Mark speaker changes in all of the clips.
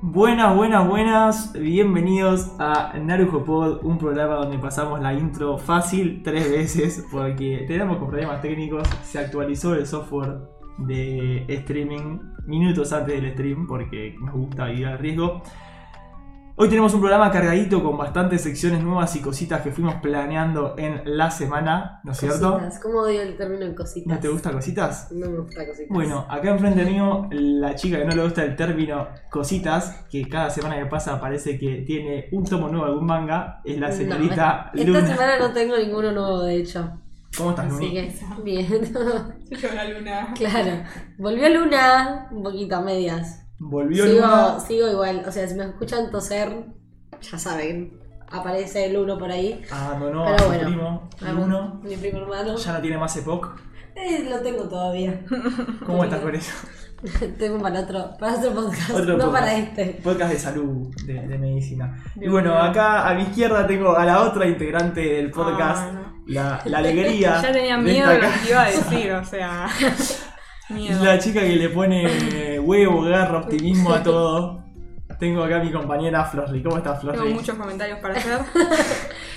Speaker 1: Buenas, buenas, buenas. Bienvenidos a Narujo Pod, un programa donde pasamos la intro fácil tres veces porque tenemos con problemas técnicos. Se actualizó el software de streaming minutos antes del stream porque nos gusta vivir al riesgo. Hoy tenemos un programa cargadito con bastantes secciones nuevas y cositas que fuimos planeando en la semana, ¿no es cierto?
Speaker 2: Cositas. ¿Cómo odio el término en cositas?
Speaker 1: ¿No te gustan cositas?
Speaker 2: No me gusta cositas.
Speaker 1: Bueno, acá enfrente mío, la chica que no le gusta el término cositas, que cada semana que pasa parece que tiene un tomo nuevo de algún manga, es la
Speaker 2: No,
Speaker 1: señorita
Speaker 2: esta
Speaker 1: Luna.
Speaker 2: semana no tengo ninguno nuevo, de hecho.
Speaker 1: ¿Cómo estás,
Speaker 2: Así
Speaker 1: Luni?
Speaker 2: que, bien.
Speaker 3: Yo llevo la luna.
Speaker 2: claro. Volvió Luna, un poquito a medias.
Speaker 1: Volvió
Speaker 2: Sigo,
Speaker 1: Luna.
Speaker 2: sigo igual. O sea, si me escuchan toser, ya saben. Aparece el uno por ahí.
Speaker 1: Abandonó
Speaker 2: Pero
Speaker 1: a su
Speaker 2: bueno.
Speaker 1: primo, Luno.
Speaker 2: Mi primo hermano.
Speaker 1: Ya no tiene más Epoch.
Speaker 2: Eh, lo tengo todavía.
Speaker 1: ¿Cómo estás con eso?
Speaker 2: tengo para otro, para otro podcast.
Speaker 1: Otro
Speaker 2: no
Speaker 1: podcast.
Speaker 2: para este.
Speaker 1: Podcast de salud, de, de medicina. Y
Speaker 3: De
Speaker 1: bueno,
Speaker 3: una.
Speaker 1: acá a mi izquierda tengo a la otra integrante del
Speaker 3: Ah,
Speaker 1: podcast,
Speaker 3: no.
Speaker 1: la, la alegría.
Speaker 3: Ya tenía
Speaker 1: de
Speaker 3: miedo
Speaker 1: esta
Speaker 3: de lo
Speaker 1: casa.
Speaker 3: que iba a decir, o sea. Miedo.
Speaker 1: La chica que le pone eh, huevo, garra, optimismo a todo. Tengo acá a mi compañera Florly. ¿Cómo estás,
Speaker 3: Tengo
Speaker 1: Florly?
Speaker 3: muchos comentarios para hacer.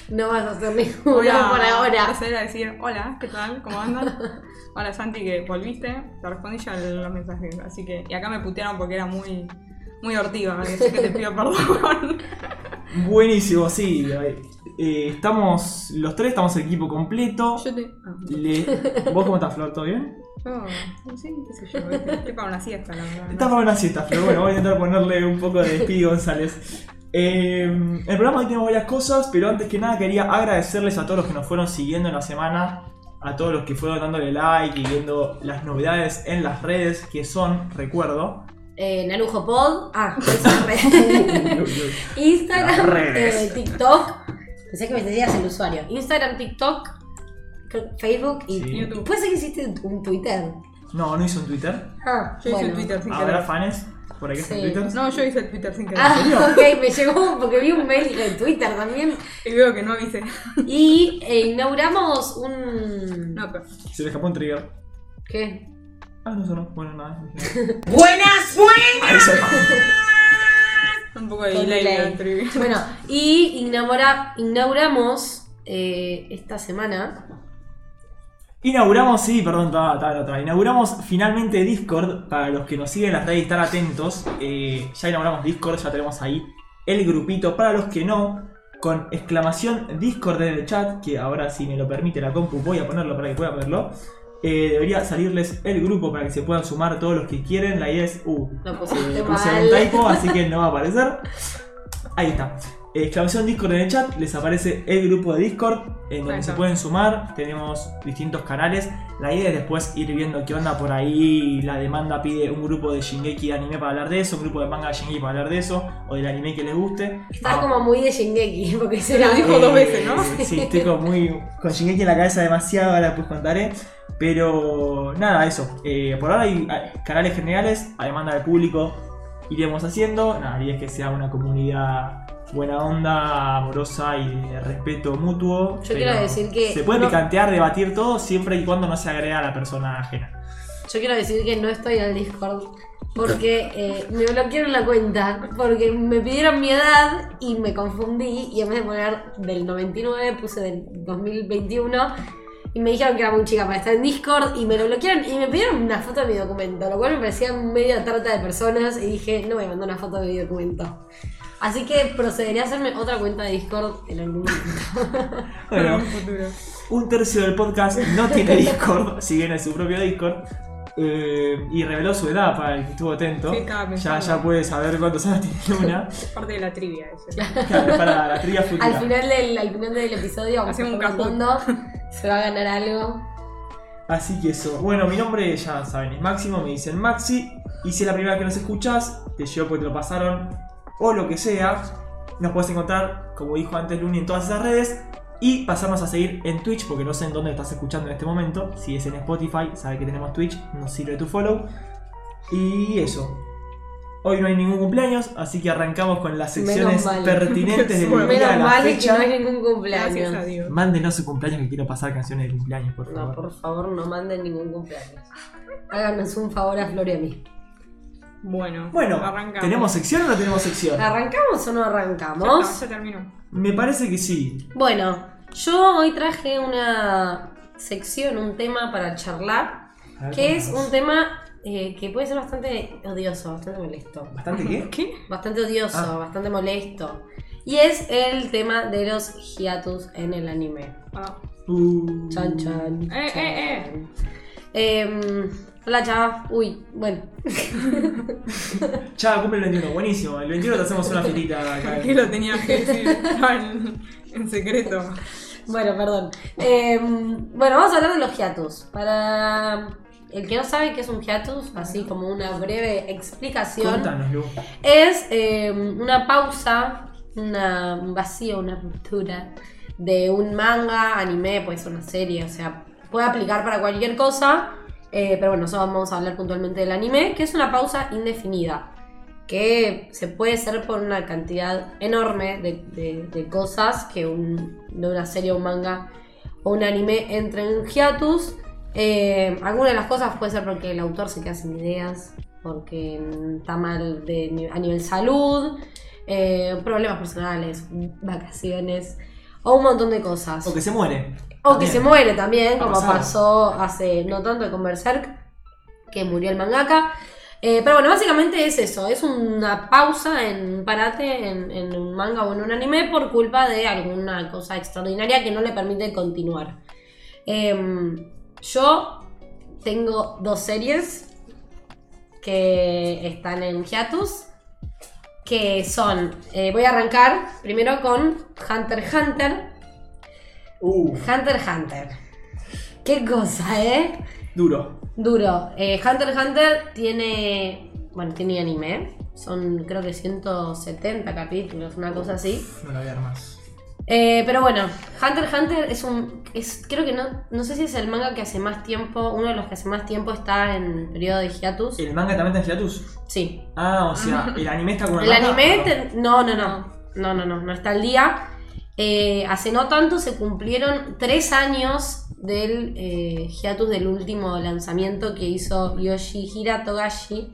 Speaker 2: No vas a hacer ninguno
Speaker 3: Voy a
Speaker 2: por ahora.
Speaker 3: proceder a decir: Hola, ¿qué tal? ¿Cómo andan? Hola Santi, que volviste. Te respondí ya en los mensajes. Así que. Y acá me putearon porque era muy. Muy hortiva. Así que te pido perdón.
Speaker 1: Buenísimo, sí. eh, eh, estamos, los tres estamos el equipo completo.
Speaker 3: Yo te. ah,
Speaker 1: Le- ¿Vos cómo estás, Flor? ¿Todo bien?
Speaker 2: ah.
Speaker 3: yo- no sé, qué sé yo. viste, Estoy para una siesta, la verdad.
Speaker 1: Estás para una siesta, Flor. Bueno, voy a intentar ponerle un poco de Speedy González. Eh, el programa hoy tenemos varias cosas, pero antes que nada quería agradecerles a todos los que nos fueron siguiendo en la semana, a todos los que fueron dándole like y viendo las novedades en las redes, que son, recuerdo.
Speaker 2: Eh, Narujo Pod. Ah, sorry.
Speaker 1: Uy, uy, uy. Las
Speaker 2: Instagram,
Speaker 1: redes.
Speaker 2: eh, TikTok. Pensé que me decías el usuario. Instagram, TikTok, creo- Facebook y
Speaker 1: Sí.
Speaker 3: YouTube.
Speaker 2: Puede ser que hiciste un Twitter.
Speaker 1: No, no hizo un Twitter.
Speaker 2: Ah,
Speaker 3: Yo hice
Speaker 2: bueno.
Speaker 3: el Twitter sin
Speaker 1: ¿Habrá
Speaker 3: querer.
Speaker 1: fans por ahí que está en
Speaker 2: Sí.
Speaker 1: Twitter?
Speaker 3: No, yo hice el Twitter sin querer.
Speaker 2: Ah, ok, me llegó porque vi un mail de Twitter también.
Speaker 3: Y veo que no avisé.
Speaker 2: Y eh, inauguramos un.
Speaker 3: No, pero.
Speaker 1: Se le escapó un trigger.
Speaker 2: ¿Qué?
Speaker 1: Ah, no sonó. Bueno, nada.
Speaker 2: ¡Buenas,
Speaker 1: Ahí sonó.
Speaker 3: Un poco de
Speaker 2: Con
Speaker 3: delay en la
Speaker 2: delay.
Speaker 3: entrevista.
Speaker 2: Bueno, y inaugura- inauguramos eh, esta semana.
Speaker 1: Inauguramos, sí, perdón, estaba estaba en otra. Inauguramos finalmente Discord. Para los que nos siguen en las redes, estar atentos. Eh, ya inauguramos Discord, ya tenemos ahí el grupito. Para los que no, con exclamación Discord en el chat, que ahora si me lo permite la compu voy a ponerlo para que puedan verlo. Eh, debería salirles el grupo para que se puedan sumar todos los que quieren. La idea es... Uh,
Speaker 2: Lo
Speaker 1: Eh,
Speaker 2: pusiste
Speaker 1: puse
Speaker 2: mal.
Speaker 1: un typo, así que no va a aparecer. Ahí está. Eh, Exclamación Discord en el chat, les aparece el grupo de Discord en donde
Speaker 3: Ahí
Speaker 1: se
Speaker 3: está.
Speaker 1: pueden sumar. Tenemos distintos canales. La idea es después ir viendo qué onda por ahí. La demanda pide un grupo de Shingeki de anime para hablar de eso, un grupo de manga de Shingeki para hablar de eso, o del anime que les guste.
Speaker 2: Estás
Speaker 1: Ah,
Speaker 2: como muy de Shingeki, porque se lo
Speaker 3: Lo
Speaker 2: dijo.
Speaker 3: dijo. dos veces, ¿no?
Speaker 1: Eh, Sí, estoy como muy. con Shingeki en la cabeza demasiado, ahora pues contaré. Pero nada, eso. Eh, por ahora hay hay canales generales, a demanda del público iremos haciendo. Nada, y es que sea una comunidad buena onda, amorosa y de respeto mutuo.
Speaker 2: Yo
Speaker 1: pero
Speaker 2: quiero decir que
Speaker 1: Se puede
Speaker 2: no-
Speaker 1: picantear, debatir todo siempre y cuando no se agrega a la persona ajena.
Speaker 2: Yo quiero decir que no estoy en el Discord porque eh, me bloquearon la cuenta, porque me pidieron mi edad y me confundí y en vez de poner del 99 puse del 2021 y me dijeron que era muy chica para estar en Discord y me lo bloquearon y me pidieron una foto de mi documento, lo cual me parecía media trata de personas y dije, no me mandó una foto de mi documento. Así que procederé a hacerme otra cuenta de Discord en algún momento.
Speaker 1: Bueno,
Speaker 3: Para un futuro.
Speaker 1: un tercio del podcast no tiene Discord, si bien es su propio Discord. eh, y reveló su edad para el que estuvo atento.
Speaker 3: Sí, estaba
Speaker 1: ya,
Speaker 3: pensando.
Speaker 1: ya puede saber cuántos años tiene una.
Speaker 3: Es parte de la trivia eso.
Speaker 1: Claro, para la trivia futura.
Speaker 2: Al final del, al final del episodio vamos a
Speaker 3: Hacemos un
Speaker 2: estar
Speaker 3: cajón.
Speaker 2: contando, se va a ganar algo.
Speaker 1: Así que eso. Bueno, mi nombre ya saben, es Máximo, me dicen Maxi. Y si es la primera vez que nos escuchás, te llegó porque te lo pasaron, o lo que sea, nos puedes encontrar, como dijo antes Luni, en todas esas redes. Y pasarnos a seguir en Twitch, porque no sé en dónde estás escuchando en este momento. Si es en Spotify, sabe que tenemos Twitch, nos sirve tu follow. Y eso. Hoy no hay ningún cumpleaños, así que arrancamos con las
Speaker 2: Menos
Speaker 1: secciones
Speaker 2: mal.
Speaker 1: pertinentes del
Speaker 3: Menos
Speaker 1: día
Speaker 2: Menos
Speaker 1: a la
Speaker 2: mal que
Speaker 1: fecha.
Speaker 2: no hay ningún
Speaker 3: Gracias a
Speaker 2: cumpleaños.
Speaker 3: Dios.
Speaker 1: Mándenos su cumpleaños que quiero pasar canciones de cumpleaños, por favor.
Speaker 2: No, por favor, no manden ningún cumpleaños. Háganos un favor a Flor y a mí.
Speaker 3: Bueno,
Speaker 1: Bueno,
Speaker 3: arrancamos.
Speaker 1: ¿tenemos sección o no tenemos sección?
Speaker 2: ¿Arrancamos o no
Speaker 3: Ya está,
Speaker 2: arrancamos?
Speaker 3: se terminó.
Speaker 1: Me parece que sí.
Speaker 2: Bueno, yo hoy traje una sección, un tema para charlar,
Speaker 1: A ver,
Speaker 2: que es
Speaker 1: vamos.
Speaker 2: un tema eh, que puede ser bastante odioso, bastante molesto.
Speaker 1: ¿Bastante qué?
Speaker 3: ¿Qué?
Speaker 2: Bastante odioso,
Speaker 1: Ah.
Speaker 2: bastante molesto. Y es el tema de los hiatus en el anime.
Speaker 3: Ah,
Speaker 1: Uh,
Speaker 2: Chan, chan.
Speaker 3: Eh, eh, eh.
Speaker 2: chan. Em, hola, chava. Uy, bueno.
Speaker 1: Ya, cumple el 21. Buenísimo. El 21 te hacemos una filita acá.
Speaker 3: ¿Por qué lo tenía que decir tan en secreto?
Speaker 2: Bueno, perdón. Eh, bueno, vamos a hablar de los hiatus. Para el que no sabe qué es un hiatus, así como una breve explicación,
Speaker 1: Contanos, Lu.
Speaker 2: es eh, una pausa, una, un vacío, una ruptura de un manga, anime, puede ser una serie, o sea, puede aplicar para cualquier cosa. eh, pero bueno, nosotros vamos a hablar puntualmente del anime, que es una pausa indefinida, que se puede hacer por una cantidad enorme de, de- de cosas que un, de una serie, un manga o un anime entre en un hiatus. Eh, alguna de las cosas puede ser porque el autor se queda sin ideas, porque mm, está mal de ni- a nivel salud, eh, problemas personales, vacaciones o un montón de cosas.
Speaker 1: O que se muere.
Speaker 2: O que
Speaker 1: Bien.
Speaker 2: se muere también, como
Speaker 1: pasado.
Speaker 2: pasó hace no tanto con Berserk, que murió el mangaka. Eh, pero bueno, básicamente es eso, es una pausa, en un parate en, en un manga o en un anime por culpa de alguna cosa extraordinaria que no le permite continuar. Em, yo tengo dos series que están en hiatus, que son, eh, voy a arrancar primero con Hunter x Hunter,
Speaker 1: Uh,
Speaker 2: Hunter x Hunter. Qué cosa, ¿eh?
Speaker 1: duro.
Speaker 2: Duro. Eh, Hunter x Hunter tiene. Bueno, tiene anime. Son creo que 170 capítulos, una cosa así.
Speaker 1: No la voy a dar más.
Speaker 2: Eh, pero bueno, Hunter x Hunter es un. Es, creo que no. No sé si es el manga que hace más tiempo. Uno de los que hace más tiempo está en periodo de hiatus.
Speaker 1: ¿El manga también está en hiatus?
Speaker 2: Sí.
Speaker 1: Ah, o sea, el anime está con el
Speaker 2: El
Speaker 1: manga.
Speaker 2: anime. te- No, no, no. No, no, no. No está al día. Eh, hace no tanto se cumplieron tres años del eh, hiatus del último lanzamiento que hizo Yoshihira Togashi,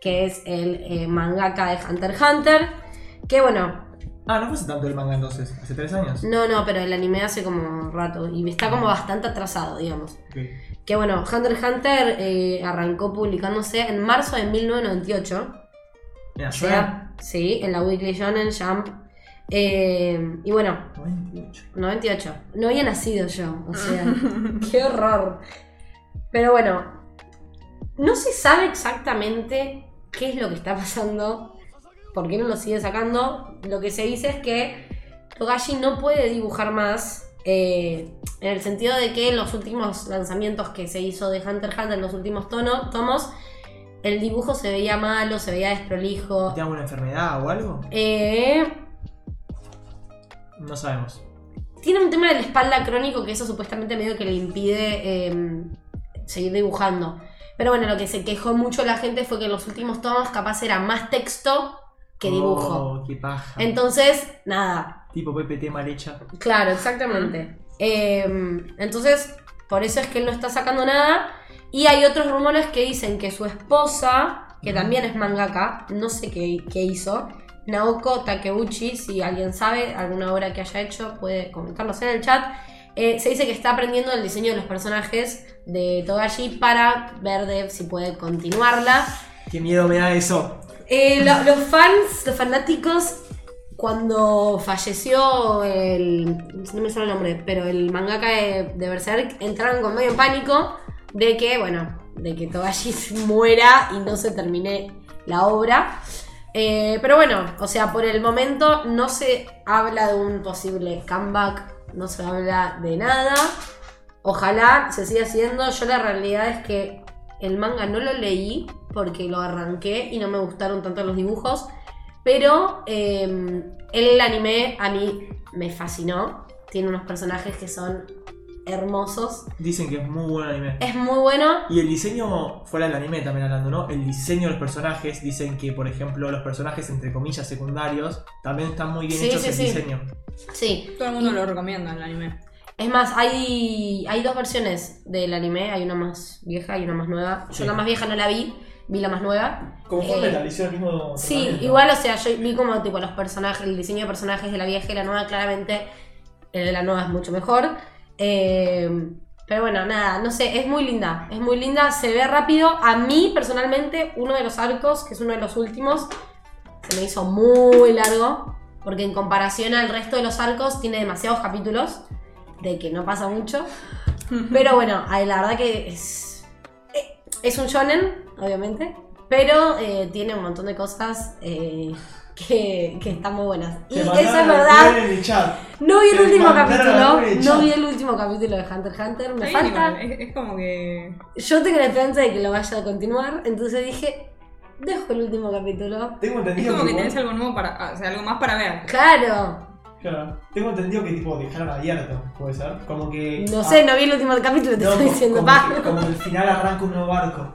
Speaker 2: que es el eh, mangaka de Hunter x Hunter. Que bueno,
Speaker 1: Ah, no fue hace tanto el manga entonces. Hace tres años.
Speaker 2: no, no, pero el anime hace como rato y está como bastante atrasado, digamos.
Speaker 1: Ok.
Speaker 2: Que bueno, Hunter x Hunter eh, arrancó publicándose en marzo de 1998.
Speaker 1: Mira,
Speaker 2: O
Speaker 1: yo
Speaker 2: sea, sí, en la Weekly Shonen Jump. Eh, y bueno,
Speaker 1: era 98.
Speaker 2: 98. No había nacido yo, o sea, qué horror. Pero bueno, no se sabe exactamente qué es lo que está pasando, por qué no lo sigue sacando. Lo que se dice es que Togashi no puede dibujar más, eh, en el sentido de que en los últimos lanzamientos que se hizo de Hunter x Hunter, en los últimos tono- tomos, el dibujo se veía malo, se veía desprolijo.
Speaker 1: ¿Tiene alguna enfermedad o algo?
Speaker 2: Eh,
Speaker 1: No sabemos.
Speaker 2: Tiene un tema de la espalda crónico que eso supuestamente medio que le impide eh, seguir dibujando. Pero bueno, lo que se quejó mucho la gente fue que en los últimos tomos capaz era más texto que dibujo.
Speaker 1: Oh, qué paja.
Speaker 2: Entonces, nada.
Speaker 1: Tipo PPT mal hecha.
Speaker 2: Claro, exactamente. Eh, entonces, por eso es que él no está sacando nada. Y hay otros rumores que dicen que su esposa, que también es mangaka, no sé qué, qué hizo, Naoko Takeuchi, si alguien sabe alguna obra que haya hecho, puede comentarnos en el chat. Eh, se dice que está aprendiendo el diseño de los personajes de Togashi para ver de- si puede continuarla.
Speaker 1: Qué miedo me da eso.
Speaker 2: Eh, lo- los fans, los fanáticos, cuando falleció el. No me sale el nombre, pero el mangaka de, de Berserk entraron con medio en pánico de que, bueno, de que Togashi se muera y no se termine la obra. Eh, pero bueno, o sea, por el momento no se habla de un posible comeback, no se habla de nada. Ojalá se siga haciendo. Yo la realidad es que el manga no lo leí porque lo arranqué y no me gustaron tanto los dibujos. Pero eh, el anime a mí me fascinó. Tiene unos personajes que son hermosos.
Speaker 1: Dicen que es muy buen anime.
Speaker 2: Es muy bueno.
Speaker 1: Y el diseño, fuera del anime también hablando, ¿no? El diseño de los personajes, dicen que, por ejemplo, los personajes entre comillas secundarios también están muy bien
Speaker 2: Sí,
Speaker 1: hechos
Speaker 2: sí,
Speaker 1: el
Speaker 2: sí.
Speaker 1: diseño.
Speaker 2: Sí.
Speaker 3: Todo el mundo lo recomienda el anime.
Speaker 2: Es más, hay, hay dos versiones del anime. Hay una más vieja y una más nueva. Yo
Speaker 1: Sí.
Speaker 2: la más vieja no la vi. vi la más nueva.
Speaker 1: Como fue
Speaker 2: Eh,
Speaker 1: metal, hicieron el mismo.
Speaker 2: Sí,
Speaker 1: tratamiento.
Speaker 2: igual, o sea, yo vi como tipo los personajes, el diseño de personajes de la vieja y la nueva, claramente el de la nueva es mucho mejor. Eh, pero bueno, nada, no sé, es muy linda, es muy linda, se ve rápido. A mí, personalmente, uno de los arcos, que es uno de los últimos, se me hizo muy largo, porque en comparación al resto de los arcos tiene demasiados capítulos, de que no pasa mucho. Pero bueno, ay, la verdad que es. eh, Es un shonen, obviamente. Pero eh, tiene un montón de cosas eh, que, que están muy buenas. Y
Speaker 1: Te
Speaker 2: eso
Speaker 1: mandaron
Speaker 2: es
Speaker 1: el
Speaker 2: verdad.
Speaker 1: mail en el chat.
Speaker 2: No vi el
Speaker 1: te
Speaker 2: último
Speaker 1: mandaron la
Speaker 2: capítulo.
Speaker 1: brecha.
Speaker 2: No vi el último capítulo de Hunter x Hunter. Me
Speaker 3: Está bien
Speaker 2: falta.
Speaker 3: igual, eh. Es, es como que.
Speaker 2: Yo tengo la esperanza de que lo vaya a continuar. Entonces dije, dejo el último capítulo.
Speaker 1: Tengo
Speaker 3: Es
Speaker 1: entendido
Speaker 3: como que
Speaker 1: igual-
Speaker 3: tenés algo nuevo para. ah, O sea, algo más para ver.
Speaker 2: Claro.
Speaker 1: Claro. Tengo entendido que tipo dejaron abierto, puede ser. Como que.
Speaker 2: No
Speaker 1: ah,
Speaker 2: sé, no vi el último capítulo, te
Speaker 1: no,
Speaker 2: estoy diciendo.
Speaker 1: como,
Speaker 2: pa.
Speaker 1: que- como que al final arranca un nuevo barco.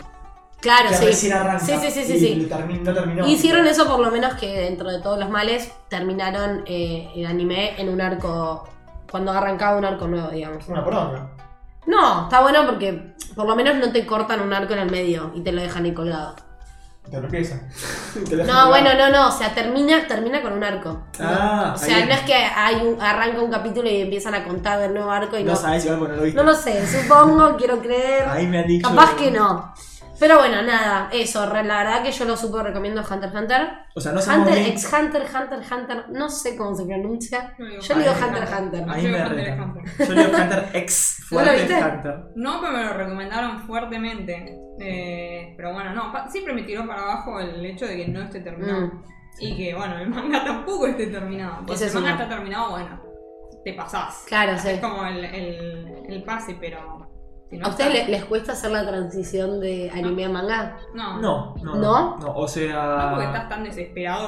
Speaker 2: Claro,
Speaker 1: que
Speaker 2: sí.
Speaker 1: recién arranca.
Speaker 2: Sí, sí, sí, sí,
Speaker 1: y
Speaker 2: sí.
Speaker 1: lo termi- no terminó.
Speaker 2: Hicieron eso por lo menos que dentro de todos los males terminaron eh, el anime en un arco, cuando arrancaba un arco nuevo, digamos.
Speaker 1: Una poronga.
Speaker 2: No, está bueno porque por lo menos no te cortan un arco en el medio y te lo dejan ahí colgado.
Speaker 1: Te empieza.
Speaker 2: No, bueno, no, no, o sea, termina, termina con un arco.
Speaker 1: Ah,
Speaker 2: o
Speaker 1: ahí
Speaker 2: sea,
Speaker 1: es.
Speaker 2: no es que hay un- arranca un capítulo y empiezan a contar del nuevo arco y no.
Speaker 1: No sabes igual porque no lo viste.
Speaker 2: No lo sé, supongo, quiero creer.
Speaker 1: Ahí me han dicho.
Speaker 2: Capaz que no. Pero bueno, nada, eso, re- la verdad que yo lo super recomiendo Hunter x Hunter.
Speaker 1: O sea, no sabemos
Speaker 2: Hunter,
Speaker 1: bien.
Speaker 2: ex Hunter, Hunter, Hunter, no sé cómo se pronuncia.
Speaker 3: Yo digo
Speaker 2: Yo le digo
Speaker 1: Hunter, Ah.
Speaker 2: Hunter, Hunter.
Speaker 1: Ahí
Speaker 3: Yo
Speaker 1: me
Speaker 3: digo Hunter x
Speaker 1: retan.
Speaker 3: Hunter.
Speaker 1: Yo leo Hunter ex
Speaker 2: ¿No lo
Speaker 1: fuerte
Speaker 2: viste?
Speaker 1: Hunter.
Speaker 3: No, pero me lo recomendaron fuertemente. Eh, pero bueno, no. pa- Siempre me tiró para abajo el hecho de que no esté terminado.
Speaker 2: Mm.
Speaker 3: Y que, bueno, el manga tampoco esté terminado. Porque
Speaker 2: Ese
Speaker 3: si
Speaker 2: es
Speaker 3: el manga
Speaker 2: una-
Speaker 3: está terminado, bueno, te pasás.
Speaker 2: Claro, sí.
Speaker 3: Es como el, el, el pase, pero. Si no
Speaker 2: ¿A ustedes
Speaker 3: está-
Speaker 2: le- les cuesta hacer la transición de anime a manga?
Speaker 3: No.
Speaker 1: No, no.
Speaker 2: ¿No?
Speaker 1: o
Speaker 3: No porque estás
Speaker 1: sea.
Speaker 3: tan desesperado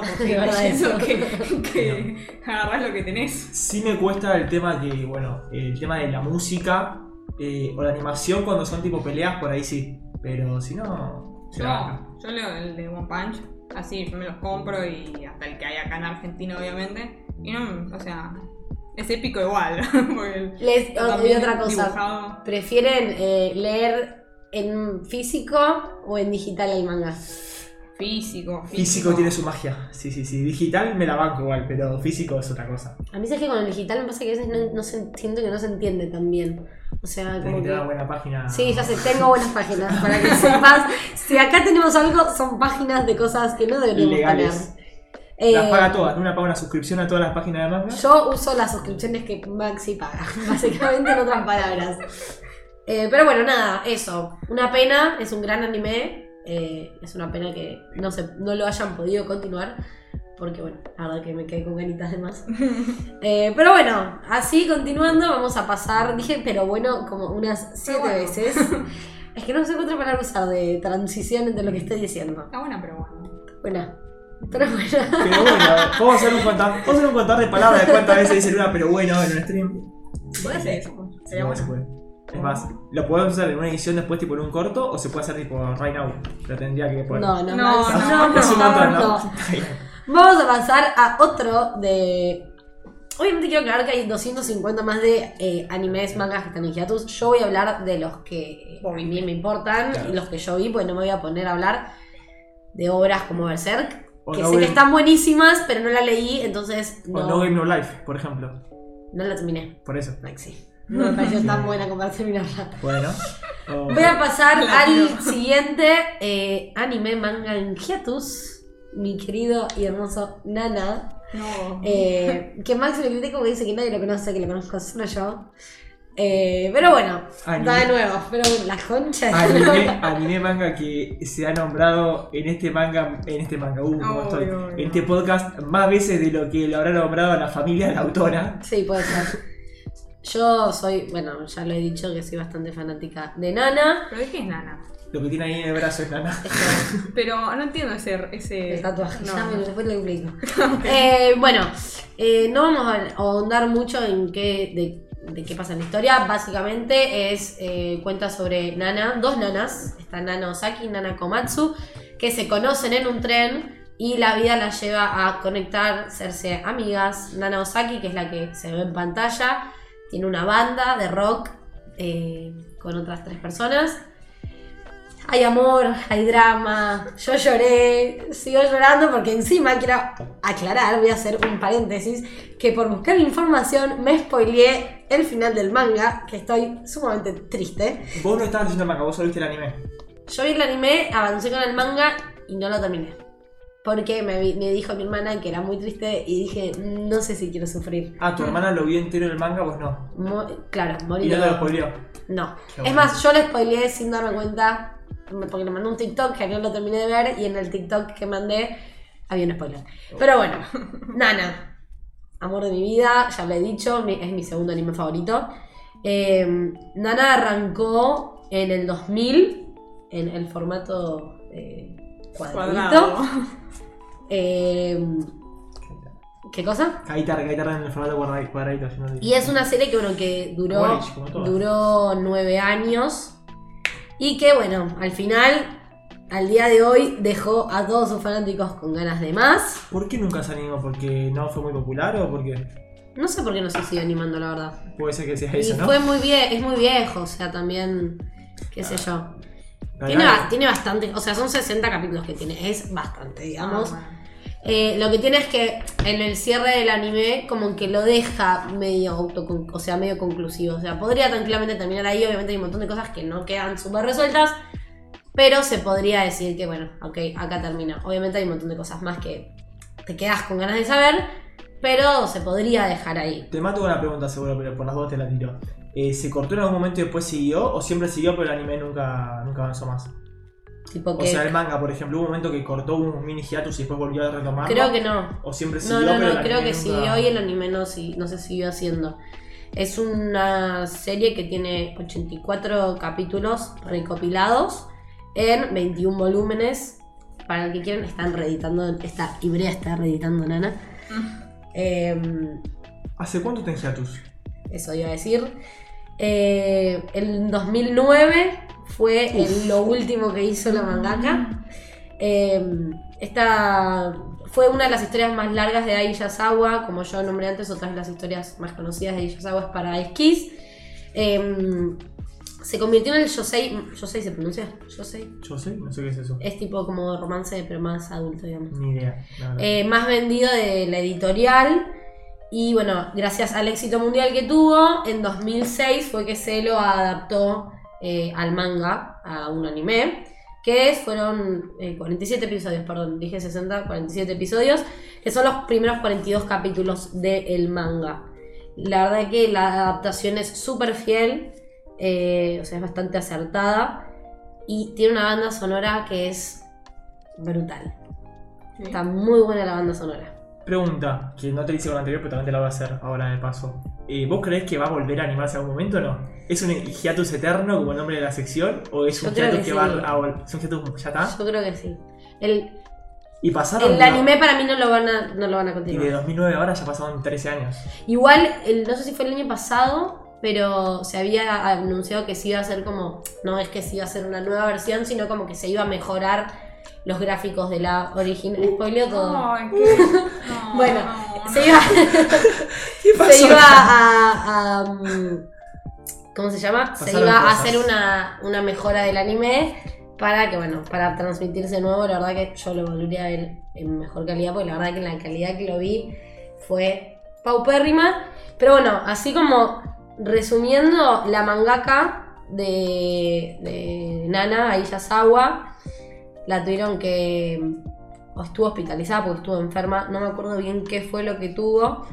Speaker 3: por
Speaker 2: Es
Speaker 3: seguir
Speaker 2: verdad
Speaker 3: leyendo
Speaker 2: eso.
Speaker 3: que, que agarrás lo que tenés.
Speaker 1: Sí me cuesta el tema que, bueno, el tema de la música eh, o la animación cuando son tipo peleas, por ahí sí. Pero si no. se
Speaker 3: Yo,
Speaker 1: banca.
Speaker 3: yo leo el de One Punch, así me los compro y hasta el que hay acá en Argentina, obviamente. Y no, o sea, es épico igual. porque el-
Speaker 2: Les, o- Ah, y
Speaker 3: también
Speaker 2: otra cosa,
Speaker 3: dibujado-
Speaker 2: ¿prefieren eh, leer en físico o en digital el manga?
Speaker 3: Físico, físico.
Speaker 1: Físico tiene su magia. Sí, sí, sí. Digital me la banco igual, pero físico es otra cosa.
Speaker 2: A mí es que con el digital me pasa que a veces no, no se- siento que no se entiende tan bien. O sea,
Speaker 1: Tenés
Speaker 2: como
Speaker 1: que tener una
Speaker 2: que...
Speaker 1: buena página.
Speaker 2: Sí, ya sé, tengo buenas páginas para que sepas. Si acá tenemos algo, son páginas de cosas que no deberíamos
Speaker 1: Ilegales.
Speaker 2: tener.
Speaker 1: Las
Speaker 2: Eh,
Speaker 1: paga todas. Una paga una suscripción a todas las páginas de manga.
Speaker 2: Yo uso las suscripciones que Maxi paga, básicamente en otras palabras. Eh, pero bueno, nada, eso. Una pena, es un gran anime. eh, es una pena que no, se, no lo hayan podido continuar. Porque bueno, la verdad que me quedé con ganitas de más. Eh, pero bueno, así continuando, vamos a pasar, dije, pero bueno, como unas siete
Speaker 3: bueno.
Speaker 2: veces. Es que no sé qué otra palabra usar de transición entre lo que estoy diciendo.
Speaker 3: Está buena, pero bueno.
Speaker 2: Bueno, pero bueno.
Speaker 1: Pero bueno, a ver, vamos a hacer un contar, vamos a hacer un contador de palabras de cuántas veces dice Luna, pero bueno, en un stream.
Speaker 3: ¿Puede ser eso? pues. Sería
Speaker 1: No,
Speaker 3: bueno.
Speaker 1: se puede. Es más, ¿lo podemos usar en una edición después, tipo en un corto? ¿O se puede hacer tipo right now? Lo tendría que poner.
Speaker 2: No, no,
Speaker 3: No,
Speaker 2: Maxi,
Speaker 3: no,
Speaker 2: no,
Speaker 3: no,
Speaker 2: por
Speaker 1: es un
Speaker 2: favor,
Speaker 1: montón, ¿no?
Speaker 2: no. Vamos a pasar a otro de. Obviamente quiero aclarar que hay 250 más de eh, animes, mangas que están en hiatus. Yo voy a hablar de los que a mí me importan
Speaker 1: Claro.
Speaker 2: y los que yo vi, porque no me voy a poner a hablar de obras como Berserk,
Speaker 1: O
Speaker 2: que
Speaker 1: no
Speaker 2: sé que
Speaker 1: Game-
Speaker 2: están buenísimas, pero no la leí, entonces
Speaker 1: O
Speaker 2: no,
Speaker 1: no. Game No Life, por ejemplo.
Speaker 2: no la terminé,
Speaker 1: Por eso.
Speaker 2: Maxi. No me pareció tan buena como para terminarla.
Speaker 1: Bueno. O-
Speaker 2: Voy a pasar
Speaker 3: La
Speaker 2: al
Speaker 3: mierda.
Speaker 2: siguiente eh, anime, manga en hiatus. Mi querido y hermoso Nana.
Speaker 3: No.
Speaker 2: Eh, que Max me critica como que dice que nadie lo conoce, que lo conozco solo yo. Eh, pero bueno,
Speaker 1: Anime.
Speaker 2: nada de nuevo. Pero la concha. de-
Speaker 1: Anime, anime manga que se ha nombrado en este manga, en este manga, uh, como
Speaker 3: Obvio,
Speaker 1: estoy,
Speaker 3: obvio.
Speaker 1: en este podcast más veces de lo que lo habrá nombrado a la familia de la autora.
Speaker 2: Sí, puede ser. Yo soy, bueno, ya lo he dicho que soy bastante fanática de Nana.
Speaker 3: Pero dije es nana.
Speaker 1: Lo que tiene ahí en el brazo es nana.
Speaker 2: Esto,
Speaker 3: Pero no entiendo ese. ese
Speaker 2: el tatuaje,
Speaker 3: No.
Speaker 2: ya me- después lo explico. Eh, bueno, eh, no vamos a ahondar mucho en qué, de, de qué pasa en la historia. Básicamente es eh, cuenta sobre Nana, dos nanas, está Nana Osaki y Nana Komatsu, que se conocen en un tren y la vida las lleva a conectar, serse amigas. Nana Osaki, que es la que se ve en pantalla, tiene una banda de rock eh, con otras tres personas. Hay amor, hay drama, yo lloré, sigo llorando porque encima quiero aclarar, voy a hacer un paréntesis, que por buscar información me spoileé el final del manga, que estoy sumamente triste.
Speaker 1: Vos no estabas leyendo el manga, vos solo viste el anime.
Speaker 2: Yo vi el anime, avancé con el manga y no lo terminé. Porque me, vi- me dijo mi hermana que era muy triste y dije, "Mm, no sé si quiero sufrir.
Speaker 1: Ah, tu hermana lo vio entero en el manga, vos no.
Speaker 2: Mo- claro, morir.
Speaker 1: Y no te lo spoileó.
Speaker 2: No.
Speaker 1: Qué
Speaker 2: es
Speaker 1: bueno.
Speaker 2: más, yo le spoileé sin darme cuenta, porque le mandé un TikTok que no lo terminé de ver y en el TikTok que mandé había un spoiler. Pero bueno, Nana, amor de mi vida, ya lo he dicho, mi- es mi segundo anime favorito. Eh, Nana arrancó en el 2000 en el formato eh, cuadradito.
Speaker 3: Cuadrado. Ah,
Speaker 2: Eh, ¿Qué cosa?
Speaker 1: Kaitar, Kaitar en el formato cuadra- cuadradito. yo no lo-
Speaker 2: Y es una serie que, bueno, que duró,
Speaker 1: Como Bleach, como todas.
Speaker 2: duró nueve años. Y que, bueno, al final, al día de hoy, dejó a todos sus fanáticos con ganas de más.
Speaker 1: ¿Por qué nunca se animó? ¿Porque no fue muy popular o porque
Speaker 2: No sé por qué no se sigue animando, la verdad.
Speaker 1: puede ser que sea
Speaker 2: Y
Speaker 1: eso, no?
Speaker 2: fue muy vie es muy viejo, o sea, también, qué sé yo.
Speaker 1: Ah. Pero
Speaker 2: Tiene,
Speaker 1: nada,
Speaker 2: ba- tiene bastante, o sea, son 60 capítulos que tiene, es bastante, digamos.
Speaker 3: Ah, bueno.
Speaker 2: Eh, lo que tiene es que en el cierre del anime como que lo deja medio autocon- o sea, medio conclusivo. O sea, podría tranquilamente terminar ahí, obviamente hay un montón de cosas que no quedan súper resueltas, pero se podría decir que bueno, ok, acá termina. Obviamente hay un montón de cosas más que te quedas con ganas de saber, pero se podría dejar ahí.
Speaker 1: Te mato con una pregunta seguro, pero por las dos te la tiro. Eh, ¿Se cortó en algún momento y después siguió? ¿O siempre siguió pero el anime nunca, nunca avanzó más?
Speaker 2: Tipo
Speaker 1: O
Speaker 2: que
Speaker 1: sea, el manga, por ejemplo, hubo un momento que cortó un mini hiatus y después volvió a retomar.
Speaker 2: creo que no.
Speaker 1: ¿O siempre siguió
Speaker 2: No, no,
Speaker 1: pero
Speaker 2: no,
Speaker 1: el
Speaker 2: creo
Speaker 1: anime
Speaker 2: que
Speaker 1: nunca-
Speaker 2: siguió y el anime no, si- no se siguió haciendo. Es una serie que tiene 84 capítulos recopilados en 21 volúmenes. Para el que quieran, están reeditando, está, Ibrea está reeditando Nana. Em,
Speaker 1: ¿Hace cuánto está en hiatus?
Speaker 2: eso iba a decir. Eh, el 2009 fue el- lo último que hizo la mangaka. Eh, esta fue una de las historias más largas de Ai Yasawa, como yo nombré antes, otras de las historias más conocidas de Ai Yasawa es para Esquís. Em, se convirtió en el Yosei. ¿Yosei se pronuncia? Yosei.
Speaker 1: Yo sé, no sé qué es eso.
Speaker 2: Es tipo como romance, pero más adulto, digamos
Speaker 1: Ni idea. la verdad.
Speaker 2: eh, más vendido de la editorial. Y bueno, gracias al éxito mundial que tuvo, en 2006 fue que se lo adaptó eh, al manga, a un anime, que fueron eh, 47 episodios, perdón, dije 60, 47 episodios, que son los primeros 42 capítulos del manga. La verdad que la adaptación es súper fiel, eh, o sea, es bastante acertada, y tiene una banda sonora que es brutal.
Speaker 3: Sí.
Speaker 2: Está muy buena la banda sonora.
Speaker 1: Pregunta, que no te la hice con la anterior, pero también te la voy a hacer ahora de paso. Eh, ¿Vos creés que va a volver a animarse en algún momento o no? ¿Es un hiatus eterno como el nombre de la sección? ¿O es un
Speaker 2: Yo creo
Speaker 1: hiatus
Speaker 2: que
Speaker 1: que,
Speaker 2: sí.
Speaker 1: va a volver? ¿Es un hiatus ya está?
Speaker 2: Yo creo que sí. El,
Speaker 1: Y pasaron.
Speaker 2: el
Speaker 1: ¿Ah? no,
Speaker 2: anime para mí no lo van a, no lo van a
Speaker 1: Y de
Speaker 2: continuar.
Speaker 1: 2009 ahora ya pasaron 13 años.
Speaker 2: Igual, el- no sé si fue el año pasado, pero se había anunciado que sí iba a ser como. No es que sí iba a ser una nueva versión, sino como que se iba a mejorar los gráficos de la original.
Speaker 1: Uh.
Speaker 2: Spoileo todo.
Speaker 3: Ay, qué- no,
Speaker 2: Bueno,
Speaker 3: no,
Speaker 2: Se iba,
Speaker 1: ¿Qué
Speaker 2: se iba a. a, um, ¿Cómo se llama? se
Speaker 1: Pasaron
Speaker 2: iba a
Speaker 1: cosas.
Speaker 2: hacer una, una mejora del anime para que, bueno, para transmitirse de nuevo. La verdad que yo lo volvería a ver en mejor calidad, porque la verdad que la calidad que lo vi fue paupérrima. Pero bueno, así como resumiendo, la mangaka de, de Nana, Aiyazawa, la tuvieron que. o estuvo hospitalizada porque estuvo enferma. No me acuerdo bien qué fue lo que tuvo.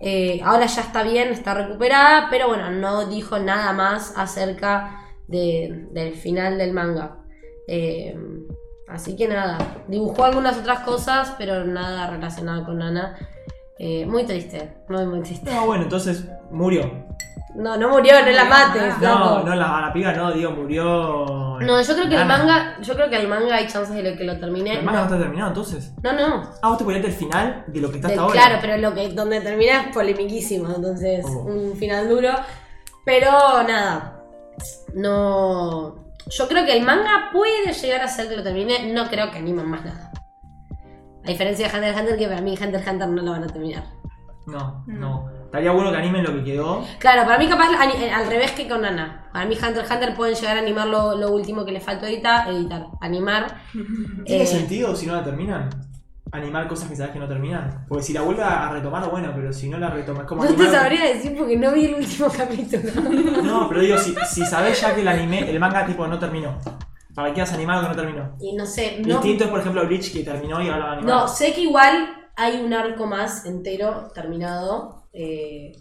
Speaker 2: Eh, ahora ya está bien, está recuperada, pero bueno, no dijo nada más acerca de- del final del manga. Eh, así que nada, dibujó algunas otras cosas, pero nada relacionado con Nana. Eh, muy triste, muy, muy triste.
Speaker 1: No, bueno, entonces murió.
Speaker 2: No, no murió, no la mates.
Speaker 1: No,
Speaker 2: loco.
Speaker 1: no, la, la piba no, digo, murió.
Speaker 2: No, yo creo que el
Speaker 1: Nana.
Speaker 2: manga, yo creo que el manga hay chances de lo que lo termine.
Speaker 1: El manga no está terminado entonces.
Speaker 2: No, no.
Speaker 1: Ah, vos te ponías el final de lo que está
Speaker 2: De-
Speaker 1: hasta ahora.
Speaker 2: Eh, Claro, pero lo que donde termina es polemiquísimo, entonces
Speaker 1: Oh.
Speaker 2: un final duro. Pero nada, no. Yo creo que el manga puede llegar a ser que lo termine, no creo que animen más nada. A diferencia de Hunter x Hunter, que para mí Hunter x Hunter no lo van a terminar.
Speaker 1: No,
Speaker 3: Mm.
Speaker 1: no. Estaría bueno que animen lo que quedó.
Speaker 2: Claro, para mí capaz ani- eh, al revés que con Ana. Para mí Hunter x Hunter pueden llegar a animar lo, lo último que les faltó editar, editar, animar.
Speaker 1: ¿Tiene
Speaker 2: Eh,
Speaker 1: sentido si no la terminan? Animar cosas que sabes que no terminan. Porque si la vuelve a retomar, bueno, pero si no la retomas, es como
Speaker 2: No te
Speaker 1: animar-
Speaker 2: sabría decir porque no vi el último capítulo.
Speaker 1: No, pero digo, si, si sabés ya que el anime, el manga tipo no terminó. ¿Para qué has animado que no terminó?
Speaker 2: Y no sé, no,
Speaker 1: Distinto es por ejemplo Bleach que terminó y ahora va a animar.
Speaker 2: no, sé que igual hay un arco más entero terminado, eh,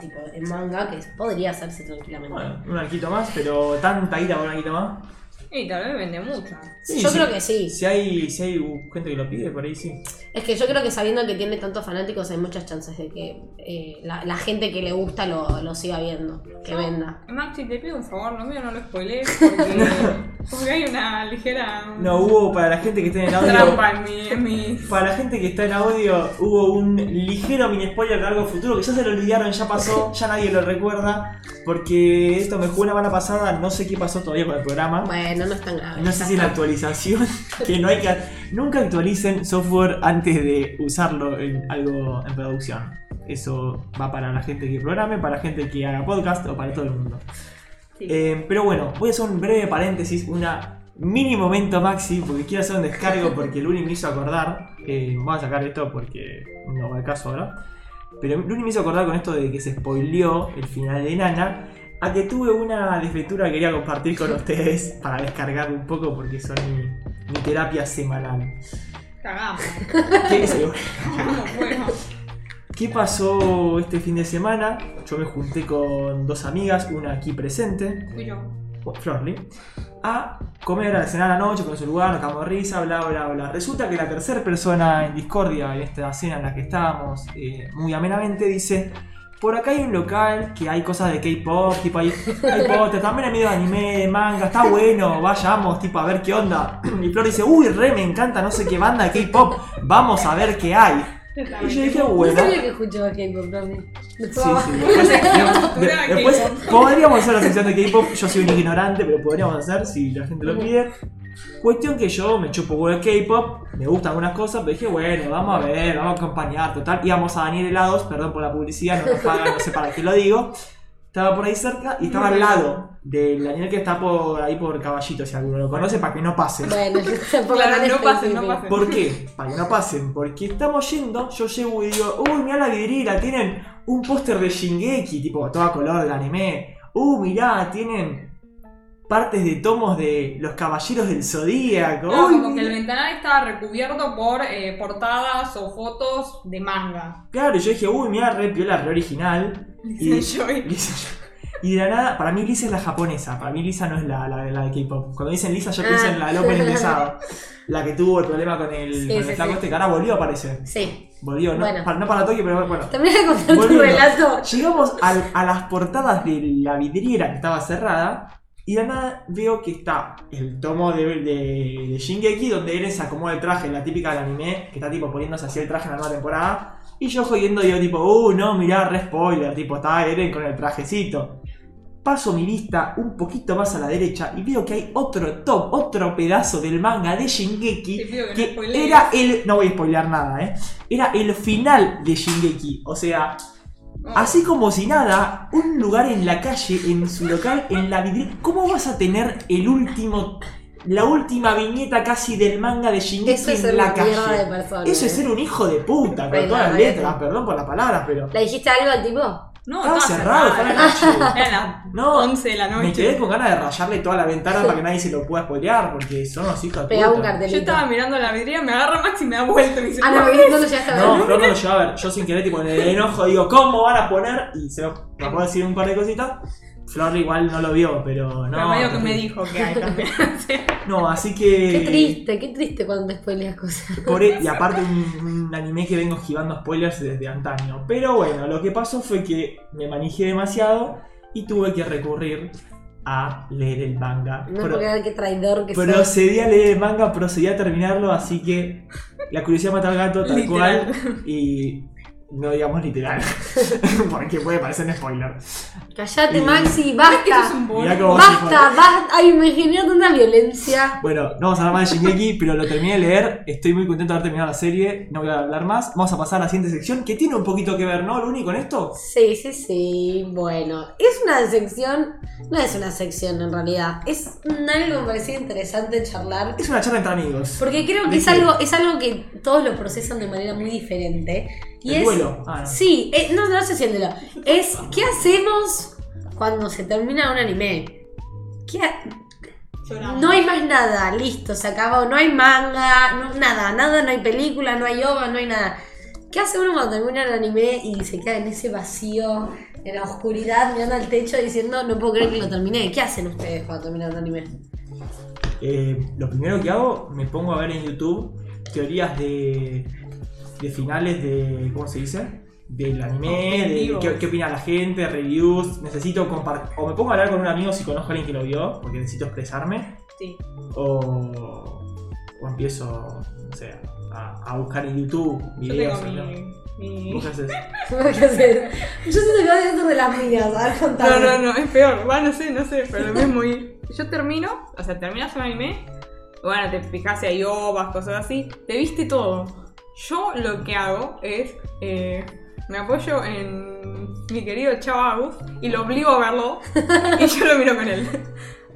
Speaker 2: tipo en manga, que podría hacerse tranquilamente.
Speaker 1: Bueno, un arquito más, pero tanta guita por un arquito más.
Speaker 3: Y tal vez vende mucho.
Speaker 1: Sí,
Speaker 2: yo
Speaker 1: sí.
Speaker 2: creo que sí.
Speaker 1: Si hay, si hay uh, gente que lo pide, por ahí sí.
Speaker 2: Es que yo creo que sabiendo que tiene tantos fanáticos hay muchas chances de que eh, la, la gente que le gusta lo, lo siga viendo, que venda.
Speaker 3: Maxi, te pido un favor, lo mío no lo spoilees porque, porque hay una ligera
Speaker 1: No, hubo para la gente que está en el audio.
Speaker 3: trampa en mi, en mi-
Speaker 1: Para la gente que está en audio, hubo un ligero mini spoiler de algo futuro que ya se lo olvidaron, ya pasó, ya nadie lo recuerda. Porque esto me jugó una mala pasada, no sé qué pasó todavía con el programa.
Speaker 2: Bueno, no es tan grave.
Speaker 1: No sé
Speaker 2: ya
Speaker 1: si es la
Speaker 2: está.
Speaker 1: actualización, que no hay que... Nunca actualicen software antes de usarlo en algo en producción. Eso va para la gente que programe, para la gente que haga podcast o para todo el mundo.
Speaker 3: Sí.
Speaker 1: Eh, pero bueno, voy a hacer un breve paréntesis, una mini momento maxi, porque quiero hacer un descargo porque Luni me hizo acordar. Eh, vamos a sacar esto porque no va al caso ahora. Pero Luni me hizo acordar con esto de que se spoileó el final de Nana. A que tuve una desventura que quería compartir con ustedes para descargar un poco porque son mi, mi terapia semanal.
Speaker 3: Cagamos.
Speaker 1: ¿Qué, es el-
Speaker 3: Vamos, bueno.
Speaker 1: ¿Qué pasó este fin de semana? Yo me junté con dos amigas, una aquí presente,
Speaker 3: Fui yo.
Speaker 1: Pues, Florly, a comer, a cenar a la noche con su lugar, nos cagamos de risa, bla, bla, bla. Resulta que la tercera persona en discordia en esta cena en la que estábamos, eh, muy amenamente, dice: Por acá hay un local que hay cosas de K-pop, tipo hay, hay póster, también hay medio de anime, de manga, está bueno, vayamos, tipo a ver qué onda. Y Flor dice: Uy, re, me encanta, no sé qué banda de K-pop, vamos a ver qué hay. Y yo dije:
Speaker 2: No
Speaker 1: Bueno.
Speaker 2: sabía que escuchaba K-pop, Romy. Me
Speaker 1: Sí,
Speaker 2: estaba-
Speaker 1: sí. Después, de-
Speaker 3: Cultura
Speaker 1: después
Speaker 3: K-pop.
Speaker 1: podríamos hacer la sección de K-pop. Yo soy un ignorante, pero podríamos hacer si la gente lo pide. Cuestión que yo me chupo huevo el K-pop, me gustan algunas cosas, pero dije, bueno, vamos a ver, vamos a acompañar, total. Íbamos a Daniel Helados, perdón por la publicidad, no nos pagan, no sé para qué lo digo. Estaba por ahí cerca y estaba al lado del Daniel que está por ahí por caballito, si alguno lo conoce, para que no pase.
Speaker 2: Bueno, tampoco
Speaker 3: Claro,
Speaker 2: tan
Speaker 3: no pasen, no
Speaker 2: específico.
Speaker 3: pasen.
Speaker 1: ¿Por qué? Para que no pasen, porque estamos yendo, yo llego y digo, uy, mirá la vidriera, tienen un póster de Shingeki, tipo a todo color del anime. Uh, mirá, tienen partes de tomos de los caballeros del zodíaco.
Speaker 3: No,
Speaker 2: Ah,
Speaker 1: Uy,
Speaker 3: como que el
Speaker 1: mirá".
Speaker 3: ventanal estaba recubierto por eh, portadas o fotos de manga.
Speaker 1: Claro, y yo dije, uy, mirá, re piola, re original. Y,
Speaker 3: Dice yo, y-
Speaker 1: Lisa- y de la nada, para mí Lisa es la japonesa, para mí Lisa no es la, la, la de K-pop. Cuando dicen Lisa, yo pienso
Speaker 2: Ah.
Speaker 1: en la del opening de Sao, la que tuvo el problema con el,
Speaker 2: Sí,
Speaker 1: con el
Speaker 2: sí,
Speaker 1: flaco
Speaker 2: sí.
Speaker 1: este, que ahora volvió a aparecer.
Speaker 2: Sí.
Speaker 1: Volvió, no,
Speaker 2: Bueno.
Speaker 1: para, no para Tokio, pero bueno.
Speaker 2: También voy a contar tu
Speaker 1: Volviendo.
Speaker 2: relato.
Speaker 1: Llegamos al- a, las portadas de la vidriera que estaba cerrada y de nada veo que está el tomo de, de- de Shingeki donde Eren se acomoda el traje, la típica del anime, que está tipo poniéndose así el traje en la nueva temporada. Y yo jodiendo digo tipo, uh, no, mirá, re spoiler, tipo, está Eren con el trajecito. Paso mi vista un poquito más a la derecha y veo que hay otro top, otro pedazo del manga de Shingeki
Speaker 3: Te pido que no
Speaker 1: que
Speaker 3: spoilees.
Speaker 1: era el... No voy a spoilear nada, ¿eh? Era el final de Shingeki. O sea,
Speaker 3: No,
Speaker 1: Así como si nada, un lugar en la calle, en su local, en la vidriera. ¿Cómo vas a tener el último, la última viñeta casi del manga de Shingeki
Speaker 2: Eso es ser
Speaker 1: en la
Speaker 2: una mierda de
Speaker 1: calle?
Speaker 2: persona.
Speaker 1: Eso es
Speaker 2: eh.
Speaker 1: ser un hijo de puta, con
Speaker 2: Bueno,
Speaker 1: todas las
Speaker 2: bueno.
Speaker 1: letras, perdón por las palabras, pero.
Speaker 2: ¿Le dijiste algo al tipo?
Speaker 3: no,
Speaker 1: Estaba cerrado, estaba en la noche.
Speaker 3: Eran las
Speaker 1: No,
Speaker 3: 11 de la
Speaker 1: Me quedé
Speaker 3: noche.
Speaker 1: con ganas de rayarle toda la ventana para que nadie se lo pueda spoilear, porque son los hijos de
Speaker 2: Pegaba un
Speaker 1: puta.
Speaker 3: Yo
Speaker 2: cartelito.
Speaker 3: estaba mirando la vidriera, me agarra Max y me da vuelta y me dice,
Speaker 2: Ah, no,
Speaker 3: "No,
Speaker 2: no lo llegaste a
Speaker 1: No,
Speaker 2: ver.
Speaker 1: pero no, yo a ver, yo sin querer, tipo, en el enojo digo, ¿cómo van a poner? Y se me me puedo decir un par de cositas. Flor igual no lo vio, pero no.
Speaker 3: Pero medio que
Speaker 1: terrible.
Speaker 3: me dijo que hay también.
Speaker 1: No, así que.
Speaker 2: Qué triste, qué triste cuando te spoileas cosas.
Speaker 1: Por- e, y aparte un, un anime que vengo esquivando spoilers desde antaño. Pero bueno, lo que pasó fue que me manejé demasiado y tuve que recurrir a leer el manga.
Speaker 2: No
Speaker 1: Pro-
Speaker 2: puedo creer qué traidor que sos.
Speaker 1: procedí a leer el manga, procedí a terminarlo, así que la curiosidad mata al gato tal
Speaker 3: Literal.
Speaker 1: cual. Y No digamos literal, porque puede parecer un spoiler.
Speaker 2: Callate,
Speaker 1: Y-
Speaker 2: Maxi,
Speaker 3: Eso es
Speaker 2: basta.
Speaker 3: un
Speaker 1: Mirá que
Speaker 3: boludo.
Speaker 1: vos-
Speaker 2: Basta, basta. Ay, me generó tanta violencia.
Speaker 1: Bueno, no vamos a hablar más de Shingeki, pero lo terminé de leer. Estoy muy contento de haber terminado la serie. No voy a hablar más. Vamos a pasar a la siguiente sección, que tiene un poquito que ver, ¿no, Luni, con esto?
Speaker 2: Sí, sí, sí. Bueno, es una sección. No es una sección en realidad. Es un- algo que me parecía interesante charlar.
Speaker 1: Es una charla entre amigos.
Speaker 2: Porque creo que es
Speaker 1: ¿De qué?
Speaker 2: algo, es algo que todos lo procesan de manera muy diferente. Y
Speaker 1: El
Speaker 2: es.
Speaker 1: duelo. Ah, no.
Speaker 2: Sí, eh, no, no sé si el de la- Es, ¿qué hacemos cuando se termina un anime? ¿Qué ha-
Speaker 3: Lloramos.
Speaker 2: No hay más nada, listo, se acabó. No hay manga, no, nada, nada, no hay película, no hay ova, no hay nada. ¿Qué hace uno cuando termina el anime y se queda en ese vacío, en la oscuridad, mirando al techo diciendo, no puedo creer que lo terminé? ¿Qué hacen ustedes cuando terminan un anime?
Speaker 1: Eh, lo primero que hago, me pongo a ver en YouTube teorías de, de finales de. ¿Cómo se dice? Del anime, de
Speaker 3: Objetivos.
Speaker 1: qué, qué opina la gente, reviews. Necesito compartir. O me pongo a hablar con un amigo si conozco a alguien que lo vio, porque necesito expresarme.
Speaker 3: Sí.
Speaker 1: O, o empiezo, no sé, a, a buscar en YouTube
Speaker 3: Yo
Speaker 1: videos.
Speaker 3: tengo
Speaker 1: ¿no?
Speaker 3: mi. mi-
Speaker 1: ¿Vos qué haces?
Speaker 2: ¿Qué hacen? Yo siento que va dentro de las mías, a ver,
Speaker 3: No,
Speaker 2: contame.
Speaker 3: no, no, es peor. Va, no sé, no sé, pero es muy. Yo termino, o sea, terminas un anime, bueno, te fijas si hay ovas, cosas así, te viste todo. Yo lo que hago es. eh, me apoyo en mi querido Chavo Agus y lo obligo a verlo y yo lo miro con él.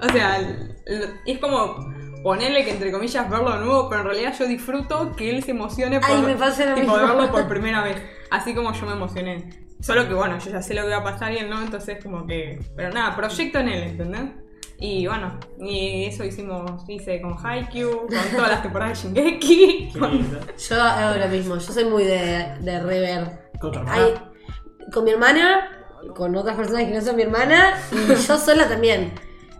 Speaker 3: O sea, lo- es como ponerle que entre comillas verlo de nuevo, pero en realidad yo disfruto que él se emocione por,
Speaker 2: Ay, me pasa lo
Speaker 3: tipo,
Speaker 2: mismo.
Speaker 3: verlo por primera vez. Así como yo me emocioné. Solo que bueno, yo ya sé lo que va a pasar y él no, entonces como que. Pero nada, proyecto en él, ¿entendés? Y bueno, y eso hicimos, hice con Haikyuu, con todas las temporadas de Shingeki.
Speaker 1: Qué
Speaker 3: con-
Speaker 1: lindo.
Speaker 2: Yo hago lo mismo, yo soy muy de, de rever.
Speaker 1: Con tu hermana.
Speaker 2: Ay, con mi hermana, con otras personas que no son mi hermana, y yo sola también.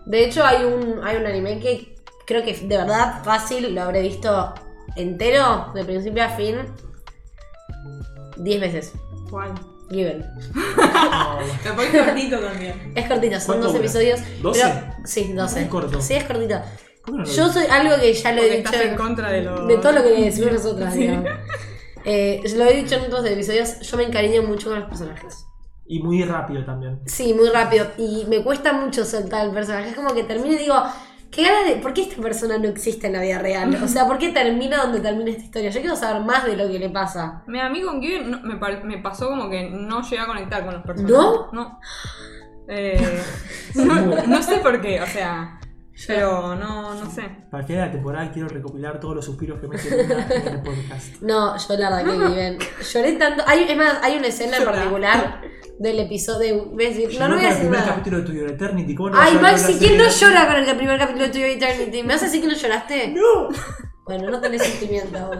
Speaker 2: De hecho, hay un, hay un anime que creo que de verdad fácil lo habré visto entero, de principio a fin, 10 veces.
Speaker 3: ¿Cuál?
Speaker 2: Given.
Speaker 1: No,
Speaker 3: Me parece cortito también.
Speaker 2: Es cortito, son
Speaker 1: ¿Cuánto
Speaker 2: dos
Speaker 1: dura?
Speaker 2: episodios.
Speaker 1: ¿Doce?
Speaker 2: pero- sí, 12.
Speaker 1: Es corto.
Speaker 2: Sí, es cortito.
Speaker 1: ¿cómo no lo
Speaker 2: Yo
Speaker 1: vi?
Speaker 2: soy algo que ya lo
Speaker 3: Porque
Speaker 2: he dicho.
Speaker 3: estás en contra de lo.
Speaker 2: De todo lo que decimos nosotras,
Speaker 3: Sí.
Speaker 2: digamos. Eh, lo he dicho en otros episodios, yo me encariño mucho con los personajes.
Speaker 1: Y muy rápido también.
Speaker 2: Sí, muy rápido. Y me cuesta mucho soltar el personaje. Es como que termino y digo, qué ganas de. ¿Por qué esta persona no existe en la vida real? O sea, ¿por qué termina donde termina esta historia? Yo quiero saber más de lo que le pasa.
Speaker 3: Me, a mí con Given no- me, par- me pasó como que no llegué a conectar con los personajes.
Speaker 2: ¿No?
Speaker 3: No. Eh, no, no sé por qué, o sea. Pero no, no sé.
Speaker 1: Para el final de la temporada quiero recopilar todos los suspiros que me hicieron en el podcast.
Speaker 2: No, yo la verdad que viven. Lloré tanto. Hay, es más, hay una escena en
Speaker 3: Llora.
Speaker 2: particular del episodio. voy a decir- No, no voy
Speaker 1: Lloré con
Speaker 2: a decir
Speaker 1: el primer
Speaker 2: nada.
Speaker 1: capítulo de Tuyo de Eternity. ¿cómo no vas a
Speaker 2: Ay,
Speaker 1: llorar
Speaker 2: Maxi,
Speaker 1: con la
Speaker 2: ¿quién no
Speaker 1: serie?
Speaker 2: llora con el primer capítulo de Tuyo Eternity? ¿Me vas a decir que no lloraste?
Speaker 1: ¡No!
Speaker 2: Bueno, no tenés sentimientos. vos.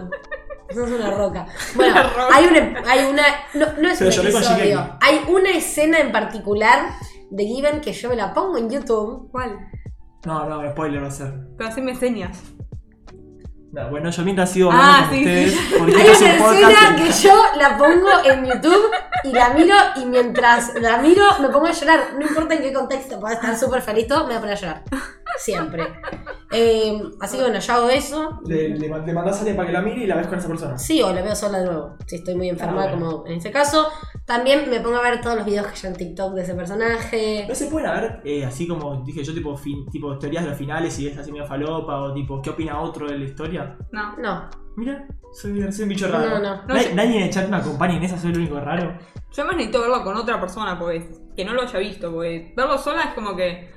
Speaker 2: Sos una roca. Bueno,
Speaker 3: Una roca.
Speaker 2: hay una. Hay una no, no es un
Speaker 1: Pero lloré con Shingeki.
Speaker 2: episodio. Hay una escena en particular de Given que yo me la pongo en YouTube.
Speaker 3: ¿Cuál?
Speaker 1: No, no, spoiler va a ser.
Speaker 3: Pero haceme señas.
Speaker 1: No, bueno, yo mientras sigo
Speaker 3: Ah,
Speaker 1: hablando con
Speaker 3: sí,
Speaker 1: ustedes,
Speaker 3: sí.
Speaker 1: porque
Speaker 2: Hay
Speaker 1: esto es
Speaker 2: una
Speaker 1: un podcast
Speaker 2: escena que yo la pongo en YouTube y la miro y mientras la miro me pongo a llorar. No importa en qué contexto, puedo estar súper feliz, todo, me voy a poner a llorar. Siempre. Eh, así que bueno, yo hago eso.
Speaker 1: Le, le, man- le mandás a alguien para que la mire y la ves con esa persona.
Speaker 2: Sí, o la veo sola de nuevo. Si estoy muy enferma,
Speaker 1: Ah, bueno.
Speaker 2: como en este caso. También me pongo a ver todos los videos que hay en TikTok de ese personaje.
Speaker 1: No se pueden haber, eh, así como dije yo, tipo, fin- tipo teorías de los finales y es así medio falopa o tipo, ¿qué opina otro de la historia?
Speaker 3: No.
Speaker 2: No,
Speaker 1: Mira, soy, soy un bicho raro.
Speaker 2: No, no.
Speaker 1: Nadie,
Speaker 3: No,
Speaker 1: nadie en el chat me acompaña en esa, soy el único raro.
Speaker 3: Yo más necesito verlo con otra persona, porque que no lo haya visto, porque verlo sola es como que.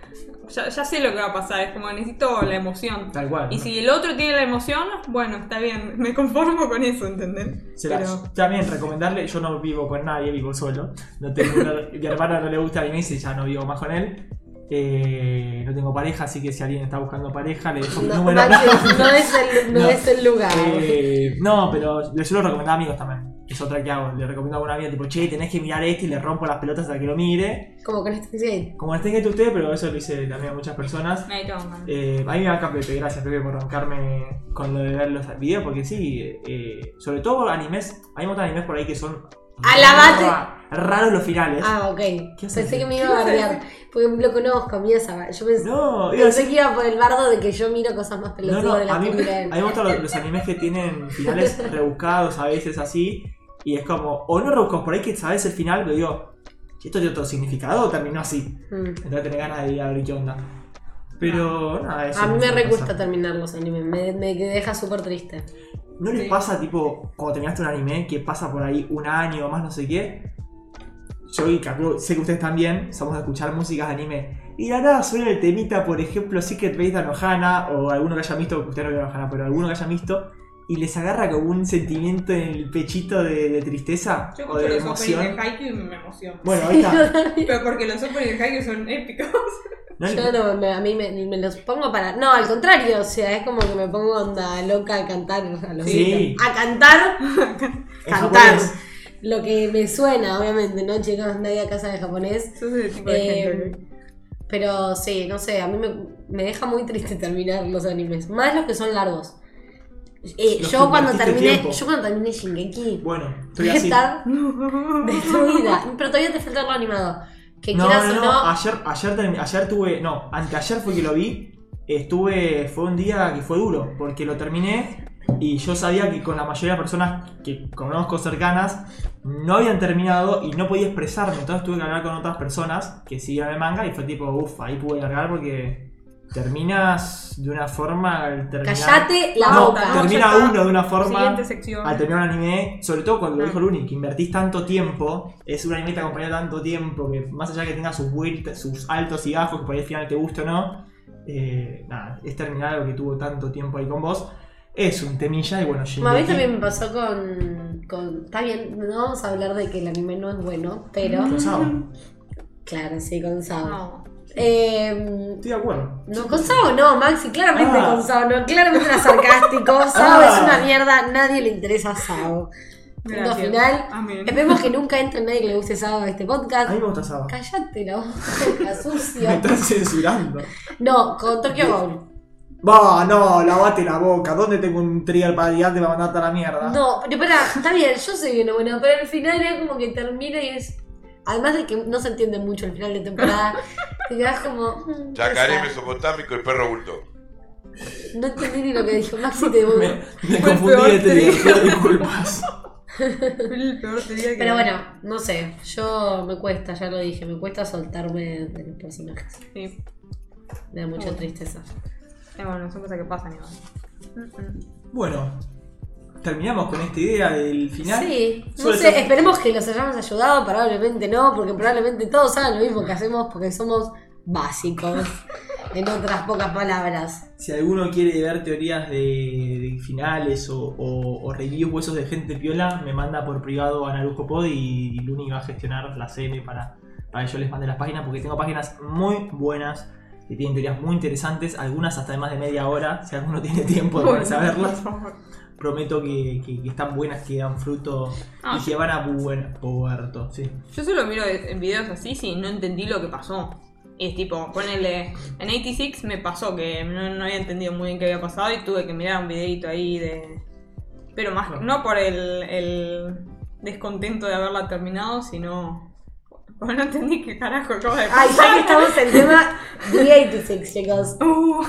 Speaker 3: Ya, ya sé lo que va a pasar, es como necesito la emoción.
Speaker 1: Tal cual.
Speaker 3: Y
Speaker 1: ¿no?
Speaker 3: si el otro tiene la emoción, bueno, está bien, me conformo con eso, ¿entendés?
Speaker 1: Se la-
Speaker 3: Pero-
Speaker 1: También recomendarle, yo no vivo con nadie, vivo solo. No tengo una- mi hermana no le gusta el anime, dice, ya no vivo más con él. Eh, no tengo pareja, así que si alguien está buscando pareja, le dejo mi
Speaker 2: no,
Speaker 1: número.
Speaker 2: Maxi, no es el, no
Speaker 1: No.
Speaker 2: es el lugar.
Speaker 1: Eh, no, pero le suelo recomendar a amigos también. Es otra que hago. Le recomiendo a una amiga, tipo, che, tenés que mirar este y le rompo las pelotas hasta que lo mire.
Speaker 2: Como con este sí.
Speaker 1: Como estén que ustedes, pero eso lo hice también a muchas personas.
Speaker 3: Me tengo mal.
Speaker 1: Eh, a mí me banca Pepe, gracias Pepe por bancarme con lo de ver los videos, porque sí, eh, sobre todo animes, hay muchos animes por ahí que son
Speaker 2: Alabate.
Speaker 1: ra- raros los finales.
Speaker 2: Ah, ok.
Speaker 1: ¿Qué haces?
Speaker 2: Pensé que me iba
Speaker 3: ¿Qué
Speaker 2: a
Speaker 3: vas a
Speaker 2: bardear. Porque lo conozco, a mí esa. Yo pensé,
Speaker 1: No, iba a
Speaker 2: pensé
Speaker 1: decir-
Speaker 2: que iba por el bardo de que yo miro cosas más
Speaker 1: no,
Speaker 2: pelotudas
Speaker 1: no,
Speaker 2: de
Speaker 1: a
Speaker 2: las
Speaker 1: mí,
Speaker 2: que
Speaker 1: a
Speaker 2: mira
Speaker 1: mí
Speaker 2: él.
Speaker 1: me gustan los, los animes que tienen finales rebuscados a veces así, Y es como, o no rebuscas por ahí que sabes el final, pero digo, ¿esto tiene otro significado o terminó así?
Speaker 2: Mm.
Speaker 1: Entonces tenés ganas de ir a ver qué onda. Pero nada, eso.
Speaker 2: A mí me
Speaker 1: suele
Speaker 2: re gusta
Speaker 1: pasar.
Speaker 2: terminar los animes, me, me deja súper triste.
Speaker 1: ¿No les
Speaker 3: Sí.
Speaker 1: pasa, tipo, cuando terminaste un anime, que pasa por ahí un año o más, no sé qué? Yo y calculo- sé que ustedes también somos de escuchar músicas de anime. Y de la nada suena el temita, por ejemplo, Secret Base de Anohana, o alguno que hayan visto, que ustedes no vieron Anohana, pero alguno que hayan visto, y les agarra como un sentimiento en el pechito de, de tristeza
Speaker 3: Yo
Speaker 1: o
Speaker 3: escucho
Speaker 1: de
Speaker 3: los openings
Speaker 1: emoción.
Speaker 3: de Haikyuu y me emociono.
Speaker 1: Bueno, ahí está.
Speaker 3: Pero porque los openings de Haikyuu son épicos.
Speaker 1: No les-
Speaker 2: Yo no, me- a mí me, me los pongo para. No, al contrario, o sea, es como que me pongo onda loca a cantar. A, los
Speaker 1: Sí.
Speaker 2: a cantar,
Speaker 1: en
Speaker 2: cantar.
Speaker 1: japonés.
Speaker 2: Lo que me suena, obviamente, ¿no, chicos? Nadie acá sabe japonés.
Speaker 3: Sos ese tipo de
Speaker 2: Eh,
Speaker 3: gente.
Speaker 2: pero sí, no sé, a mí me, me deja muy triste terminar los animes, más los que son largos. Eh,
Speaker 1: Los
Speaker 2: yo
Speaker 1: que
Speaker 2: cuando
Speaker 1: invertiste
Speaker 2: terminé,
Speaker 1: tiempo.
Speaker 2: yo cuando terminé Shingeki,
Speaker 1: Bueno, estoy
Speaker 2: voy a
Speaker 1: así.
Speaker 2: estar destruida, pero todavía te falta lo animado. Que
Speaker 1: No,
Speaker 2: quieras
Speaker 1: no, ah,
Speaker 2: o no,
Speaker 1: no, ayer, ayer, termi- ayer tuve, no, anteayer fue que lo vi, estuve, fue un día que fue duro, porque lo terminé y yo sabía que con la mayoría de personas que conozco cercanas no habían terminado y no podía expresarme, entonces tuve que hablar con otras personas que siguieron el manga y fue tipo, uff, ahí pude largar porque terminas de una forma al terminar...
Speaker 2: callate la
Speaker 1: No,
Speaker 2: boca.
Speaker 1: termina
Speaker 3: ya está.
Speaker 1: uno de una forma...
Speaker 3: Siguiente sección.
Speaker 1: Al terminar un anime, sobre todo cuando lo
Speaker 3: Ah.
Speaker 1: dijo Luni, que invertís tanto tiempo, es un anime que te acompaña tanto tiempo, que más allá de que tenga sus vueltas, sus altos y bajos, que por ahí al final te gusta o no, eh, nada, es terminar algo que tuvo tanto tiempo ahí con vos, es un temilla y bueno,
Speaker 2: Bueno, A mí
Speaker 1: Shingeki-
Speaker 2: también me pasó con, con. Está bien, no vamos a hablar de que el anime no es bueno, pero.
Speaker 1: con Sao.
Speaker 2: Claro, sí, con Sao.
Speaker 3: No.
Speaker 2: Eh,
Speaker 1: Estoy de acuerdo.
Speaker 2: no, con Sao no, Maxi, claramente
Speaker 1: Ah.
Speaker 2: con Sao no, claramente era sarcástico. Sao
Speaker 1: Ah.
Speaker 2: es una mierda, nadie le interesa a Sao. Punto
Speaker 3: Gracias.
Speaker 2: final.
Speaker 3: Amén.
Speaker 2: Esperemos que nunca entre nadie que le guste Sao a este
Speaker 1: A mí
Speaker 2: podcast.
Speaker 1: me gusta Sao.
Speaker 2: Cállate la boca, sucio.
Speaker 1: Me están censurando.
Speaker 2: No, con Tokyo Ghoul.
Speaker 1: Va, no, lavate la boca. ¿Dónde tengo un trigger para tirarte para mandarte a la mierda?
Speaker 2: No, pero pará, está bien, yo sé que no, bueno, pero al final es como que termina y es. Además de que no se entiende mucho el final de temporada, te quedas como. mm,
Speaker 4: Yacaré
Speaker 2: o sea,
Speaker 4: mesopotámico y perro bulto.
Speaker 2: No entendí ni lo que dijo Maxi, te digo.
Speaker 1: Me, me
Speaker 3: el
Speaker 1: confundí
Speaker 3: peor
Speaker 1: de trigger,
Speaker 3: trigger.
Speaker 1: pido disculpas.
Speaker 3: Fue el peor día que-
Speaker 2: Pero bueno, no sé, yo me cuesta, ya lo dije, me cuesta soltarme de los personajes.
Speaker 3: Sí.
Speaker 2: Me da mucha
Speaker 1: Oh.
Speaker 3: Bueno.
Speaker 2: tristeza.
Speaker 3: Eh, bueno, son cosas que pasan igual.
Speaker 1: Bueno, terminamos con esta idea del final.
Speaker 2: Sí, no
Speaker 1: Suele
Speaker 2: sé,
Speaker 1: ser-
Speaker 2: esperemos que los hayamos ayudado, probablemente no, porque probablemente todos saben lo mismo que hacemos porque somos básicos, en otras pocas palabras.
Speaker 1: Si alguno quiere ver teorías de, de finales o, o, o reviews huesos de gente piola, me manda por privado a Narujo Pod y Luni va a gestionar la CM para, para que yo les mande las páginas, porque tengo páginas muy buenas que tienen teorías muy interesantes, algunas hasta de más de media hora, si alguno tiene tiempo de ponerse a verlas.
Speaker 3: Por favor.
Speaker 1: Prometo que, que- que están buenas, que dan fruto
Speaker 3: Ah,
Speaker 1: y que van a buen puerto. Sí.
Speaker 3: Yo solo miro en videos así si no entendí lo que pasó. Es tipo, ponele. En 86 me pasó que no, no había entendido muy bien qué había pasado y tuve que mirar un videito ahí de. Pero más que- no por el, el descontento de haberla terminado, sino. Porque no entendí qué carajo acaba de
Speaker 2: Ay, ya
Speaker 3: pasar.
Speaker 2: que estamos en tema The 86, chicos.
Speaker 3: Uh,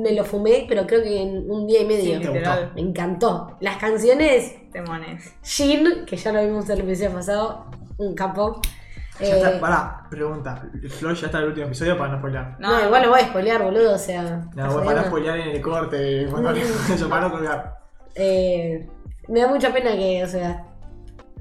Speaker 2: Me lo fumé, pero creo que en un día y medio.
Speaker 1: Sí.
Speaker 3: literal,
Speaker 2: Me encantó. Las canciones,
Speaker 3: temones.
Speaker 2: Shin, que ya lo vimos en el episodio pasado, un capo.
Speaker 1: Ya
Speaker 2: Eh,
Speaker 1: está, pará, pregunta. Flor ya está en el último episodio para no spoiler.
Speaker 2: No, igual lo voy a spoilear, boludo, o sea.
Speaker 1: No,
Speaker 2: ¿estás
Speaker 1: voy para
Speaker 2: jodiendo?
Speaker 1: spoilear en el corte. Cuando yo paro colgar.
Speaker 2: Eh, me da mucha pena que, o sea.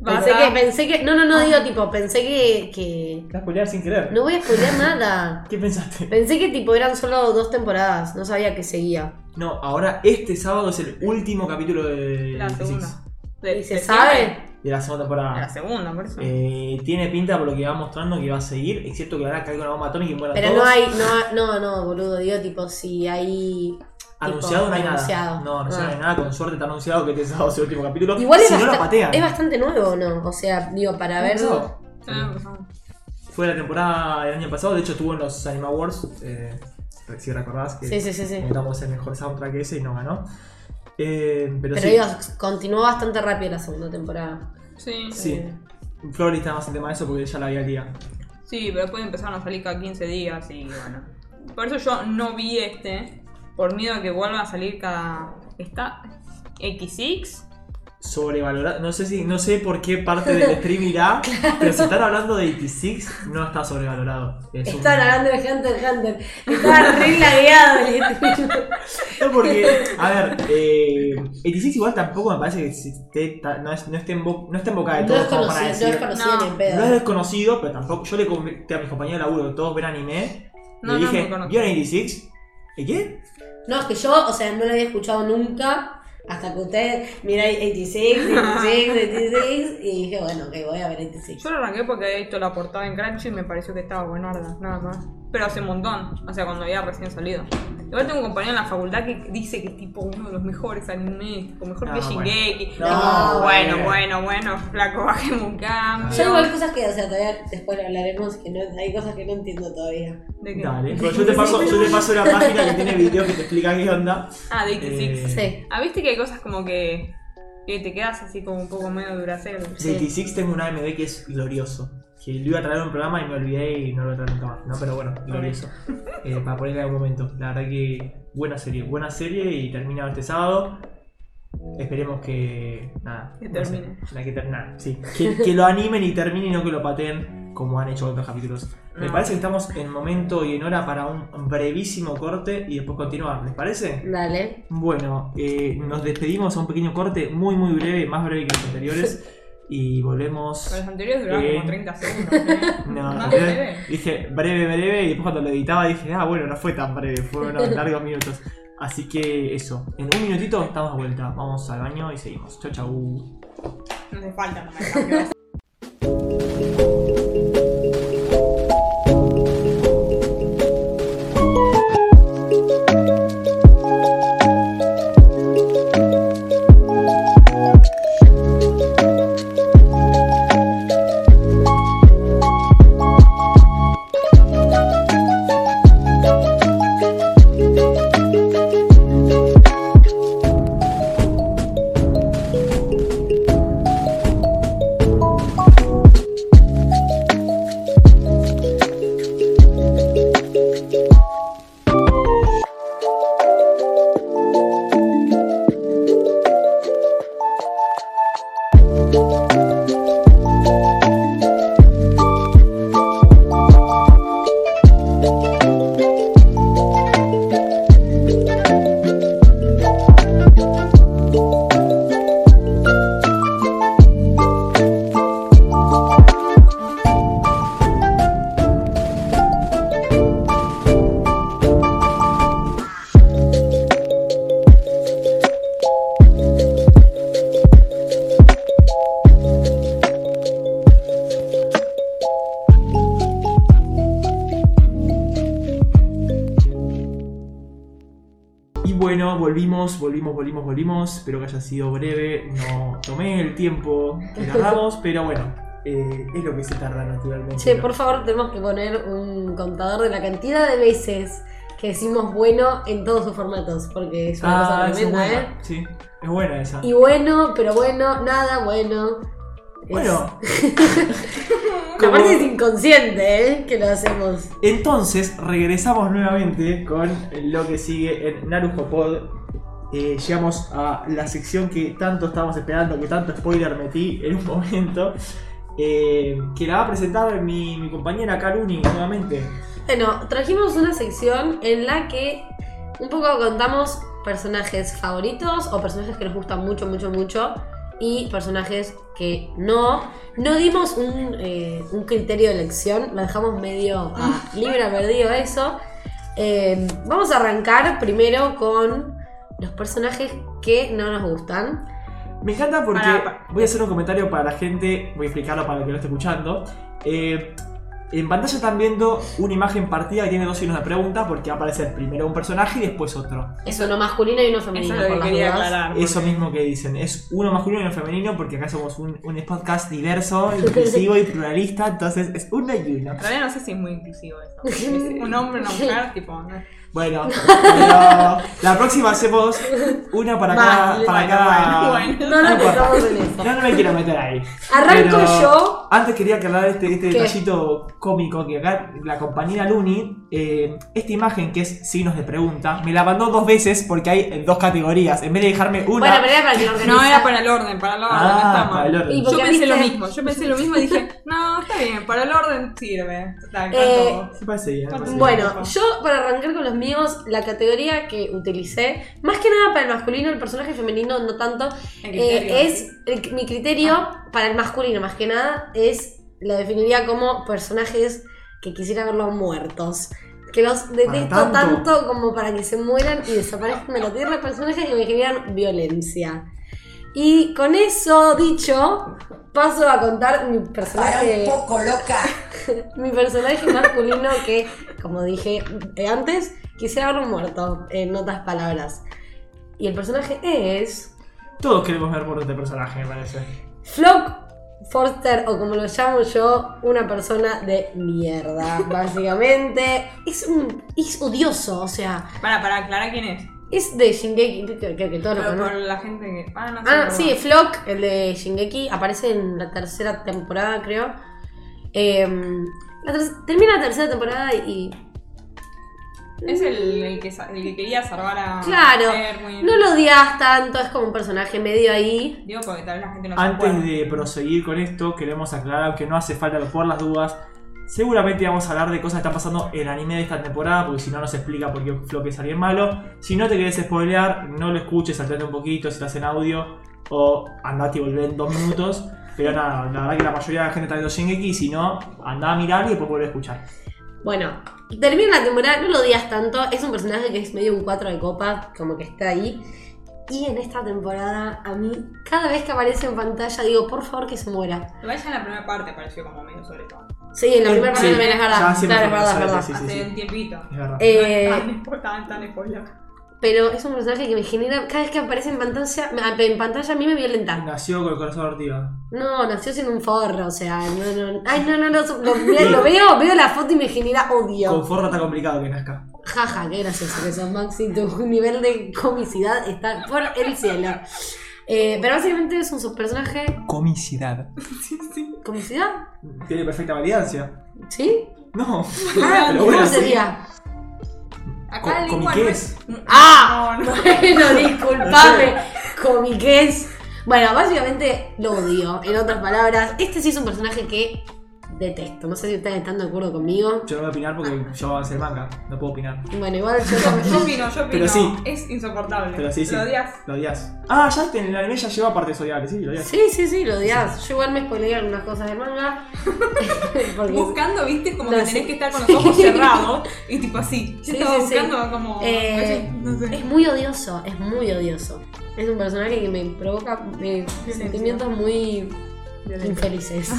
Speaker 3: Vas
Speaker 2: Pensé
Speaker 3: a-
Speaker 2: que, pensé que. No, no, no, digo tipo, pensé que. que
Speaker 1: Te vas a spoilear sin querer.
Speaker 2: no voy a spoilear nada.
Speaker 1: ¿Qué pensaste?
Speaker 2: Pensé que tipo eran solo dos temporadas, no sabía que seguía.
Speaker 1: No, ahora este sábado es el último capítulo de
Speaker 3: La segunda. De-
Speaker 2: ¿Y se
Speaker 3: de-
Speaker 2: sabe?
Speaker 1: de la segunda
Speaker 3: de La
Speaker 1: temporada.
Speaker 3: segunda, por eso.
Speaker 1: Eh, tiene pinta por lo que va mostrando que va a seguir, excepto que ahora cae una bomba atómica y muera
Speaker 2: Pero
Speaker 1: todos.
Speaker 2: no hay, no, hay- no, no, boludo, digo tipo si hay.
Speaker 1: anunciado
Speaker 2: tipo,
Speaker 1: no hay nada.
Speaker 2: anunciado.
Speaker 1: No, anunciado no
Speaker 2: Ah.
Speaker 1: hay nada, con suerte está anunciado que este sábado es el último capítulo.
Speaker 2: Igual es,
Speaker 1: si no
Speaker 2: basta-
Speaker 1: la patean.
Speaker 2: es bastante nuevo, ¿no? O sea, digo, para ver.
Speaker 1: No.
Speaker 3: Ah, por favor.
Speaker 1: Fue la temporada del año pasado, de hecho estuvo en los Anime Awards, eh, si recordás que
Speaker 2: Sí, sí, sí, sí.
Speaker 1: votamos el mejor soundtrack ese y no ganó. Eh, pero,
Speaker 2: Pero
Speaker 1: sí,
Speaker 2: digo, continuó bastante rápido la segunda temporada.
Speaker 3: Sí.
Speaker 1: sí.
Speaker 2: eh.
Speaker 1: Flor está más en tema de eso porque ella la vi al día.
Speaker 3: Sí, pero después empezaron a salir cada 15 días y bueno. Por eso yo no vi este, por miedo a que vuelva a salir cada. Está. X6
Speaker 1: sobrevalorada. No sé si, no sé por qué parte del stream irá, pero si están hablando de 86, no está sobrevalorado. Es un-
Speaker 2: Estaban hablando de Hunter x Hunter. Estaban re lagueados. el stream.
Speaker 1: No, porque, a ver, eh, 86 igual tampoco me parece que esté ta- no, es- no esté en bo- no está en boca de
Speaker 2: No
Speaker 1: todos
Speaker 2: es
Speaker 1: como para
Speaker 2: conocido, no
Speaker 1: decir.
Speaker 2: es conocido
Speaker 3: No.
Speaker 2: ni en
Speaker 1: No es
Speaker 2: pedo.
Speaker 1: desconocido, pero tampoco. Yo le comenté a mis compañeros de laburo que todos ven anime.
Speaker 3: No,
Speaker 1: le
Speaker 3: no,
Speaker 1: dije,
Speaker 3: no conozco.
Speaker 1: ¿vieron 86? ¿Y qué?
Speaker 2: No, es que yo, o sea, no lo había escuchado nunca. Hasta que usted mira 86, 86, 86. Y dije, bueno, ok, voy a ver 86.
Speaker 3: Yo lo arranqué porque había visto la portada en Crunchy y me pareció que estaba buenarda, nada más. Pero hace un montón, o sea, cuando había recién salido. Igual tengo un compañero en la facultad que dice que es tipo uno de los mejores animes, tipo mejor
Speaker 2: Ah,
Speaker 1: No,
Speaker 3: que
Speaker 1: bueno.
Speaker 3: Shingeki.
Speaker 1: No,
Speaker 3: Tipo, bueno,
Speaker 1: bueno.
Speaker 3: bueno, bueno, flaco, bajemos un cambio.
Speaker 2: Yo igual cosas que, o sea, todavía después lo hablaremos, que no, hay cosas que no entiendo todavía.
Speaker 3: ¿De qué?
Speaker 1: Dale. Pero yo te paso, yo te paso la página que tiene videos que te explica qué onda.
Speaker 3: Ah, de 86.
Speaker 1: Eh,
Speaker 2: Sí.
Speaker 3: Ah, viste que hay cosas como que, que te quedas así como un poco medio duracero.
Speaker 1: De 86 tengo un AMD que es glorioso. Que lo iba a traer a un programa y me olvidé y no lo voy a traer nunca más. No, pero bueno, glorioso. Eh, para ponerle en algún momento. La verdad que buena serie, buena serie y termina este sábado. Esperemos que. Nada.
Speaker 3: Que
Speaker 1: no sé,
Speaker 3: termine.
Speaker 1: la que ter- nada, sí. Que, que lo animen y termine y no que lo pateen como han hecho otros capítulos. Me
Speaker 3: No.
Speaker 1: parece que estamos en momento y en hora para un brevísimo corte y después continuar. ¿Les parece?
Speaker 2: Dale.
Speaker 1: Bueno, eh, nos despedimos a un pequeño corte muy muy breve, más breve que los anteriores. Y volvemos.
Speaker 3: Con
Speaker 2: Pues,
Speaker 3: los anteriores duraban
Speaker 1: Eh.
Speaker 3: como 30 segundos. ¿eh?
Speaker 1: No,
Speaker 3: Más
Speaker 1: no,
Speaker 3: breve.
Speaker 1: dije breve, breve, y después cuando lo editaba dije, ah, bueno, no fue tan breve, fueron unos largos minutos. Así que eso, en un minutito estamos de vuelta. Vamos al baño y seguimos. Chau, chau.
Speaker 3: No hace falta para el cambio.
Speaker 1: Y bueno, volvimos, volvimos, volvimos, volvimos. Espero que haya sido breve. No tomé el tiempo que tardamos, pero bueno, eh, es lo que se tarda naturalmente.
Speaker 2: Che, por favor, tenemos que poner un contador de la cantidad de veces que decimos bueno en todos sus formatos, porque es una
Speaker 1: Ah,
Speaker 2: cosa
Speaker 1: esa es
Speaker 2: tremenda,
Speaker 1: buena.
Speaker 2: ¿eh?
Speaker 1: Sí, es buena esa.
Speaker 2: Y bueno, pero bueno, nada bueno. Es-
Speaker 1: Bueno, como-
Speaker 2: Aparte es inconsciente, ¿eh? Que lo hacemos.
Speaker 1: entonces regresamos nuevamente con lo que sigue en Naruto Pod. Eh, llegamos a la sección que tanto estábamos esperando, que tanto spoiler metí en un momento. eh, que la va a presentar mi, mi compañera Karuni nuevamente.
Speaker 2: Bueno, trajimos una sección en la que un poco contamos personajes favoritos o personajes que nos gustan mucho, mucho, mucho y personajes que no. No dimos un, eh, un criterio de elección, lo dejamos medio a libre perdido eso. Eh, vamos a arrancar primero con los personajes que no nos gustan.
Speaker 1: Me encanta porque
Speaker 3: Pará, pa-
Speaker 1: voy a hacer un comentario para la gente, voy a explicarlo para el que lo esté escuchando. Eh, en pantalla están viendo una imagen partida que tiene dos signos de pregunta porque va a aparecer primero un personaje y después otro.
Speaker 2: Es uno masculino y uno
Speaker 3: Eso
Speaker 2: femenino.
Speaker 3: es lo
Speaker 2: por
Speaker 3: que
Speaker 2: las
Speaker 3: quería
Speaker 2: dudas.
Speaker 3: aclarar.
Speaker 1: Eso mismo que dicen, es uno masculino y uno femenino porque acá somos un, un podcast diverso, inclusivo y pluralista, entonces es uno y uno.
Speaker 3: En realidad no sé si es muy inclusivo eso. Es un hombre, una mujer, tipo. no.
Speaker 1: Bueno, pero la próxima hacemos una para cada.
Speaker 2: Vale,
Speaker 1: Para
Speaker 3: bueno,
Speaker 1: cada...
Speaker 3: bueno, bueno.
Speaker 2: No nos
Speaker 1: importa.
Speaker 2: metamos en eso.
Speaker 1: No, no me quiero meter ahí.
Speaker 2: Arranco
Speaker 1: Pero
Speaker 2: yo.
Speaker 1: Antes quería aclarar este, este
Speaker 2: ¿Qué?
Speaker 1: detallito cómico que acá la compañera Luni, eh, esta imagen que es signos de pregunta, me la mandó dos veces porque hay dos categorías. En vez de dejarme una.
Speaker 2: Bueno, pero era para que lo
Speaker 3: No,
Speaker 2: organizara.
Speaker 3: era para el orden, para el orden,
Speaker 1: Ah, para
Speaker 3: está mal.
Speaker 1: el orden.
Speaker 2: Y
Speaker 3: Yo
Speaker 2: porque
Speaker 3: pensé lo
Speaker 2: viste-
Speaker 3: mismo, yo pensé lo mismo y dije, no, está bien, para el orden sirve. Tal,
Speaker 2: Eh,
Speaker 3: tanto.
Speaker 1: Se parece bien, me parece bien.
Speaker 2: Bueno, yo para arrancar con los míos, la categoría que utilicé, más que nada para el masculino, el personaje femenino no tanto,
Speaker 3: El
Speaker 2: eh,
Speaker 3: criterio.
Speaker 2: es el- mi criterio para el masculino, más que nada, es la definiría como personajes que quisiera verlos muertos. Que los detesto
Speaker 1: tanto?
Speaker 2: tanto? como para que se mueran y desaparezcan de la tierra personajes que me generan violencia. Y con eso dicho, paso a contar mi
Speaker 4: Para
Speaker 2: personaje
Speaker 4: un poco loca.
Speaker 2: mi personaje masculino que, como dije eh, antes, quisiera haberlo muerto, en otras palabras. Y el personaje es
Speaker 1: Todos queremos ver por este personaje, me parece.
Speaker 2: Flock Forster, o como lo llamo yo, una persona de mierda, básicamente. Es un. es odioso, o sea,
Speaker 3: Para, para aclarar quién es.
Speaker 2: es de Shingeki, creo que, que todos lo
Speaker 3: Pero por
Speaker 2: conocen.
Speaker 3: la gente que. Ah, no sé.
Speaker 2: Ah,
Speaker 3: pero
Speaker 2: sí, Flock, el de Shingeki, aparece en la tercera temporada, creo. Em, la ter- termina la tercera temporada y
Speaker 3: bueno. Es el, el que, sa- el que quería salvar a.
Speaker 2: Claro,
Speaker 3: Erwin.
Speaker 2: No lo odias tanto, es como un personaje medio ahí.
Speaker 3: Digo porque tal vez la gente no se
Speaker 1: Antes
Speaker 3: acuerda.
Speaker 1: de proseguir con esto, queremos aclarar que no hace falta por las dudas. Seguramente vamos a hablar de cosas que están pasando en el anime de esta temporada, porque si no nos explica por qué Flock es alguien malo. Si no te querés spoilear, no lo escuches, saltate un poquito si estás en audio, o andate y volvé en dos minutos. Pero nada, la verdad que la mayoría de la gente está viendo Shingeki, y si no, andá a mirar y después vuelve a escuchar.
Speaker 2: Bueno, termina la temporada, no lo odias tanto, es un personaje que es medio un 4 de copa, como que está ahí. Y en esta temporada, a mí, cada vez que aparece en pantalla, digo, por favor que se muera.
Speaker 3: Igual ya en la primera parte pareció como medio sobre todo.
Speaker 2: Sí, en la
Speaker 1: Sí,
Speaker 2: primera parte
Speaker 1: sí,
Speaker 2: también es
Speaker 1: ya
Speaker 2: verdad.
Speaker 1: siempre
Speaker 2: Claro, es
Speaker 1: fue
Speaker 2: verdad, es
Speaker 1: personaje,
Speaker 2: verdad.
Speaker 1: sí, sí,
Speaker 3: Hace
Speaker 1: sí.
Speaker 3: un tiempito.
Speaker 1: Es verdad.
Speaker 2: Eh,
Speaker 3: No es tan, tan, tan spoiler.
Speaker 2: pero es un personaje que me genera, cada vez que aparece en pantalla, en pantalla a mí me violenta.
Speaker 1: Nació con el corazón partido.
Speaker 2: No, nació siendo un forro, o sea, no, no, ay, no, no, no, lo, lo veo, veo la foto y me genera odio.
Speaker 1: Con forro está complicado que nazca.
Speaker 2: Jaja, qué gracioso que sos, Maxi. Tu nivel de comicidad está por el cielo. Eh, pero básicamente es un subpersonaje.
Speaker 1: Comicidad.
Speaker 2: ¿Comicidad?
Speaker 1: Tiene perfecta validancia.
Speaker 2: ¿Sí?
Speaker 1: No.
Speaker 2: Ah,
Speaker 1: pero
Speaker 2: ¿Cómo
Speaker 1: bueno, sí.
Speaker 2: sería?
Speaker 1: Co-
Speaker 3: Acá el lengua no
Speaker 1: comiqués.
Speaker 3: es.
Speaker 2: ¡Ah!
Speaker 3: No, no.
Speaker 2: Bueno, disculpame. Comiquez. Bueno, básicamente lo odio. En otras palabras, este sí es un personaje que detesto. No sé si ustedes están de acuerdo conmigo.
Speaker 1: Yo no voy a opinar porque yo avancé el manga, no puedo opinar.
Speaker 2: Bueno, igual yo
Speaker 3: Yo
Speaker 2: también.
Speaker 3: opino, yo opino.
Speaker 1: Pero sí.
Speaker 3: Es insoportable.
Speaker 1: Pero sí, sí.
Speaker 3: Lo odias.
Speaker 1: Lo odias. Ah, ya este- en el anime ya lleva partes odiables, sí, lo odias.
Speaker 2: Sí, sí, sí, lo odias. Yo igual me spoileé algunas cosas del manga. Porque
Speaker 3: Buscando, viste, como
Speaker 2: No,
Speaker 3: que
Speaker 2: sí.
Speaker 3: tenés que estar con los ojos cerrados y tipo así. Yo
Speaker 2: Sí,
Speaker 3: estaba
Speaker 2: sí, sí.
Speaker 3: buscando como.
Speaker 2: Eh,
Speaker 3: no sé.
Speaker 2: Es muy odioso, es muy odioso. Es un personaje que me provoca eh, sentimientos muy infelices.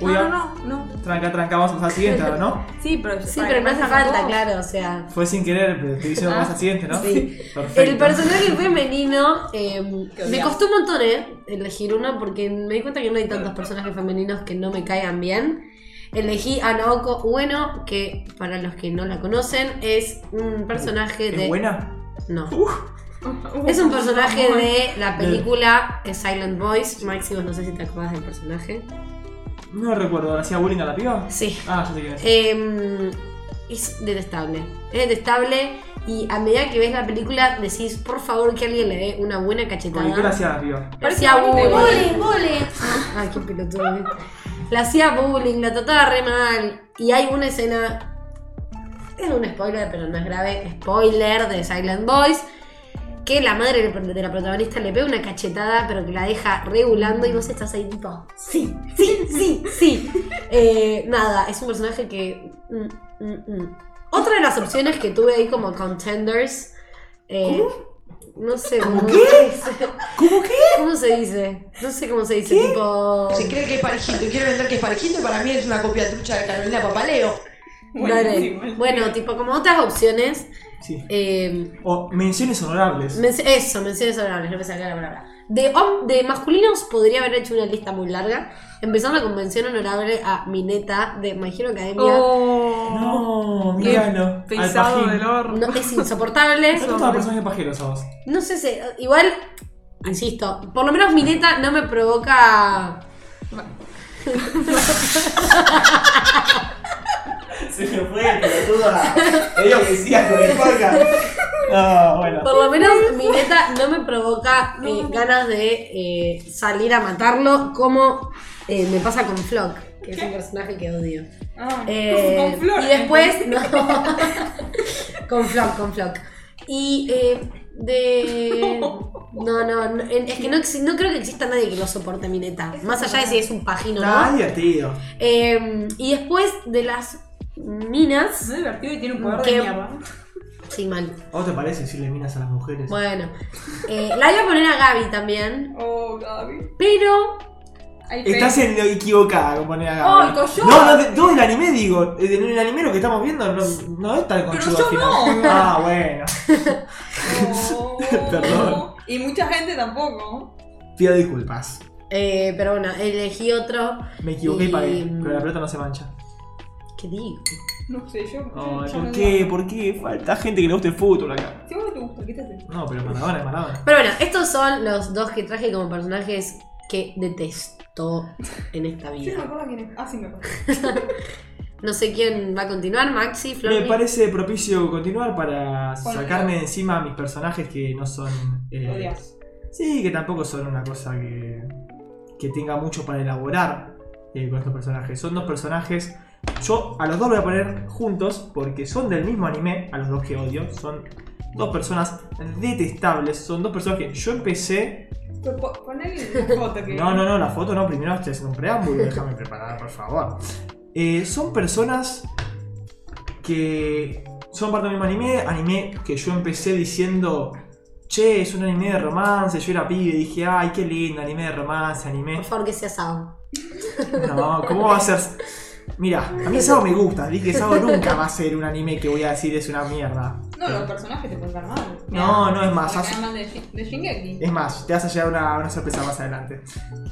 Speaker 1: Uy,
Speaker 3: No,
Speaker 1: ah,
Speaker 3: no, no, no.
Speaker 1: Tranca, tranca, vamos a pasar al siguiente ahora, ¿no?
Speaker 3: Sí, pero,
Speaker 2: Sí,
Speaker 3: para
Speaker 2: pero
Speaker 3: que
Speaker 2: no hace
Speaker 3: pasen a
Speaker 2: falta,
Speaker 3: todos.
Speaker 2: claro, o sea.
Speaker 1: Fue sin querer, pero estoy diciendo que
Speaker 3: Ah,
Speaker 1: vas al siguiente, ¿no?
Speaker 2: sí.
Speaker 1: Perfecto.
Speaker 2: El personaje femenino eh,
Speaker 3: Que
Speaker 2: me
Speaker 3: odias.
Speaker 2: costó un montón eh, elegir uno porque me di cuenta que no hay tantos personajes femeninos que no me caigan bien. Elegí a Naoko Bueno, que para los que no la conocen es un personaje
Speaker 1: ¿Es
Speaker 2: de...
Speaker 1: buena?
Speaker 2: No.
Speaker 3: Uh,
Speaker 2: Es un personaje
Speaker 3: uh,
Speaker 2: de la película Silent Voice. Máximo, no sé si te acuerdas del personaje.
Speaker 1: No recuerdo, ¿le hacía bullying a la piba?
Speaker 2: Sí.
Speaker 1: Ah, ya sé quién es.
Speaker 2: Em, es detestable. Es detestable y a medida que ves la película decís, por favor, que alguien le dé una buena
Speaker 1: Porque qué le
Speaker 2: cachetada.
Speaker 1: hacía a la piba?
Speaker 2: Parecía bullying.
Speaker 4: Bole, bole.
Speaker 2: Ay, qué pelotudo. eh. La hacía bullying, la trataba re mal. Y hay una escena. Es un spoiler, pero no es grave. Spoiler de Silent Boys. Que la madre de la protagonista le pega una cachetada, pero que la deja regulando y vos estás ahí tipo. Sí, sí, sí, sí. Eh, nada, es un personaje que. mm, mm, mm. Otra de las opciones que tuve ahí como contenders. eh, No sé cómo se dice.
Speaker 1: ¿Cómo qué?
Speaker 2: ¿Cómo se dice? No sé cómo se dice, tipo.
Speaker 4: Se cree que es parejito y quiere vender que es parejito y para mí es una copia trucha de Carolina Papaleo.
Speaker 2: Dale.
Speaker 3: buenísimo.
Speaker 2: Bueno, tipo como otras opciones
Speaker 1: Sí.
Speaker 2: Eh,
Speaker 1: O menciones honorables.
Speaker 2: men- eso, menciones honorables, no me salía la palabra. De, hom- de masculinos podría haber hecho una lista muy larga, empezando con mención honorable a Mineta de My Hero Academia.
Speaker 3: Oh,
Speaker 1: No,
Speaker 3: qué
Speaker 1: míralo.
Speaker 3: pesado del horno.
Speaker 2: No, es insoportable.
Speaker 1: ¿Te gustaba personaje pajero a vos?
Speaker 2: No sé, si- igual, insisto, por lo menos Mineta no me provoca...
Speaker 1: Se me fue, pelotuda. Es lo que decía con el podcast. Ah, bueno.
Speaker 2: Por lo menos mi neta no me provoca eh, ganas de eh, salir a matarlo como eh, me pasa con Flock, que es un personaje que odio.
Speaker 3: Ah,
Speaker 2: Eh,
Speaker 3: con flor.
Speaker 2: y después, no. con Flock, con Flock. Y eh, de... No, no, no, eh, es que no, exi- no creo que exista nadie que lo soporte mi neta. Más allá de si es un pajino o
Speaker 1: Está
Speaker 2: no.
Speaker 1: divertido.
Speaker 2: Eh, y después de las
Speaker 3: Es
Speaker 2: minas...
Speaker 3: muy divertido y tiene un poder
Speaker 2: Qué-
Speaker 3: de mierda.
Speaker 2: Sí, mal.
Speaker 1: ¿A vos te parece decirle minas a las mujeres?
Speaker 2: Bueno. Eh, la iba a poner a Gaby también.
Speaker 3: Oh, Gaby.
Speaker 2: Pero
Speaker 3: Ay,
Speaker 1: Estás en lo equivocada, compañera.
Speaker 3: Oh,
Speaker 1: Gabriela.
Speaker 3: el coyot.
Speaker 1: No, no, de- no del anime digo. Eh, En el anime lo que estamos viendo no, no es tan
Speaker 3: Pero
Speaker 1: conchudo
Speaker 3: yo
Speaker 1: al final.
Speaker 3: no.
Speaker 1: Ah, bueno.
Speaker 3: Oh.
Speaker 1: Perdón.
Speaker 3: Y mucha gente tampoco.
Speaker 1: Pido disculpas.
Speaker 2: Eh, pero bueno, elegí otro.
Speaker 1: Me equivoqué y pagué.
Speaker 2: Y-
Speaker 1: Pero la pelota no se mancha.
Speaker 2: ¿Qué digo?
Speaker 3: No sé, yo.
Speaker 1: Ay,
Speaker 3: yo
Speaker 1: Oh, ¿Por
Speaker 3: no
Speaker 1: qué?
Speaker 3: digo.
Speaker 1: ¿Por qué? Falta gente que le guste el fútbol acá.
Speaker 3: Si vos no te gusta, ¿qué te hace?
Speaker 1: No, pero Maradona es Maradona.
Speaker 2: Pero bueno, estos son los dos que traje como personajes que detesto en esta
Speaker 3: Yo no me
Speaker 2: vida.
Speaker 3: acuerdo quién es. Ah, sí me acuerdo.
Speaker 2: No sé quién va a continuar, Maxi,
Speaker 1: Me
Speaker 2: Flor.
Speaker 1: parece propicio continuar para
Speaker 3: Bueno.
Speaker 1: sacarme de encima a mis personajes que no son. eh,
Speaker 3: Odias.
Speaker 1: Sí, que tampoco son una cosa que, que tenga mucho para elaborar eh, con estos personajes. Son dos personajes. Yo a los dos voy a poner juntos porque son del mismo anime, a los dos que odio. Son dos personas detestables. Son dos personas que yo empecé.
Speaker 3: Pues po- Ponle la foto que.
Speaker 1: No, no, no, la foto no, primero estoy haciendo un preámbulo, déjame preparar, por favor. Eh, son personas que son parte del mismo anime, anime que yo empecé diciendo, che, es un anime de romance, yo era pibe, dije, ay, qué lindo, anime de romance, anime...
Speaker 2: Por favor, que sea Sao.
Speaker 1: No, ¿cómo va a ser? Mira, a mí Sao me gusta, así que Sao nunca va a ser un anime que voy a decir es una mierda.
Speaker 3: No, los personajes te pueden caer mal.
Speaker 1: No, no, es más,
Speaker 3: Te
Speaker 1: hace-
Speaker 3: caen mal de, Shi- de Shingeki.
Speaker 1: Es más, te vas a llevar una, una sorpresa más adelante.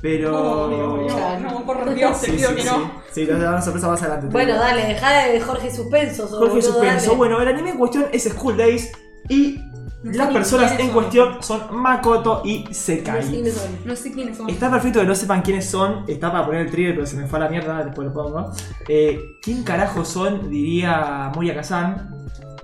Speaker 1: Pero...
Speaker 3: No, no, no, no, por Dios, te
Speaker 1: Sí,
Speaker 3: pido
Speaker 1: sí,
Speaker 3: que
Speaker 1: sí.
Speaker 3: no.
Speaker 1: Sí, te vas a llevar una sorpresa más adelante. te
Speaker 2: Bueno,
Speaker 1: digo.
Speaker 2: dale, dejá de Jorge Suspenso. sos
Speaker 1: Jorge
Speaker 2: boludo, dale.
Speaker 1: Suspenso. Bueno, el anime en cuestión es School Days y
Speaker 3: No sé
Speaker 1: las
Speaker 3: ni
Speaker 1: personas
Speaker 3: quiénes
Speaker 1: en
Speaker 3: son.
Speaker 1: cuestión son Makoto y
Speaker 2: No sé
Speaker 1: Sekai.
Speaker 2: quiénes son.
Speaker 3: No sé quiénes son.
Speaker 1: Está perfecto que no sepan quiénes son, está para poner el trigger, pero se me fue a la mierda, después lo pongo. Eh, ¿Quién carajo son? Diría Moria Kazan.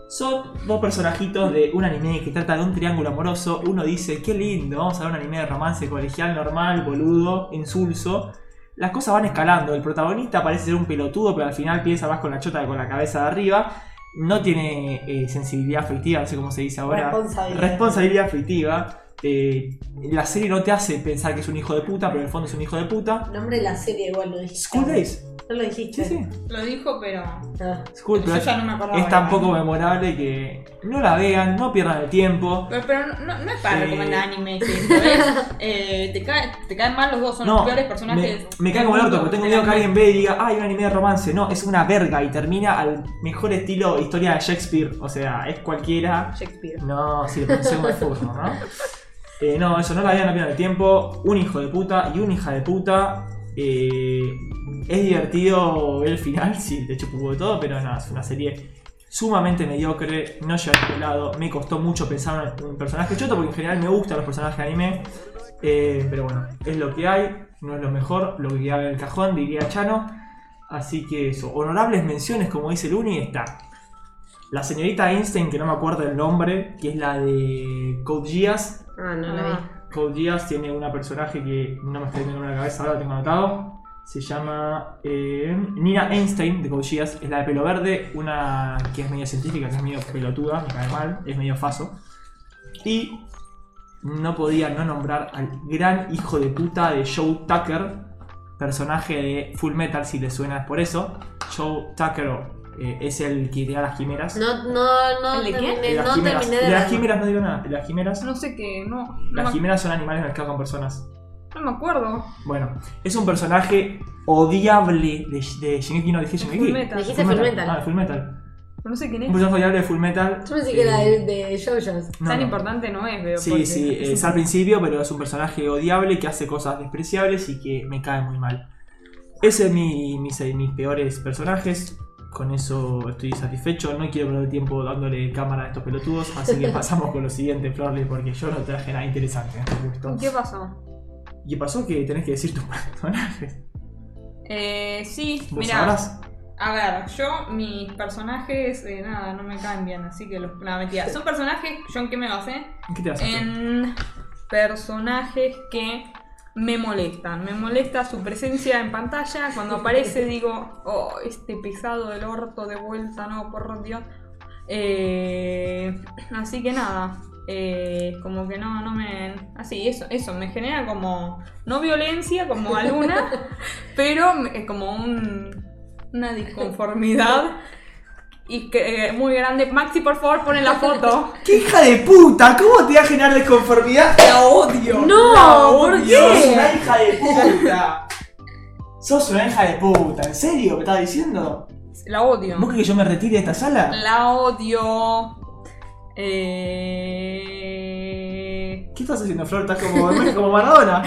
Speaker 1: Son dos personajitos de un anime que trata de un triángulo amoroso. Uno dice, qué lindo, vamos a ver un anime de romance colegial normal, boludo, insulso. Las cosas van escalando, el protagonista parece ser un pelotudo, pero al final piensa más con la chota que con la cabeza de arriba. No tiene eh, sensibilidad afectiva, no sé cómo se dice ahora
Speaker 2: Responsabilidad.
Speaker 1: responsabilidad afectiva. eh, la serie no te hace pensar que es un hijo de puta, pero en el fondo es un hijo de puta.
Speaker 2: Nombre de la serie igual lo dijiste.
Speaker 1: School Days.
Speaker 2: No lo dijiste.
Speaker 1: Sí, sí.
Speaker 3: Lo dijo, pero.
Speaker 2: Ah.
Speaker 1: School
Speaker 3: Yo
Speaker 1: pero
Speaker 3: ya no me acuerdo.
Speaker 1: es tan poco memorable que no la vean, no pierdan el tiempo.
Speaker 3: Pero, pero no- no, no es para
Speaker 1: Sí.
Speaker 3: recomendar anime, siento, es, eh, te, cae, te caen mal los dos, son
Speaker 1: No,
Speaker 3: los peores personajes.
Speaker 1: Me, me cae como el orto, pero tengo miedo que alguien
Speaker 3: Literalmente.
Speaker 1: ve y diga, ay, un anime de romance. No, es una verga y termina al mejor estilo historia de Shakespeare. O sea, es cualquiera.
Speaker 3: Shakespeare.
Speaker 1: No, sí, lo pronuncié como el furro, ¿no? Eh, no, eso, no la vean, no pierdan el tiempo. Un hijo de puta y una hija de puta. Eh, es divertido ver el final, sí, de hecho hubo de todo, pero nada, es una serie sumamente mediocre, no llega a ningún lado. Me costó mucho pensar en un personaje choto porque en general me gustan los personajes de anime. Eh, pero bueno, es lo que hay, no es lo mejor, lo que queda en el cajón, diría Chano. Así que eso, honorables menciones, como dice Luni, está. La señorita Einstein, que no me acuerdo el nombre, que es la de Code Geass.
Speaker 2: Ah, no lo vi.
Speaker 3: Ah,
Speaker 1: Code Geass tiene una personaje que no me está viendo en la cabeza, ahora lo tengo anotado. Se llama eh, Nina Einstein de Code Geass, es la de pelo verde, una que es medio científica, que es medio pelotuda, me cae mal, es medio faso. Y no podía no nombrar al gran hijo de puta de Joe Tucker, personaje de Full Metal, si le suena es por eso. Joe Tucker eh, es el que crea las quimeras.
Speaker 2: No, no, no,
Speaker 3: ¿El de qué?
Speaker 2: terminé,
Speaker 1: De las
Speaker 2: Eh, no
Speaker 1: quimeras.
Speaker 2: terminé
Speaker 1: De
Speaker 2: de
Speaker 1: las
Speaker 2: verlo.
Speaker 1: quimeras no digo nada. De las quimeras.
Speaker 3: no sé qué, no. No,
Speaker 1: Las
Speaker 3: me,
Speaker 1: quimeras son animales mezclados con personas.
Speaker 3: no me acuerdo.
Speaker 1: Bueno, es un personaje odiable de, de Shingeki. No dije
Speaker 3: Es
Speaker 1: Shingeki.
Speaker 3: Fullmetal.
Speaker 2: Dijiste
Speaker 1: Fullmetal.
Speaker 2: Fullmetal.
Speaker 1: Ah, Fullmetal.
Speaker 3: pero no sé quién
Speaker 1: Un
Speaker 3: es.
Speaker 1: personaje odiable de Full Metal.
Speaker 2: Yo pensé que era
Speaker 1: eh,
Speaker 2: de, de JoJo's.
Speaker 1: no,
Speaker 3: Tan
Speaker 1: no.
Speaker 3: importante no es, veo.
Speaker 1: Sí,
Speaker 3: porque-
Speaker 1: sí, eh, es al principio, pero es un personaje odiable que hace cosas despreciables y que me cae muy mal. Ese es mi, mis, eh, mis peores personajes. Con eso estoy satisfecho. No quiero perder tiempo dándole cámara a estos pelotudos. Así que pasamos con lo siguiente, Florley, porque yo no traje nada interesante en este gusto.
Speaker 3: ¿Qué pasó?
Speaker 1: Y pasó que tenés que decir tus personajes.
Speaker 3: Eh, sí,
Speaker 1: ¿Vos
Speaker 3: mira.
Speaker 1: sabrás?
Speaker 3: A ver, yo, mis personajes, eh, nada, no me cambian, así que los. No, mentira. Son personajes, ¿yo en qué me basé?
Speaker 1: ¿En qué te vas a hacer?
Speaker 3: En personajes que me molestan. Me molesta su presencia en pantalla. Cuando aparece, digo, oh, este pesado del orto de vuelta, no, por Dios. Eh, así que nada. eh, como que no, no me. Así, eso, eso, me genera como. No violencia, como alguna, pero eh, como un, una disconformidad. Y que eh, muy grande. Maxi, por favor, ponen la foto.
Speaker 1: ¡Qué hija de puta! ¿Cómo te va a generar desconformidad? ¡La odio!
Speaker 2: No,
Speaker 1: La
Speaker 2: ¿por
Speaker 1: odio.
Speaker 2: qué?
Speaker 1: ¡Sos una hija de puta! ¡Sos una hija de puta! ¿En serio? ¿Me estás diciendo?
Speaker 3: La odio.
Speaker 1: ¿Vos querés que yo me retire de esta sala?
Speaker 3: La odio. Eh...
Speaker 1: ¿Qué estás haciendo, Flor? ¿Estás como, como Maradona?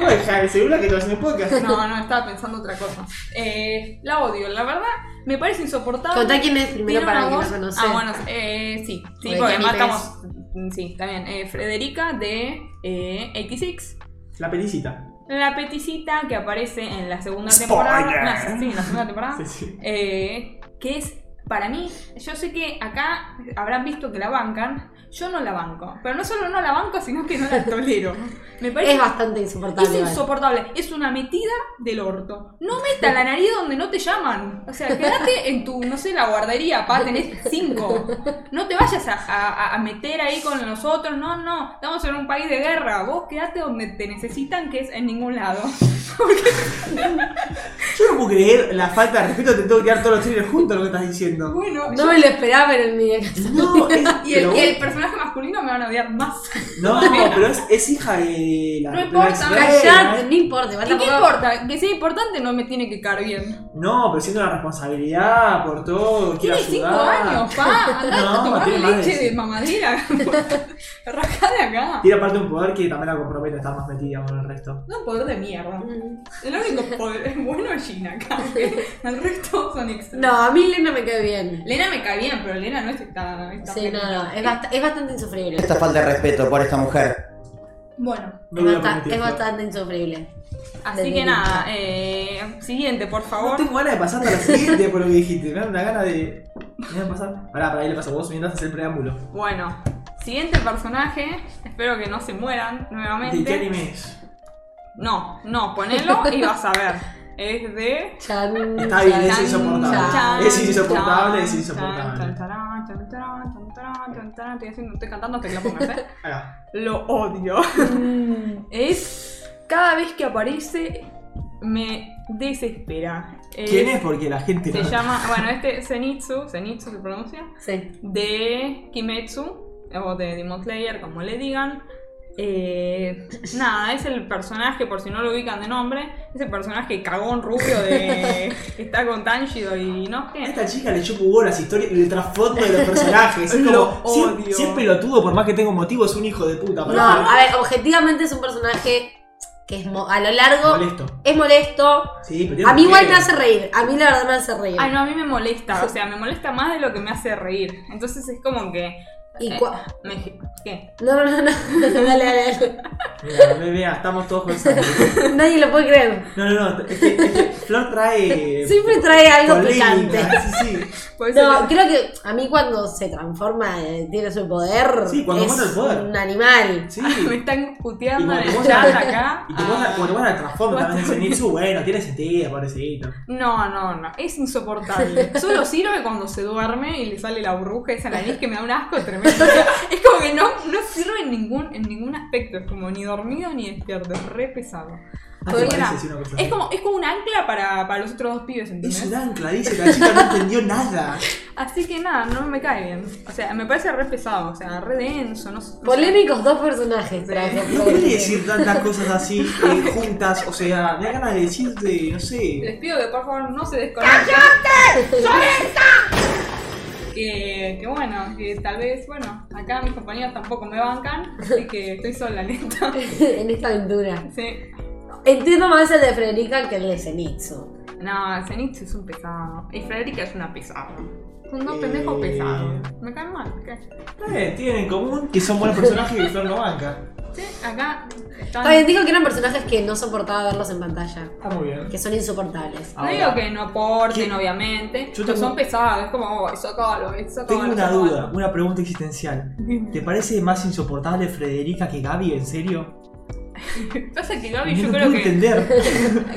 Speaker 1: Puedes dejar el celular que te vas haciendo podcast.
Speaker 3: No, no, estaba pensando otra cosa. Eh, la odio, la verdad, me parece insoportable.
Speaker 2: Contá quién es primero
Speaker 3: Tiene
Speaker 2: para que
Speaker 3: una voz-
Speaker 2: la conoce.
Speaker 3: Ah, bueno, eh, sí, sí,
Speaker 2: Porque
Speaker 3: porque
Speaker 2: Jenny
Speaker 3: además estamos. mm, Sí, también. Eh, Frederica de eh, 86.
Speaker 1: La pelicita.
Speaker 3: La peticita que aparece en la segunda
Speaker 1: Spoiler.
Speaker 3: temporada. No, sí, en la segunda temporada.
Speaker 1: Sí, sí.
Speaker 3: Eh, que es para mí, yo sé que acá habrán visto que la bancan, yo no la banco, pero no solo no la banco, sino que no la tolero. Me parece
Speaker 2: Es bastante
Speaker 3: es
Speaker 2: insoportable. igual.
Speaker 3: insoportable, es una metida del orto. No metas la nariz donde no te llaman. O sea, quédate en tu, no sé, la guardería, pa, tenés cinco. No te vayas a, a- a meter ahí con nosotros, no, no. Estamos en un país de guerra, vos quédate donde te necesitan, que es en ningún lado.
Speaker 1: Yo no puedo creer la falta de respeto. Te tengo que tirar todos los trailers juntos lo que estás diciendo.
Speaker 3: Bueno,
Speaker 2: No me lo esperaba en el mini
Speaker 1: No, es,
Speaker 3: y, el,
Speaker 1: pero-
Speaker 3: y el personaje masculino me van a odiar más.
Speaker 1: no, pero es, es hija de la.
Speaker 3: No
Speaker 1: de la
Speaker 3: importa,
Speaker 1: exnovia,
Speaker 2: Callate,
Speaker 1: ¿eh?
Speaker 2: no importa. igual
Speaker 3: ¿Y qué
Speaker 2: tampoco-
Speaker 3: importa? Que sea importante no me tiene que caer bien.
Speaker 1: No, pero siento la responsabilidad por todo.
Speaker 3: Tiene
Speaker 1: Quiero
Speaker 3: 5
Speaker 1: ayudar.
Speaker 3: años, pa. Andá
Speaker 1: No,
Speaker 3: a tomar
Speaker 1: tiene más de
Speaker 3: leche de
Speaker 1: cinco.
Speaker 3: mamadera. Rajá de acá.
Speaker 1: Tiene aparte un poder que también la compromete a estar más metida con el resto.
Speaker 3: No poder de mierda.
Speaker 2: Mm.
Speaker 3: El único poder bueno es Gina acá. El resto son extras.
Speaker 2: No, a mí Lena me cae bien.
Speaker 3: Lena me cae bien, pero Lena no es esta. esta
Speaker 2: Sí,
Speaker 3: película.
Speaker 2: no, no, es, bast- es bastante insufrible.
Speaker 5: Esta falta de respeto por esta mujer.
Speaker 3: Bueno,
Speaker 1: No lo
Speaker 2: es,
Speaker 1: voy a
Speaker 2: basta-
Speaker 1: permitir,
Speaker 2: es
Speaker 1: Flor.
Speaker 2: bastante insufrible.
Speaker 3: así
Speaker 2: De
Speaker 3: que
Speaker 2: Lena.
Speaker 3: nada. Eh, siguiente, por
Speaker 1: No
Speaker 3: favor.
Speaker 1: tengo ganas de pasar a la siguiente por lo que dijiste. Me da una gana de. Me da pasar. Pará, para ahí le paso a vos mientras haces el preámbulo.
Speaker 3: Bueno, siguiente personaje. Espero que no se mueran
Speaker 1: ¿De qué
Speaker 3: nuevamente.
Speaker 1: anime es?
Speaker 3: No, no, ponelo y vas a ver. Es de.
Speaker 2: Chan,
Speaker 1: Está bien, es
Speaker 2: chan,
Speaker 1: insoportable.
Speaker 2: chan.
Speaker 1: Es insoportable, es
Speaker 3: chan,
Speaker 1: insoportable.
Speaker 3: chan, tarán, chan, tarán, chan, tarán, chan, tarán. Estoy haciendo- estoy cantando hasta que la pongas, ¿eh?
Speaker 1: Acá.
Speaker 3: Lo odio. Es. Cada vez que aparece, me desespera. Eh,
Speaker 1: ¿Quién es? Porque la gente.
Speaker 3: Se
Speaker 1: no-
Speaker 3: llama. Bueno, este Zenitsu, Zenitsu se pronuncia.
Speaker 2: Sí.
Speaker 3: De Kimetsu, o de Demon Slayer, como le digan. Eh, nada, es el personaje, por si no lo ubican de nombre, es el personaje cagón rubio de que está con Tanjiro y
Speaker 1: A
Speaker 3: Inosuke.
Speaker 1: esta chica le chupo huevo las historias y el trasfondo de los personajes. Es
Speaker 3: Lo
Speaker 1: como, si es-
Speaker 3: odio.
Speaker 1: si es pelotudo, por más que tenga un motivo, es un hijo de puta.
Speaker 2: No, a ver, objetivamente es un personaje que es mo- a lo largo
Speaker 1: Molesto.
Speaker 2: es molesto.
Speaker 1: Sí, pero tiene
Speaker 2: A mí igual
Speaker 1: que-
Speaker 2: me hace reír. A mí la verdad me hace reír.
Speaker 3: Ay, no, a mí me molesta, o sea, me molesta más de lo que me hace reír. Entonces es como que.
Speaker 2: Y
Speaker 3: eh,
Speaker 2: cua-
Speaker 3: me- ¿Qué?
Speaker 2: No, no, no, no. dale, dale, dale.
Speaker 1: Mira, vea, estamos todos con sangre.
Speaker 2: Nadie lo puede creer.
Speaker 1: No, no, no. Es que, es que Flor trae.
Speaker 2: Siempre trae algo
Speaker 1: polémica.
Speaker 2: picante.
Speaker 1: Sí, sí.
Speaker 3: Por eso
Speaker 2: No,
Speaker 3: le-
Speaker 2: creo que a mí cuando se transforma, eh, tiene su poder.
Speaker 1: Sí, cuando
Speaker 2: es
Speaker 1: muestra el poder.
Speaker 2: Un animal.
Speaker 1: Sí.
Speaker 3: me están
Speaker 1: Y
Speaker 3: puteando
Speaker 1: cuando
Speaker 3: en
Speaker 1: te
Speaker 3: el
Speaker 1: muestran-
Speaker 3: chat acá.
Speaker 1: Y te pones
Speaker 3: Ah.
Speaker 1: cuando van al trasfondo también en Zenitsu, bueno, tiene sentido, pobrecito.
Speaker 3: No, no, no, es insoportable. Solo sirve cuando se duerme y le sale la burbuja esa nariz que me da un asco tremendo. Es como que no, no sirve en ningún, en ningún aspecto, es como ni dormido ni despierto, es re pesado.
Speaker 1: No
Speaker 3: Porque
Speaker 1: te
Speaker 3: era-
Speaker 1: Ah, parece si una cosa así.
Speaker 3: es, como, es como un ancla para, para los otros dos pibes,
Speaker 1: Es un
Speaker 3: ¿entendés?
Speaker 1: ancla, dice la chica no entendió nada.
Speaker 3: Así que nada, no me cae bien. O sea, me parece re pesado, o sea, re denso, no sé.
Speaker 2: Polémicos dos personajes.
Speaker 3: Sí.
Speaker 2: trajo
Speaker 1: No
Speaker 2: Freddy.
Speaker 1: quiere decir tantas cosas así eh, juntas, o sea, me da ganas de decirte, no sé.
Speaker 3: Les pido que por favor no se desconecten. que, que bueno, que tal vez, bueno, acá mis compañeros tampoco me bancan, así que estoy sola, neta.
Speaker 2: en esta aventura.
Speaker 3: Sí.
Speaker 2: Entiendo más el de Frederica que el de Zenitsu.
Speaker 3: No, Zenitsu es un pesado. Y Frederica es una pesada. Es un no
Speaker 1: Eh.
Speaker 3: pendejo pesado. Me cae mal, ¿qué?
Speaker 1: Eh, tienen en común que son buenos personajes y Flor no banca.
Speaker 3: Sí, acá están.
Speaker 2: Está bien, dijo que eran personajes que no soportaba verlos en pantalla.
Speaker 1: Está muy bien.
Speaker 2: Que son insoportables.
Speaker 3: No digo
Speaker 1: Ahora,
Speaker 3: que no aporten,
Speaker 1: ¿Qué?
Speaker 3: obviamente,
Speaker 1: Yo
Speaker 3: pero
Speaker 1: tengo-
Speaker 3: son pesados, es como, oh, sacalo, eh, sacalo,
Speaker 1: Tengo una
Speaker 3: sacalo".
Speaker 1: duda, una pregunta existencial. ¿Te parece más insoportable Frederica que Gaby, en serio?
Speaker 3: Pasa que Gaby,
Speaker 1: no
Speaker 3: yo
Speaker 1: lo
Speaker 3: creo
Speaker 1: puedo
Speaker 3: que.
Speaker 1: entender.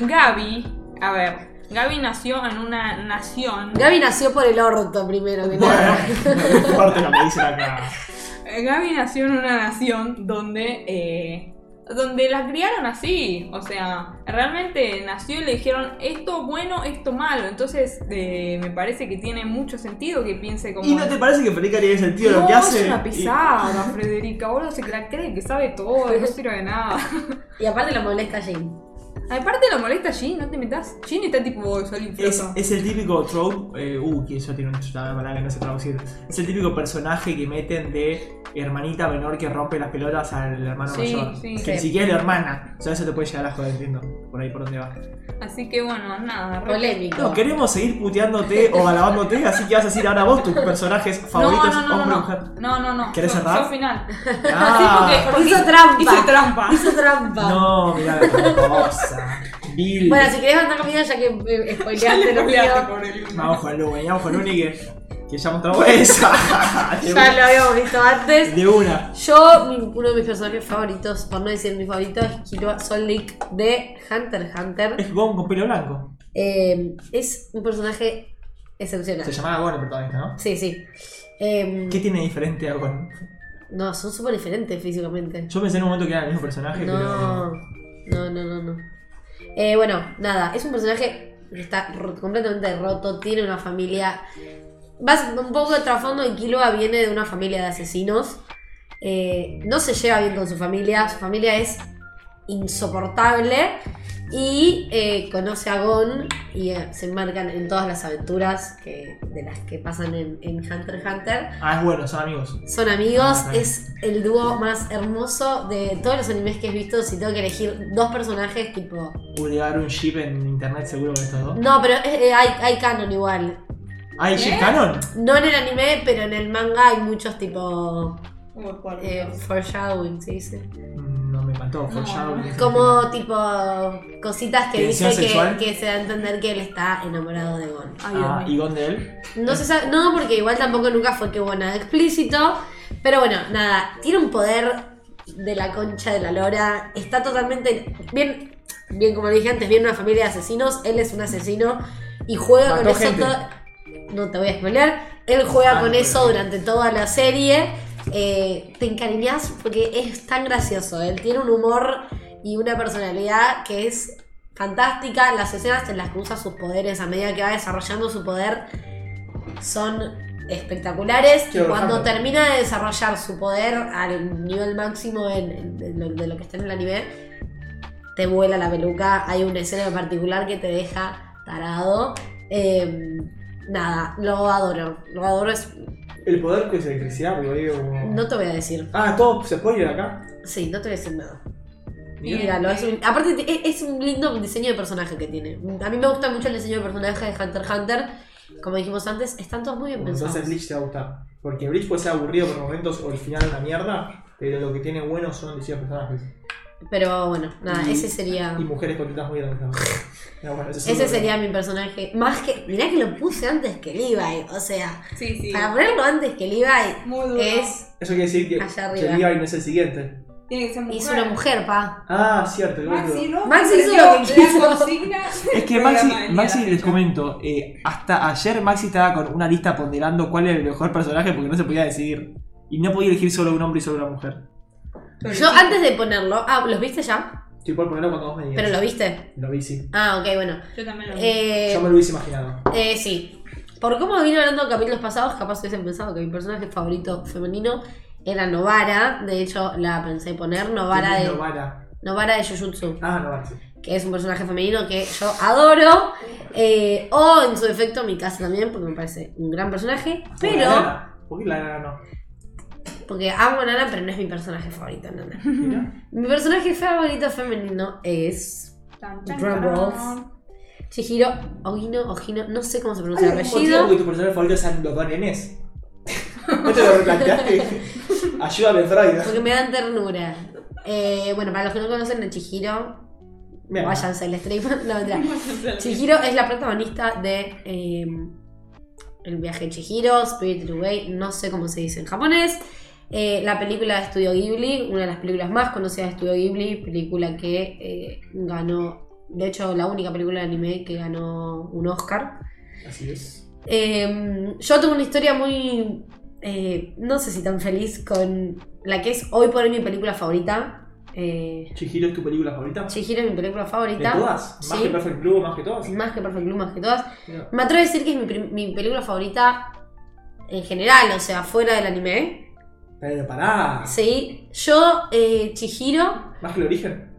Speaker 3: Gaby, a ver, Gaby nació en una nación.
Speaker 2: Gaby nació por el orto primero que nada.
Speaker 1: Bueno, parte la me dicen acá.
Speaker 3: Eh, Gaby nació en una nación donde. eh, donde la criaron así. O sea, realmente nació y le dijeron esto bueno, esto malo. Entonces, eh, me parece que tiene mucho sentido que piense como.
Speaker 1: ¿Y no te parece que Frederica tiene sentido lo
Speaker 3: No,
Speaker 1: que hace?
Speaker 3: es una
Speaker 1: Y-
Speaker 3: pesada, Frederica. Boludo, se la cree que sabe todo, no sirve de nada.
Speaker 2: Y aparte lo molesta Jim.
Speaker 3: Aparte lo molesta Jin, no te metas. Jin está tipo "Oh, sol
Speaker 1: Es,
Speaker 3: infloso.
Speaker 1: es el típico trope, eh, uh, que yo tiene una palabra que no sé traducir. Es el típico personaje que meten de hermanita menor que rompe las pelotas al hermano
Speaker 3: Sí,
Speaker 1: mayor.
Speaker 3: sí,
Speaker 1: que
Speaker 3: sí.
Speaker 1: ni siquiera es la hermana. O sea, eso te puede llegar a joder, entiendo. Por ahí por donde va.
Speaker 3: Así que bueno, nada. re-
Speaker 2: Polémico.
Speaker 1: No, queremos seguir puteándote o alabándote, así que vas a decir ahora vos tus personajes favoritos,
Speaker 3: no, no, no,
Speaker 1: hombre o
Speaker 3: no,
Speaker 1: mujer.
Speaker 3: no, no, no.
Speaker 1: ¿Querés
Speaker 3: Yo-
Speaker 1: cerrar?
Speaker 3: yo final.
Speaker 1: Ah,
Speaker 2: Porque hizo trampa.
Speaker 3: Hice trampa.
Speaker 2: Hizo trampa.
Speaker 1: no, mirá la cosa. Bill.
Speaker 2: Bueno, si querés mandar comida ya que eh,
Speaker 3: Ya
Speaker 2: spoileaste
Speaker 3: le
Speaker 2: lo
Speaker 3: peleaste
Speaker 2: mío.
Speaker 3: por el
Speaker 1: Vamos con Luni, vamos con Luni que, que ya mostró esa. De
Speaker 2: Ya lo habíamos visto antes.
Speaker 1: una- De una.
Speaker 2: Yo, mi- uno de mis personajes favoritos, por no decir mi favorito, es Killua Solnik de Hunter x Hunter.
Speaker 1: Es Gon con pelo blanco.
Speaker 2: Eh, es un personaje excepcional.
Speaker 1: Se llamaba Gon el protagonista, ¿no?
Speaker 2: Sí, sí. Eh,
Speaker 1: ¿Qué tiene de diferente a Gon?
Speaker 2: no, son súper diferentes físicamente.
Speaker 1: Yo pensé en un momento que era el mismo personaje,
Speaker 2: No, no, no, no. no. Eh, bueno, nada, es un personaje que está ro- completamente roto, tiene una familia. Vas un poco de trasfondo y Killua viene de una familia de asesinos. Eh, no se lleva bien con su familia, su familia es insoportable. Y eh, conoce a Gon y eh, se enmarcan en todas las aventuras que, de las que pasan en, en Hunter x Hunter.
Speaker 1: pero. Ah, es bueno, son amigos.
Speaker 2: Son amigos,
Speaker 1: Ah, está bien.
Speaker 2: es el dúo más hermoso de todos los animes que he visto. Si tengo que elegir dos personajes, tipo.
Speaker 1: Publicar un ship en internet seguro con estos dos. Ah,
Speaker 2: No, pero es- eh, hay, hay canon igual.
Speaker 1: ¿Hay ship
Speaker 3: ¿Eh?
Speaker 1: canon?
Speaker 2: No en el anime, pero en el manga hay muchos tipo.
Speaker 3: Uy, por
Speaker 2: eh,
Speaker 3: Dios.
Speaker 2: foreshadowing, se dice.
Speaker 1: Mm, No me mató, fue
Speaker 3: No.
Speaker 1: Shadow.
Speaker 2: Como tipo. cositas que
Speaker 1: ¿Tensión
Speaker 2: dice que,
Speaker 1: sexual?
Speaker 2: que se da a entender que él está enamorado de Gon.
Speaker 3: Ay, Dios
Speaker 1: Ah,
Speaker 3: mío.
Speaker 1: y Gon de él.
Speaker 2: No se sabe- no, porque igual tampoco nunca fue que hubo nada explícito. Pero bueno, nada, tiene un poder de la concha de la lora. Está totalmente bien, bien como dije antes, viene una familia de asesinos. Él es un asesino y juega
Speaker 1: Mató
Speaker 2: con eso
Speaker 1: gente.
Speaker 2: todo. No te voy a spoiler. Él juega
Speaker 1: Ah,
Speaker 2: con
Speaker 1: no,
Speaker 2: eso
Speaker 1: pero-
Speaker 2: durante toda la serie. Eh, te encariñas porque es tan gracioso. Él tiene un humor y una personalidad que es fantástica. Las escenas en las que usa sus poderes a medida que va desarrollando su poder son espectaculares. Y
Speaker 1: Quiero
Speaker 2: cuando
Speaker 1: dejarlo.
Speaker 2: termina de desarrollar su poder al nivel máximo en- en- de, lo, de lo que está en el anime, te vuela la peluca. Hay una escena en particular que te deja tarado. Eh, nada, lo adoro. Lo adoro. Es,
Speaker 1: El poder que es electricidad, porque digo.
Speaker 2: no te voy a decir.
Speaker 1: Ah, todo se spoiler acá.
Speaker 2: Sí, no te voy a decir nada.
Speaker 3: Bien.
Speaker 2: Míralo, es un- aparte te- es es un lindo diseño de personaje que tiene. A mí me gusta mucho el diseño de personaje de Hunter x Hunter. Como dijimos antes, están todos muy bien pensados.
Speaker 1: Entonces Bleach te va a gustar. Porque Bleach puede ser aburrido por momentos o el final es una mierda, pero lo que tiene bueno son diseños de personajes.
Speaker 2: Pero bueno, nada,
Speaker 1: Y-
Speaker 2: ese sería.
Speaker 1: Y mujeres con tetas muy grandes. Pero bueno, ese es
Speaker 2: Ese
Speaker 1: otro
Speaker 2: sería mi personaje. Más que. Mirá que lo puse antes que Levi. O sea,
Speaker 3: Sí, sí.
Speaker 2: para ponerlo antes que Levi
Speaker 3: Muy duro.
Speaker 2: es.
Speaker 1: Eso quiere decir que,
Speaker 2: Allá
Speaker 1: que
Speaker 2: arriba.
Speaker 1: Levi no es el siguiente.
Speaker 3: Tiene que ser mujer.
Speaker 2: Es una mujer, pa.
Speaker 1: Ah, cierto. qué
Speaker 3: Maxi,
Speaker 1: boludo.
Speaker 3: ¿no?
Speaker 2: Maxi
Speaker 3: Perdió
Speaker 2: hizo lo que quiso.
Speaker 3: La consigna.
Speaker 1: Es que
Speaker 3: del
Speaker 1: Maxi,
Speaker 3: programa del día
Speaker 1: Maxi
Speaker 3: de
Speaker 1: les
Speaker 3: la
Speaker 1: comento, eh, hasta ayer Maxi estaba con una lista ponderando cuál era el mejor personaje porque no se podía decidir. Y no podía elegir solo un hombre y solo una mujer.
Speaker 3: fecha.
Speaker 2: Yo antes de ponerlo. Ah, ¿los viste ya?
Speaker 1: Estoy por ponerlo cuando vos me digas.
Speaker 2: ¿Pero lo viste?
Speaker 1: Lo vi, sí.
Speaker 2: Ah, ok, bueno.
Speaker 3: Yo también lo vi.
Speaker 2: Eh,
Speaker 1: Yo me lo hubiese imaginado.
Speaker 2: Eh, sí. Por cómo vino hablando de capítulos pasados, capaz hubiesen pensado que mi personaje favorito femenino era Novara. De hecho, la pensé poner. Novara
Speaker 1: Tenés
Speaker 2: de,
Speaker 1: Novara.
Speaker 2: Novara de Jujutsu,
Speaker 1: Ah, Novara, sí.
Speaker 2: que es un personaje femenino que yo adoro. Eh, o en su defecto mi casa también, porque me parece un gran personaje. Pero,
Speaker 1: ¿Por qué la nana no?
Speaker 2: porque amo a Nana, pero no es mi personaje favorito, Nana.
Speaker 1: Mira.
Speaker 2: Mi personaje favorito femenino es
Speaker 3: Tan,
Speaker 2: Drum rolls. Chihiro Ogino, Ogino, no sé cómo se pronuncia el
Speaker 1: Motivo que
Speaker 2: apellido.
Speaker 1: tu personaje favorito es los dos nenes? ¿No te lo replanteaste? Ayúdame, Freud.
Speaker 2: Porque me dan ternura. Eh, bueno, para los que no conocen a Chihiro,
Speaker 1: Bien.
Speaker 2: váyanse al stream. No, mentira. Chihiro es la protagonista de eh, El viaje de Chihiro, Spirited Away, no sé cómo se dice en japonés. Eh, la película de Studio Ghibli, una de las películas más conocidas de Studio Ghibli, película que eh, ganó, de hecho, la única película de anime que ganó un Oscar.
Speaker 1: Así es.
Speaker 2: Eh, yo tuve una historia muy, eh, no sé si tan feliz con la que es hoy por hoy mi película favorita. Eh,
Speaker 1: ¿Chihiro es tu película favorita?
Speaker 2: Chihiro es mi película
Speaker 1: ¿De
Speaker 2: favorita.
Speaker 1: todas? ¿Más
Speaker 2: Sí.
Speaker 1: que Perfect Blue, más que todas?
Speaker 2: Más que Perfect Blue, más que todas.
Speaker 1: Mira.
Speaker 2: Me atrevo a decir que es mi, prim- mi película favorita en general, o sea, fuera del anime. ¿eh?
Speaker 1: Pero pará.
Speaker 2: Sí, yo, eh, Chihiro,
Speaker 1: ¿Más que el origen?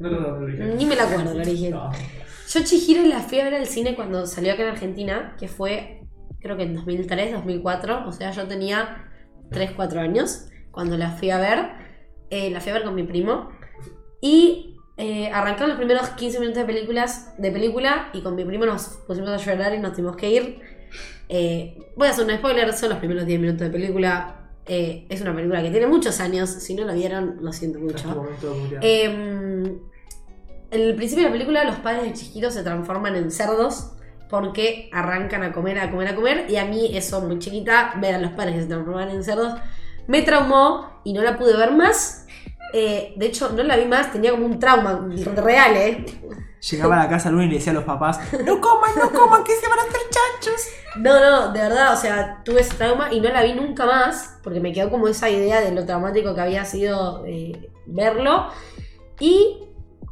Speaker 1: No te lo el origen.
Speaker 2: ni me la acuerdo el origen.
Speaker 1: No. este
Speaker 2: Yo Chihiro la fui a ver al cine cuando salió acá en Argentina, que fue creo que en 2003, 2004, o sea, yo tenía 3, 4 años cuando la fui a ver. Eh, la fui a ver con mi primo y eh, arrancaron los primeros 15 minutos de, películas, de película y con mi primo nos pusimos a llorar y nos tuvimos que ir. Eh, voy a hacer un spoiler, son los primeros 10 minutos de película. Eh, es una película que tiene muchos años, si no la vieron, lo siento
Speaker 1: Es tu
Speaker 2: mucho.
Speaker 1: momento de mutear.
Speaker 2: Eh, en el principio de la película, los padres de Chiquito se transforman en cerdos porque arrancan a comer, a comer, a comer. Y a mí, eso muy chiquita, ver a los padres que se transforman en cerdos, me traumó y no la pude ver más. Eh, de hecho, no la vi más, tenía como un trauma real, ¿eh?
Speaker 1: Llegaba a la casa Luna y le decía a los papás: No coman, no coman, que se van a hacer chanchos.
Speaker 2: No, no, de verdad, o sea, tuve ese trauma y no la vi nunca más, porque me quedó como esa idea de lo traumático que había sido eh, verlo. Y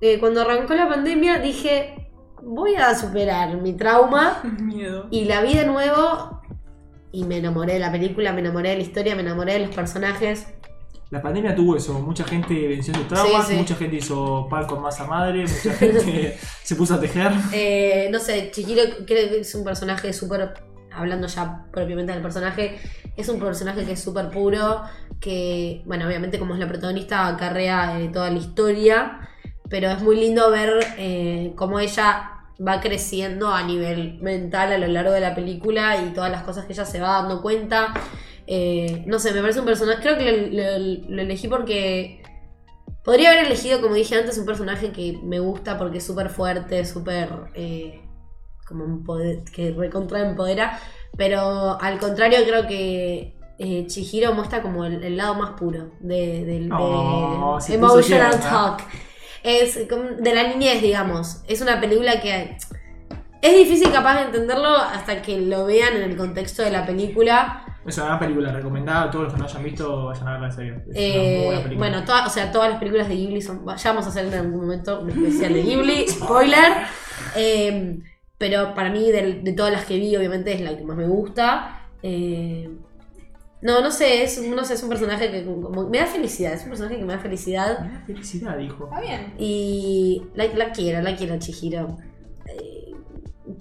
Speaker 2: eh, cuando arrancó la pandemia dije, voy a superar mi trauma
Speaker 3: Miedo.
Speaker 2: y la vi de nuevo y me enamoré de la película, me enamoré de la historia, me enamoré de los personajes.
Speaker 1: La pandemia tuvo eso. Mucha gente venció sus traumas,
Speaker 2: Sí, sí.
Speaker 1: mucha gente hizo pan con masa madre, mucha gente se puso a tejer.
Speaker 2: Eh, no sé, Chiquiro creo que es un personaje súper. Hablando ya propiamente del personaje, es un personaje que es súper puro. Que, bueno, obviamente, como es la protagonista, acarrea eh, toda la historia. Pero es muy lindo ver eh, cómo ella va creciendo a nivel mental a lo largo de la película y todas las cosas que ella se va dando cuenta. Eh, no sé, me parece un personaje. Creo que lo- lo- lo elegí porque Podría haber elegido, como dije antes, un personaje que me gusta porque es súper fuerte, súper. eh, como un poder. que recontra empodera. Pero al contrario, creo que. eh, Chihiro muestra como el, el lado más puro de, del de
Speaker 1: Oh, se puso
Speaker 2: Emotional
Speaker 1: tierna.
Speaker 2: Talk. Es como de la niñez, digamos. Es una película que es difícil capaz de entenderlo hasta que lo vean en el contexto de la película.
Speaker 1: Es una gran película recomendada. Todos los que no hayan visto, vayan a verla en serio. Es una muy buena
Speaker 2: Eh,
Speaker 1: película.
Speaker 2: bueno, toda- o sea, todas las películas de Ghibli son. Ya vamos a hacer en algún momento un especial de Ghibli, spoiler. Eh, pero para mí, del- de, todas las que vi, obviamente es la que más me gusta. Eh, no, no sé, es, no sé, es un personaje que como- me da felicidad, es un personaje que me da felicidad.
Speaker 1: Me da felicidad, dijo.
Speaker 3: Está bien.
Speaker 2: Y la, la quiero, la quiero a Chihiro. Eh,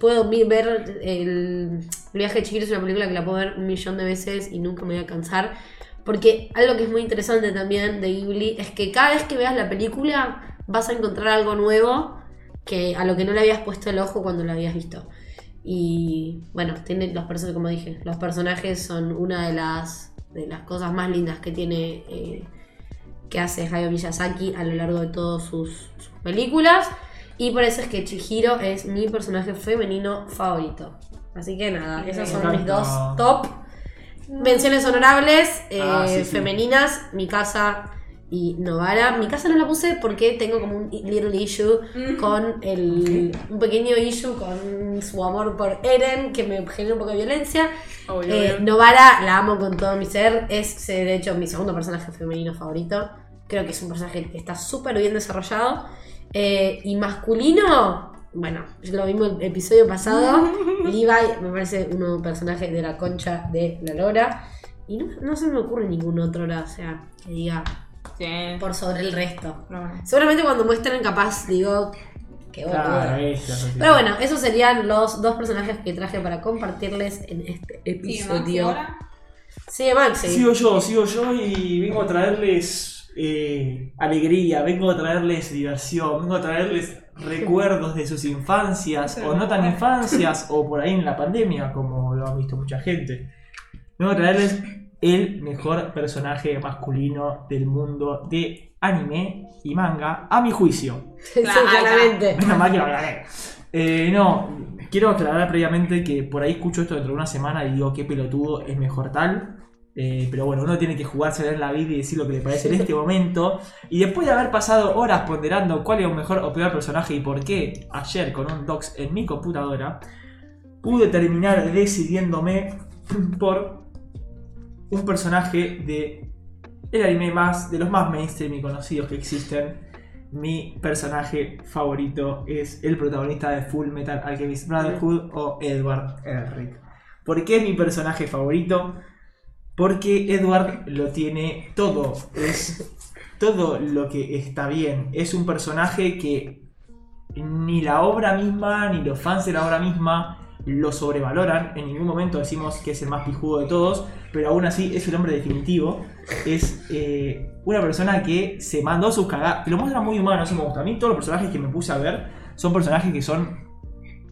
Speaker 2: puedo vi- ver el viaje de Chihiro, es una película que la puedo ver un millón de veces y nunca me voy a cansar. Porque algo que es muy interesante también de Ghibli es que cada vez que veas la película vas a encontrar algo nuevo que a lo que no le habías puesto el ojo cuando la habías visto. Y bueno, tiene los personajes, como dije, los personajes son una de las, de las cosas más lindas que tiene eh, que hace Hayao Miyazaki a lo largo de todas sus, sus películas. Y por eso es que Chihiro es mi personaje femenino favorito. Así que nada, esas son mis dos
Speaker 1: Encanta.
Speaker 2: top. Menciones honorables, eh,
Speaker 1: Ah, sí, sí.
Speaker 2: femeninas, mi casa y Novara. Mi casa no la puse porque tengo como un little issue
Speaker 3: Mm.
Speaker 2: con el. un pequeño issue con su amor por Eren que me genera un poco de violencia.
Speaker 1: Oh,
Speaker 3: Obvio,
Speaker 2: Eh,
Speaker 3: obvio.
Speaker 2: Novara la amo con todo mi ser. Es eh, de hecho mi segundo personaje femenino favorito. Creo que es un personaje que está súper bien desarrollado. Eh, y masculino, bueno, lo vimos el episodio pasado. Levi me parece un personaje de la concha de la lora. Y no, no se me ocurre ningún otro, la- o sea, que diga
Speaker 3: Sí.
Speaker 2: por sobre el resto.
Speaker 3: No, no.
Speaker 2: Seguramente cuando muestren capaz, digo, Qué
Speaker 1: Claro,
Speaker 2: boluda.
Speaker 1: ella, así.
Speaker 2: Pero bueno, esos serían los dos personajes que traje para compartirles en este
Speaker 3: Y Maxi
Speaker 2: episodio.
Speaker 3: ahora.
Speaker 2: Sigue Maxi.
Speaker 1: Sigo yo, sigo yo y vengo a traerles eh, alegría, vengo a traerles diversión, vengo a traerles recuerdos de sus infancias o no tan infancias o por ahí en la pandemia como lo ha visto mucha gente. Vengo a traerles el mejor personaje masculino del mundo de anime y manga, a mi juicio.
Speaker 2: Sí,
Speaker 3: Claro.
Speaker 2: claramente.
Speaker 1: Menos mal que lo aclaré. Eh, no, quiero aclarar previamente que por ahí escucho esto dentro de una semana y digo qué pelotudo es mejor tal. Eh, pero bueno, uno tiene que jugarse en la vida y decir lo que le parece en este momento. Y después de haber pasado horas ponderando cuál es un mejor o peor personaje y por qué, ayer con un docs en mi computadora, pude terminar decidiéndome por un personaje de el anime más, de los más mainstream y conocidos que existen, mi personaje favorito es el protagonista de Full Metal Alchemist Brotherhood o Edward Elric. ¿Por qué es mi personaje favorito? Porque Edward lo tiene todo. Es todo lo que está bien. Es un personaje que ni la obra misma, ni los fans de la obra misma lo sobrevaloran. En ningún momento decimos que es el más pijudo de todos, pero aún así es el hombre definitivo es eh, una persona que se mandó sus cagadas. Lo muestra muy humano, eso me gusta. A mí todos los personajes que me puse a ver son personajes que son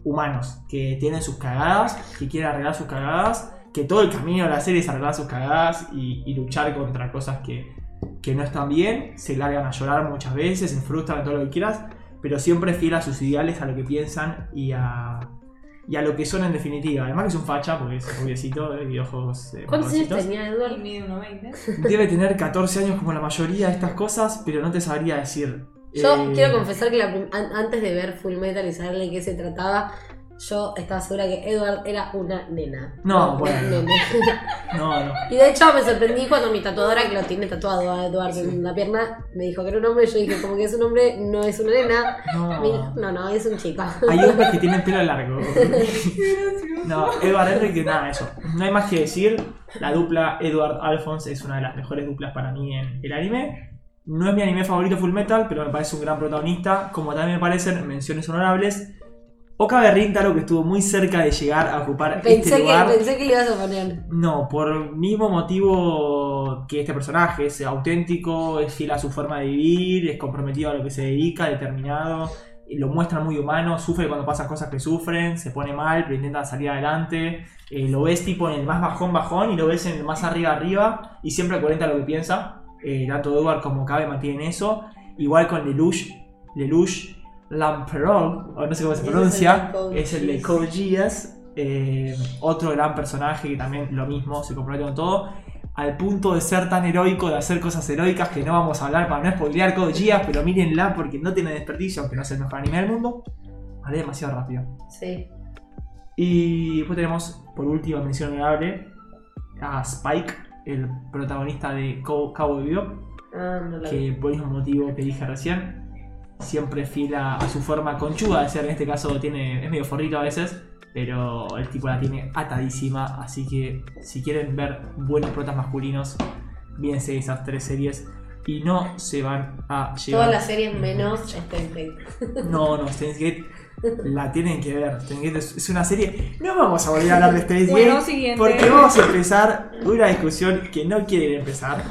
Speaker 1: humanos, que tienen sus cagadas, que quieren arreglar sus cagadas, que todo el camino de la serie es arreglar sus cagadas y, y luchar contra cosas que, que no están bien. Se largan a llorar muchas veces, se frustran, todo lo que quieras, pero siempre fiel a sus ideales, a lo que piensan y a... Y a lo que son en definitiva. Además que es un facha, porque es rubiecito eh, y ojos... eh,
Speaker 2: ¿Cuántos años
Speaker 1: marroncitos.
Speaker 2: tenía
Speaker 3: Y
Speaker 2: Edward?
Speaker 3: mide 1,20.
Speaker 1: Este Debe tener 14 años como la mayoría de estas cosas, pero no te sabría decir.
Speaker 2: Yo
Speaker 1: Eh,
Speaker 2: quiero confesar que la prim- an- antes de ver Full Metal y saber de qué se trataba, yo estaba segura que Edward era una nena.
Speaker 1: No,
Speaker 2: Un
Speaker 1: bueno.
Speaker 2: nene.
Speaker 1: No, no.
Speaker 2: Y de hecho me sorprendí cuando mi tatuadora, que lo tiene tatuado a Edward en la pierna, me dijo que era un hombre. Yo dije, como que es un hombre, no es una nena. Me dijo,
Speaker 1: No.
Speaker 2: no, no, es un chico.
Speaker 1: Hay hombres que tienen pelo largo. No, Edward Henry que nada, eso. No hay más que decir. La dupla Edward Alphonse es una de las mejores duplas para mí en el anime. No es mi anime favorito Full Metal, pero me parece un gran protagonista. Como también me parecen menciones honorables. Okabe Rintaro, que estuvo muy cerca de llegar a ocupar
Speaker 2: Pensé,
Speaker 1: este lugar.
Speaker 2: que, pensé que le ibas a poner.
Speaker 1: No, por mismo motivo que este personaje es auténtico, es fiel a su forma de vivir, es comprometido a lo que se dedica, determinado, y lo muestra muy humano, sufre cuando pasan cosas que sufren, se pone mal, pero intenta salir adelante, eh, lo ves tipo en el más bajón bajón y lo ves en el más arriba arriba y siempre cuenta lo que piensa, eh, tanto Edward como Cabe mantienen eso, igual con Lelouch, Lelouch Lamperog, o no sé cómo se
Speaker 2: Ese es el
Speaker 1: pronuncia,
Speaker 2: de Code
Speaker 1: es el de
Speaker 2: Geass.
Speaker 1: Code Geass, eh, otro gran personaje que también lo mismo, se compromete con todo, al punto de ser tan heroico, de hacer cosas heroicas que no vamos a hablar para no spoilear Code Geass, pero mírenla porque no tiene desperdicio, aunque no es el mejor anime del mundo, hablé demasiado rápido.
Speaker 2: Sí.
Speaker 1: Y después tenemos, por último, mención honorable, a Spike, el protagonista de Cow- Cowboy Bebop,
Speaker 2: Ah, no lo vi.
Speaker 1: que por el mismo motivo que dije recién, siempre fiel a, a su forma conchuda de ser, en este caso tiene, es medio forrito a veces, pero el tipo la tiene atadísima, así que si quieren ver buenos protas masculinos, vídense esas tres series y no se van a llevar.
Speaker 2: Todas las series menos este, Steins Gate.
Speaker 1: No, no, Steins Gate la tienen que ver. Steins Gate es, es una serie. No vamos a volver a hablar de Steins Gate.
Speaker 3: Bueno, siguiente.
Speaker 1: Porque vamos a empezar una discusión que no quieren empezar.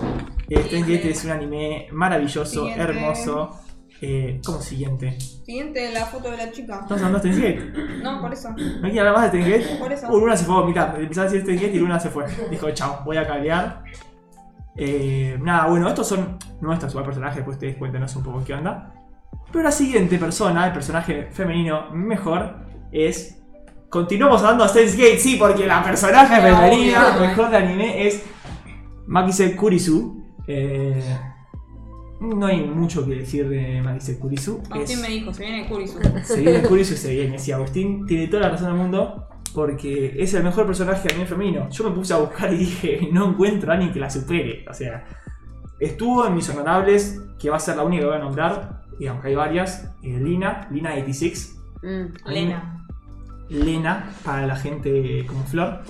Speaker 1: Eh, Steins Gate es un anime maravilloso,
Speaker 3: Siguiente.
Speaker 1: hermoso. Eh, ¿Cómo siguiente?
Speaker 3: Siguiente, la foto de la chica.
Speaker 1: ¿Estamos hablando de Steins Gate?
Speaker 3: No, por eso.
Speaker 1: ¿No quieren hablar más de Steins Gate?
Speaker 3: Por eso.
Speaker 1: Uh, Luna se fue a vomitar. Empezó a decir Steins Gate y Luna se fue. Dijo, chao, voy a cablear. Eh, nada, bueno, estos son nuestros igual personajes. Después ustedes cuéntenos un poco qué onda. Pero la siguiente persona, el personaje femenino mejor, es. Continuamos hablando de Steins Gate, sí, porque la personaje
Speaker 3: Obvio.
Speaker 1: femenina mejor de anime es Makise Kurisu. Eh, no hay mucho que decir de Makise Kurisu.
Speaker 3: Agustín
Speaker 1: Es- Mm.
Speaker 3: me dijo, se viene Kurisu.
Speaker 1: se viene Curious y se viene. Sí, Agustín tiene toda la razón del mundo porque es el mejor personaje de anime femenino. Yo me puse a buscar y dije, no encuentro a alguien que la supere. O sea, estuvo en mis honorables, que va a ser la única que voy a nombrar, y aunque hay varias, eh, Lina, Lina 86,
Speaker 2: Mm.
Speaker 3: Lena.
Speaker 1: Lena para la gente como Flor,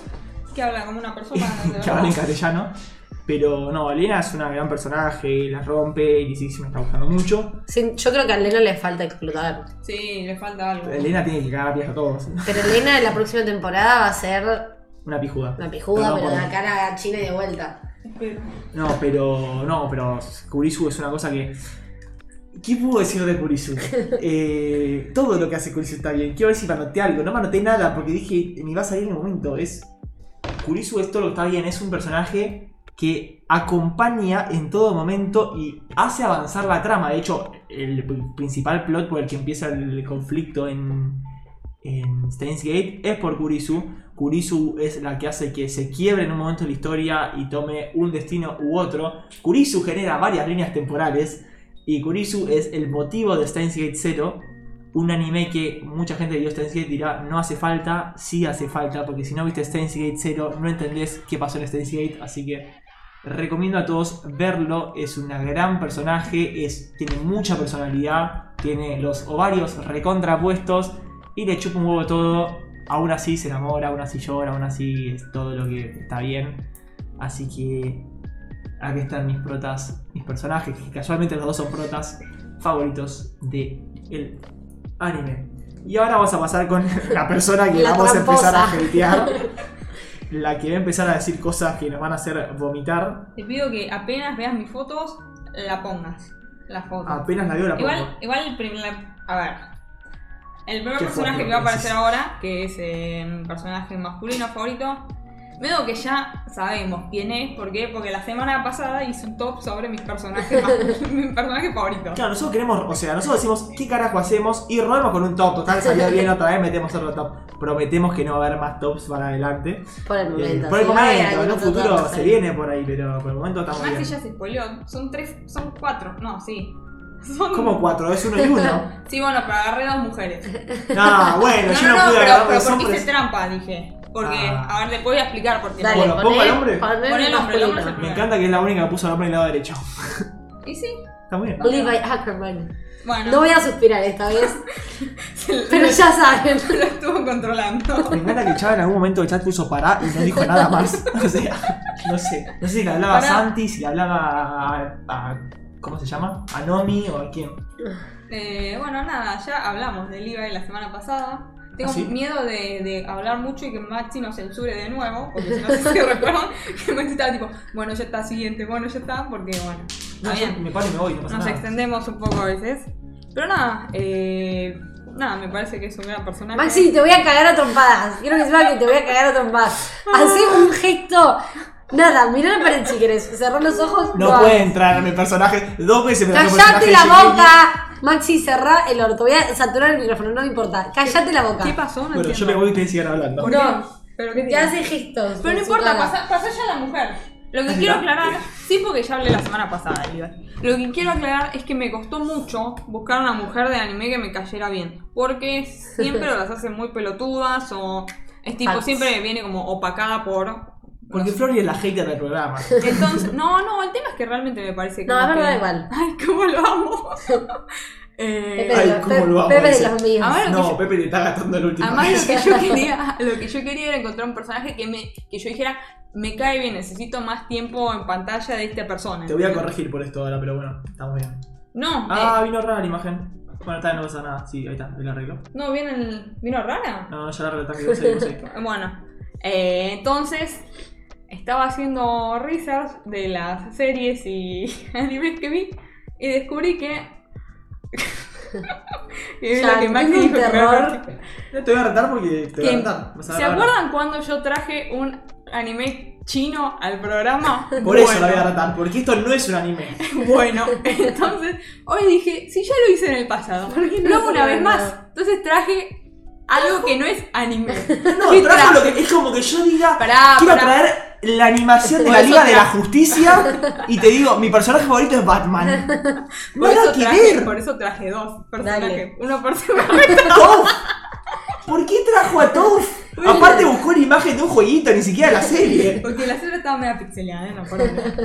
Speaker 3: Que habla como una persona. de
Speaker 1: que habla en
Speaker 3: verdad.
Speaker 1: castellano. Pero no, Lena es una gran personaje, la rompe, y sí, sí me está gustando mucho.
Speaker 2: Sí, yo creo que a Lena le falta explotar.
Speaker 3: Sí, le falta algo.
Speaker 1: Lena tiene que cagar a piedras a todos.
Speaker 2: Pero Lena en la próxima temporada va a ser
Speaker 1: Una pijuda.
Speaker 2: una pijuda,
Speaker 1: No,
Speaker 2: pero de
Speaker 1: por-
Speaker 2: la cara china y de vuelta.
Speaker 1: No, pero. No, pero Kurisu es una cosa que. ¿Qué puedo decir de Kurisu? Eh, todo lo que hace Kurisu está bien. Quiero ver si manoté algo. No manoté nada porque dije, me va a salir en el momento. Es. Kurisu es todo lo que está bien. Es un personaje que acompaña en todo momento y hace avanzar la trama. De hecho, el pr- principal plot por el que empieza el conflicto en, en Steins Gate es por Kurisu. Kurisu es la que hace que se quiebre en un momento de la historia y tome un destino u otro. Kurisu genera varias líneas temporales y Kurisu es el motivo de Steins Gate 0. Un anime que mucha gente que vio Steins Gate dirá no hace falta, sí hace falta, porque si no viste Steins Gate 0 no entendés qué pasó en Steins Gate, así que recomiendo a todos verlo, es un gran personaje, es, tiene mucha personalidad, tiene los ovarios recontrapuestos y le chupa un huevo todo, aún así se enamora, aún así llora, aún así es todo lo que está bien, así que aquí están mis protas, mis personajes, que casualmente los dos son protas favoritos de el anime. Y ahora vamos a pasar con la persona que
Speaker 2: La
Speaker 1: vamos
Speaker 2: tramposa.
Speaker 1: a empezar a hatear. La que va a empezar a decir cosas que nos van a hacer vomitar.
Speaker 3: Te pido que apenas veas mis fotos, la pongas. La foto.
Speaker 1: Apenas la veo la
Speaker 3: Igual,
Speaker 1: pongo.
Speaker 3: igual el primer. A ver. El primer
Speaker 1: Qué
Speaker 3: personaje
Speaker 1: fuerte,
Speaker 3: que va a
Speaker 1: gracias.
Speaker 3: aparecer ahora, que es eh, mi personaje masculino favorito, veo que ya sabemos quién es, ¿por qué? Porque la semana pasada hice un top sobre mis personajes mas- mi personaje favorito.
Speaker 1: Claro, nosotros queremos, o sea, nosotros decimos qué carajo hacemos y robamos con un top. Total, salió bien otra vez, metemos otro top. Prometemos que no va a haber más tops para adelante.
Speaker 2: Por el momento.
Speaker 1: Eh, por el
Speaker 2: Si va a haber
Speaker 1: momento, en
Speaker 2: algún
Speaker 1: un
Speaker 2: otro
Speaker 1: futuro
Speaker 2: trabajo,
Speaker 1: se
Speaker 2: sí.
Speaker 1: viene por ahí, pero por el momento estamos
Speaker 3: Maxi
Speaker 1: bien.
Speaker 3: ya se spoileó. Son tres, son cuatro, no, sí. Son...
Speaker 1: Como cuatro, es uno y uno.
Speaker 3: Sí, bueno, pero agarré dos mujeres.
Speaker 1: No, bueno, yo no, pude
Speaker 3: pero,
Speaker 1: agarrar
Speaker 3: pero
Speaker 1: los
Speaker 3: ¿por qué hice
Speaker 1: hombres.
Speaker 3: trampa? Dije. Porque,
Speaker 1: Ah.
Speaker 3: a ver, les voy a explicar por qué.
Speaker 2: Dale,
Speaker 1: Bueno,
Speaker 2: poné-
Speaker 1: ¿pongo al hombre?
Speaker 2: poné
Speaker 3: Poné el hombre, el hombre
Speaker 2: masculino.
Speaker 1: Me encanta que es la única que puso el hombre en el lado derecho.
Speaker 3: Y sí,
Speaker 1: Está muy bien.
Speaker 2: Levi Ackerman.
Speaker 3: bueno,
Speaker 2: No voy a suspirar esta vez,
Speaker 3: se-
Speaker 2: pero
Speaker 3: lo-
Speaker 2: ya saben.
Speaker 3: lo estuvo controlando.
Speaker 1: Me encanta que Chava en algún momento el chat puso pará y no dijo nada más. O sea, no sé. No sé si le hablaba
Speaker 3: Pará.
Speaker 1: a Santi, si le hablaba a, a- ¿Cómo se llama? ¿A Nomi o a quién?
Speaker 3: Eh, bueno, nada, ya hablamos de Levi la semana pasada. Tengo
Speaker 1: ¿Ah, sí?
Speaker 3: miedo de, de hablar mucho y que Maxi nos censure de nuevo, porque si no sé si recuerdan que Maxi estaba tipo, bueno, ya está, siguiente, bueno, ya está, porque bueno,
Speaker 1: No,
Speaker 3: está
Speaker 1: yo
Speaker 3: bien.
Speaker 1: me paro y me voy, no pasa
Speaker 3: Nos
Speaker 1: nada.
Speaker 3: extendemos un poco a veces. Pero nada, eh, nada, me parece que es un gran personaje.
Speaker 2: Maxi, te voy a cagar a trompadas. Quiero que sepas que te voy a cagar a trompadas. Hacé un gesto. Nada, mirá la pared si querés. Cerrá los ojos.
Speaker 1: No
Speaker 2: lo
Speaker 1: puede
Speaker 2: hagas.
Speaker 1: entrar mi personaje. Dos veces me tocó
Speaker 2: ¡Cállate
Speaker 1: personaje
Speaker 2: la
Speaker 1: de Shingeki.
Speaker 2: boca! Maxi, cerrá el orto. Voy a saturar el micrófono, no me importa. ¡Cállate la boca!
Speaker 3: ¿Qué pasó? No
Speaker 1: Bueno, yo me
Speaker 3: entiendo.
Speaker 1: voy y ustedes sigan hablando.
Speaker 3: ¿Por
Speaker 2: No.
Speaker 3: qué? ¿Pero qué
Speaker 2: Te
Speaker 3: tiene?
Speaker 2: hace gestos.
Speaker 3: Pero
Speaker 2: con
Speaker 3: no
Speaker 2: su
Speaker 3: importa,
Speaker 2: cara.
Speaker 3: pasa, pasa ya la mujer. Lo que quiero aclarar, sí porque ya hablé la semana pasada, de Levi. Lo que quiero aclarar es que me costó mucho buscar una mujer de anime que me cayera bien. Porque siempre las hacen muy pelotudas o es tipo,
Speaker 2: Facts.
Speaker 3: siempre viene como opacada por.
Speaker 1: Porque Flori es la hater del programa.
Speaker 3: Entonces, no, no, el tema es que realmente me parece que.
Speaker 2: No, es
Speaker 3: como
Speaker 2: verdad
Speaker 3: que-
Speaker 2: igual.
Speaker 3: Ay, cómo lo amo. Eh,
Speaker 2: Pepe, de
Speaker 1: Ay,
Speaker 2: los-
Speaker 1: cómo lo amo
Speaker 2: Pepe de
Speaker 1: ese.
Speaker 2: los míos. Eh,
Speaker 3: A ver, Ah, lo que
Speaker 1: No,
Speaker 3: yo-
Speaker 1: Pepe le está gastando el último.
Speaker 3: Además, lo que, yo quería, lo que yo quería era encontrar un personaje que, me, que yo dijera, me cae bien, necesito más tiempo en pantalla de esta persona.
Speaker 1: Te voy a corregir por esto ahora, pero bueno, estamos bien.
Speaker 3: Eh. No,
Speaker 1: Ah, vino rara la imagen. Bueno, está, no pasa nada. Sí, ahí está, lo arreglo.
Speaker 3: eh, no, viene el- vino rara.
Speaker 1: No, no, ya la arreglo, está que no sé, no sé.
Speaker 3: Bueno, eh, entonces estaba haciendo research de las series y animes que vi y descubrí que. que es
Speaker 2: Ya,
Speaker 3: lo que Maxi
Speaker 2: tengo un
Speaker 3: dijo que me iba a
Speaker 2: terror.
Speaker 3: corregir.
Speaker 1: No Eh, te voy a retar porque te voy a
Speaker 3: ¿Quién?
Speaker 1: retar. Vas a
Speaker 3: ¿Se
Speaker 1: ver ahora.
Speaker 3: acuerdan cuando yo traje un anime chino al programa?
Speaker 1: Por eso la voy a retar, porque esto no es un anime.
Speaker 3: Bueno, entonces hoy dije, si ya lo hice en el pasado,
Speaker 2: ¿Por qué no
Speaker 3: lo hago
Speaker 2: se
Speaker 3: una vez
Speaker 2: lo
Speaker 3: más.
Speaker 2: hago?
Speaker 3: Entonces traje algo que no es anime.
Speaker 1: No, trajo lo que. Es como que yo diga.
Speaker 3: Pará,
Speaker 1: quiero
Speaker 3: pará.
Speaker 1: traer la animación de
Speaker 3: Por
Speaker 1: la
Speaker 3: eso
Speaker 1: Liga de la
Speaker 3: traje.
Speaker 1: Justicia y te digo, mi personaje favorito es Batman.
Speaker 3: Por
Speaker 1: Nada
Speaker 3: eso,
Speaker 1: que
Speaker 3: traje,
Speaker 1: ver.
Speaker 3: por eso traje dos personajes.
Speaker 2: Dale.
Speaker 3: Uno por semana.
Speaker 1: Toph. ¿Por qué trajo a Toph? Aparte buscó la imagen de un jueguito, ni siquiera la serie.
Speaker 3: Porque la serie estaba media pixelada, ¿eh? no por nada.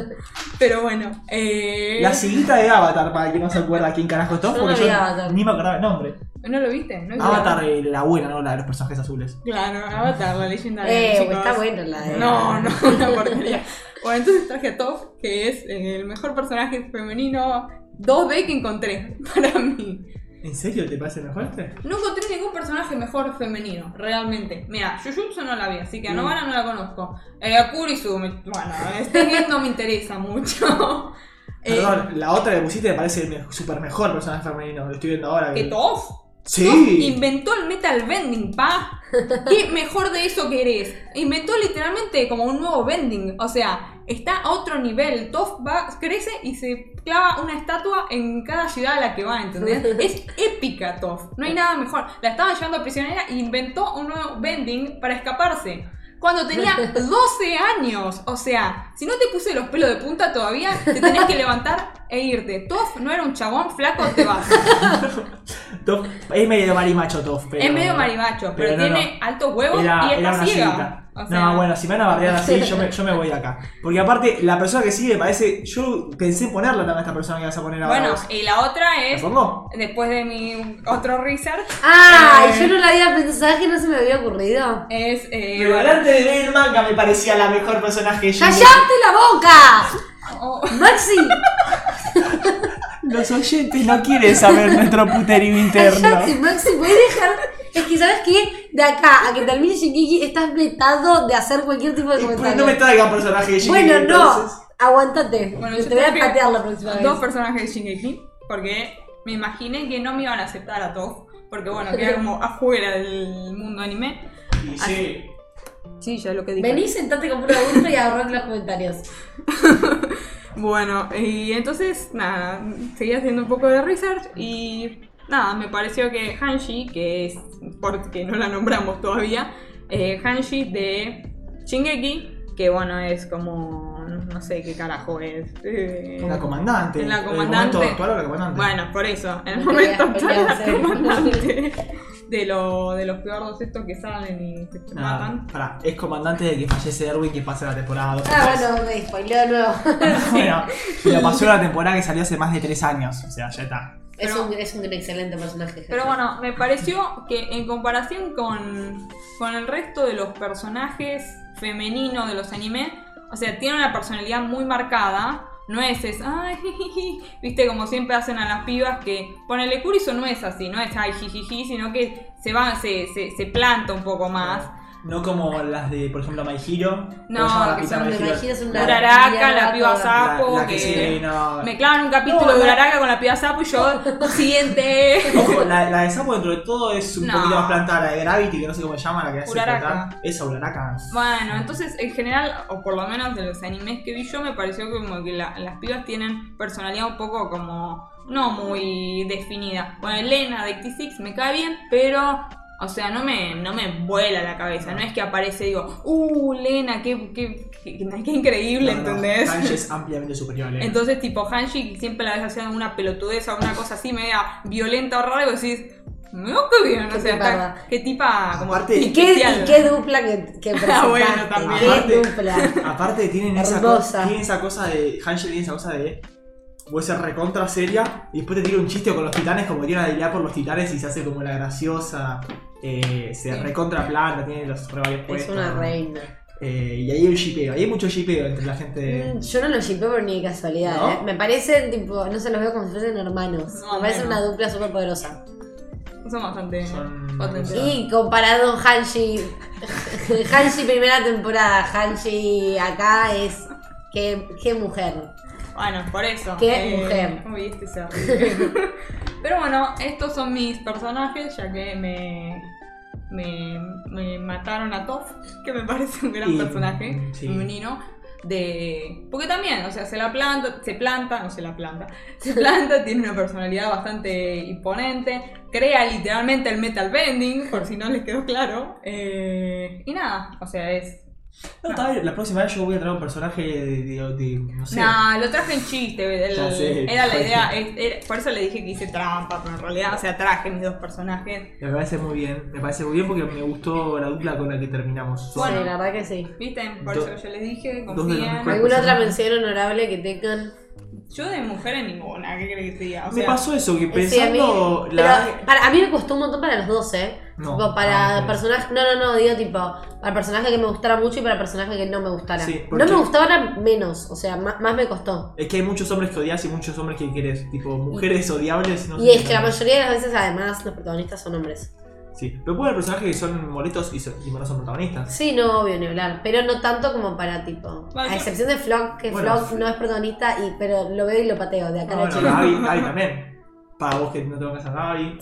Speaker 3: Pero bueno, eh...
Speaker 1: La siguita de Avatar, para que no se acuerda quién carajo es Toph,
Speaker 2: Yo no
Speaker 1: porque
Speaker 2: vi Avatar.
Speaker 1: ni me acordaba el nombre.
Speaker 3: ¿no lo viste? ¿No viste?
Speaker 1: Avatar, eh, la buena, ¿no? La de los personajes azules.
Speaker 3: Claro, Avatar, la leyenda de
Speaker 2: Eh,
Speaker 3: chicos.
Speaker 2: está buena la de-
Speaker 3: No, no, una porquería. Bueno, entonces traje a Toph, que es eh, el mejor personaje femenino 2D que encontré para mí.
Speaker 1: ¿En serio te parece mejor este?
Speaker 3: No encontré ningún personaje mejor femenino, realmente. Mira, Jujutsu no la vi, así que a
Speaker 1: Mm.
Speaker 3: Novara no la conozco. Eh, a Kurisu, me- bueno, este game no me interesa mucho. Eh,
Speaker 1: Perdón, la otra que pusiste me parece el super mejor personaje femenino. Lo estoy viendo ahora.
Speaker 3: Eh, ¿Que Toph? Toph
Speaker 1: Sí.
Speaker 3: inventó el metal bending, pa. ¿Qué mejor de eso que eres? Inventó literalmente como un nuevo bending. O sea, está a otro nivel. Toph va, crece y se clava una estatua en cada ciudad a la que va, ¿entendés? Es épica Toph. No hay nada mejor. La estaban llevando prisionera e inventó un nuevo bending para escaparse. Cuando tenía 12 años. O sea, si no te puse los pelos de punta todavía, te tenés que levantar e irte. Toph no era un chabón flaco, te vas.
Speaker 1: Toph- es medio marimacho Toph, pero...
Speaker 3: es medio marimacho, pero,
Speaker 1: pero no,
Speaker 3: tiene altos huevos
Speaker 1: Era, era
Speaker 3: y está
Speaker 1: una
Speaker 3: ciega.
Speaker 1: cita.
Speaker 3: O sea,
Speaker 1: no, bueno, si me van a bardear así, yo me, yo me voy de acá. Porque aparte, la persona que sigue me parece. Yo pensé en ponerla también a esta persona que vas a poner ahora.
Speaker 3: bueno,
Speaker 1: vos.
Speaker 3: y la otra
Speaker 1: ¿La
Speaker 3: es,
Speaker 1: pongo?
Speaker 3: después de mi otro research,
Speaker 2: Ah,
Speaker 3: Eh.
Speaker 2: y yo no la había pensado, que no se me había ocurrido.
Speaker 3: es... eh,
Speaker 1: Pero delante de ver el manga me parecía la mejor personaje. yo-
Speaker 2: ¡Callarte la boca!
Speaker 3: oh,
Speaker 2: Maxi,
Speaker 1: Los oyentes no quieren saber nuestro puterío interno.
Speaker 2: callate, Maxi, puedes dejar. Es que sabes que de acá a que termine Shingeki estás vetado de hacer cualquier tipo de
Speaker 1: Y, pues, no me
Speaker 2: comentario.
Speaker 1: traigan personaje de Shinji,
Speaker 2: Bueno, no,
Speaker 1: entonces.
Speaker 2: aguántate.
Speaker 3: bueno, yo
Speaker 2: Te voy a
Speaker 3: traje
Speaker 2: patear la próxima vez.
Speaker 3: Dos personajes de Shingeki, porque me imaginé que no me iban a aceptar a Toph, porque bueno, queda como afuera del mundo anime.
Speaker 1: Y sí.
Speaker 3: Sí, ya lo que dije.
Speaker 2: Vení, sentate como un adulto y ahorrate los comentarios.
Speaker 3: Bueno, y entonces, nada, seguí haciendo un poco de research y nada, me pareció que Hanshi, que es, porque no la nombramos todavía, eh, Hanshi de Shingeki, que bueno, es como, no sé qué carajo es. eh,
Speaker 1: La comandante.
Speaker 3: En la
Speaker 1: el
Speaker 3: comandante.
Speaker 1: momento actual, la comandante.
Speaker 3: bueno, por eso, en el
Speaker 2: No te
Speaker 3: momento
Speaker 2: veas
Speaker 3: actual la
Speaker 2: pelearse.
Speaker 3: comandante de, lo, de los peordos estos que salen y se
Speaker 1: Nada,
Speaker 3: matan.
Speaker 1: Ah, pará, es comandante de que fallece Erwin que pasa la temporada 2.
Speaker 2: Ah, bueno, me spoileo de nuevo.
Speaker 1: bueno, pero pasó la temporada que salió hace más de 3 años. O sea, ya está.
Speaker 2: Es,
Speaker 3: Pero-
Speaker 2: un, es un excelente personaje.
Speaker 3: Pero bueno, me pareció que en comparación con, con el resto de los personajes femeninos de los animes, o sea, tiene una personalidad muy marcada. No es, es, ay, jijiji", viste, como siempre hacen a las pibas que ponele Kurisu no es así, no es, ay, jijiji, sino que se va, se, se, se planta un poco más.
Speaker 1: No como las de, por ejemplo, My Hero. ¿Cómo se
Speaker 3: No,
Speaker 1: llama la
Speaker 3: que
Speaker 1: pizza
Speaker 2: son de
Speaker 1: Hero?
Speaker 2: My Hero, son una-
Speaker 1: La-
Speaker 3: Uraraka,
Speaker 2: mierda,
Speaker 3: la piba
Speaker 2: toda.
Speaker 3: sapo,
Speaker 1: la
Speaker 3: que,
Speaker 1: que sí, no.
Speaker 3: me clavan un capítulo
Speaker 1: No,
Speaker 3: de
Speaker 1: no.
Speaker 3: Uraraka con la piba sapo y yo, siguiente.
Speaker 1: Ojo, la, la de Sapo dentro de todo es un
Speaker 3: No.
Speaker 1: poquito más plantada, la de Gravity, que no sé cómo se llama, la que hace
Speaker 3: Uraraka.
Speaker 1: plantar. Esa Uraraka.
Speaker 3: Bueno, entonces en general, o por lo menos de los animes que vi yo, me pareció como que la- las pibas tienen personalidad un poco como no muy definida. Bueno, Elena de X6 me cae bien, pero, o sea, no me, no me vuela la cabeza. No es que aparece y digo, uh, Elena, qué, qué, qué- qué increíble,
Speaker 1: No, no,
Speaker 3: ¿entendés?
Speaker 1: Kanji es ampliamente superior. eh.
Speaker 3: Entonces, tipo, Hanshi siempre la ves haciendo una pelotudeza o una cosa así media violenta o rara y vos decís, no, qué bien, o
Speaker 2: Qué
Speaker 3: sea,
Speaker 2: tiparda.
Speaker 3: está- qué tipa como
Speaker 1: Aparte-
Speaker 2: ¿Y qué,
Speaker 3: especial.
Speaker 2: y qué dupla que, que presentaste?
Speaker 3: Ah, bueno, también.
Speaker 2: ¿Qué
Speaker 1: Aparte-
Speaker 2: dupla?
Speaker 1: Aparte tienen esa,
Speaker 2: Hermosa.
Speaker 1: cosa, tienen esa cosa de. Hanshi tiene esa cosa de. Voy a ser recontra seria y después te tira un chiste con los titanes, como que tiene una debilidad por los titanes y se hace como la graciosa. eh, se
Speaker 3: Sí.
Speaker 1: recontra planta, tiene los re varios
Speaker 2: Es
Speaker 1: puestos.
Speaker 2: una reina.
Speaker 1: Eh, y ahí hay un shipeo, ahí hay mucho shipeo entre la gente.
Speaker 2: Mm, Yo no los shippeo por ni de casualidad,
Speaker 1: ¿No?
Speaker 2: ¿eh? Me parecen, tipo, no se los veo como si fuesen hermanos.
Speaker 3: No,
Speaker 2: Me parece
Speaker 3: bueno.
Speaker 2: una dupla súper poderosa.
Speaker 3: Son bastante
Speaker 1: Son-
Speaker 3: potentes.
Speaker 1: Sí.
Speaker 2: Y comparado Hanshi... Hanshi primera temporada, Hanshi acá es... Qué, qué mujer.
Speaker 3: Bueno, por eso.
Speaker 2: Qué mujer.
Speaker 3: Uy, este se ríe. Pero bueno, estos son mis personajes, ya que me. Me, me mataron a Toph, que me parece un gran
Speaker 1: Y-
Speaker 3: personaje
Speaker 1: sí.
Speaker 3: femenino. De... Porque también, o sea, se la planta, se planta, no se la planta, se planta, tiene una personalidad bastante imponente, crea literalmente el metal bending, por si no les quedó claro. eh, y nada, o sea, es
Speaker 1: No, está bien, la próxima vez yo voy a traer un personaje de. de- de- no sé.
Speaker 3: No, lo traje en chiste. el-
Speaker 1: Ya sé.
Speaker 3: era la idea. es- era- por eso le dije que hice trampa, pero en realidad, o sea, traje mis dos personajes.
Speaker 1: Me parece muy bien, me parece muy bien porque me gustó la dupla con la que terminamos. Son-
Speaker 3: Bueno.
Speaker 2: Sí, la verdad que sí.
Speaker 3: ¿Viste? Por
Speaker 1: Do-
Speaker 3: eso yo les
Speaker 1: dos de
Speaker 3: dije,
Speaker 1: los
Speaker 3: confíen.
Speaker 1: mejores.
Speaker 2: ¿Alguna otra mención honorable que tengan?
Speaker 3: Yo de mujeres ninguna, ¿qué crees que te diga? O
Speaker 1: me
Speaker 3: sea,
Speaker 1: pasó eso, que
Speaker 2: Sí, a mí,
Speaker 1: pensando.
Speaker 2: pero
Speaker 1: la-
Speaker 2: para- a mí me costó un montón para los dos, ¿eh?
Speaker 1: No.
Speaker 2: Tipo, para
Speaker 1: Ah, ok.
Speaker 2: personaje. No, no, no, digo tipo. Para personaje que me gustara mucho y para personaje que no me gustara.
Speaker 1: Sí,
Speaker 2: no
Speaker 1: porque-
Speaker 2: me gustara menos, o sea, más, más me costó.
Speaker 1: Es que hay muchos hombres que odias y muchos hombres que querés. Tipo, mujeres odiables. No
Speaker 2: Y
Speaker 1: sé
Speaker 2: es
Speaker 1: qué
Speaker 2: que la
Speaker 1: tal.
Speaker 2: mayoría de las veces, además, los protagonistas son hombres.
Speaker 1: Sí, pero puede haber personajes que son molestos y, son- y no son protagonistas.
Speaker 2: Sí, no, obvio, ni hablar. Pero no tanto como para tipo.
Speaker 3: Bueno,
Speaker 2: a
Speaker 3: Ah, yo-
Speaker 2: excepción de Flock, que
Speaker 1: Bueno,
Speaker 2: Flock
Speaker 1: sí.
Speaker 2: no es protagonista, y, pero lo veo y lo pateo de acá
Speaker 1: No,
Speaker 3: Ah,
Speaker 2: a la
Speaker 1: bueno,
Speaker 2: China.
Speaker 1: Gaby, Gaby también. Para vos que no te vas a Gaby,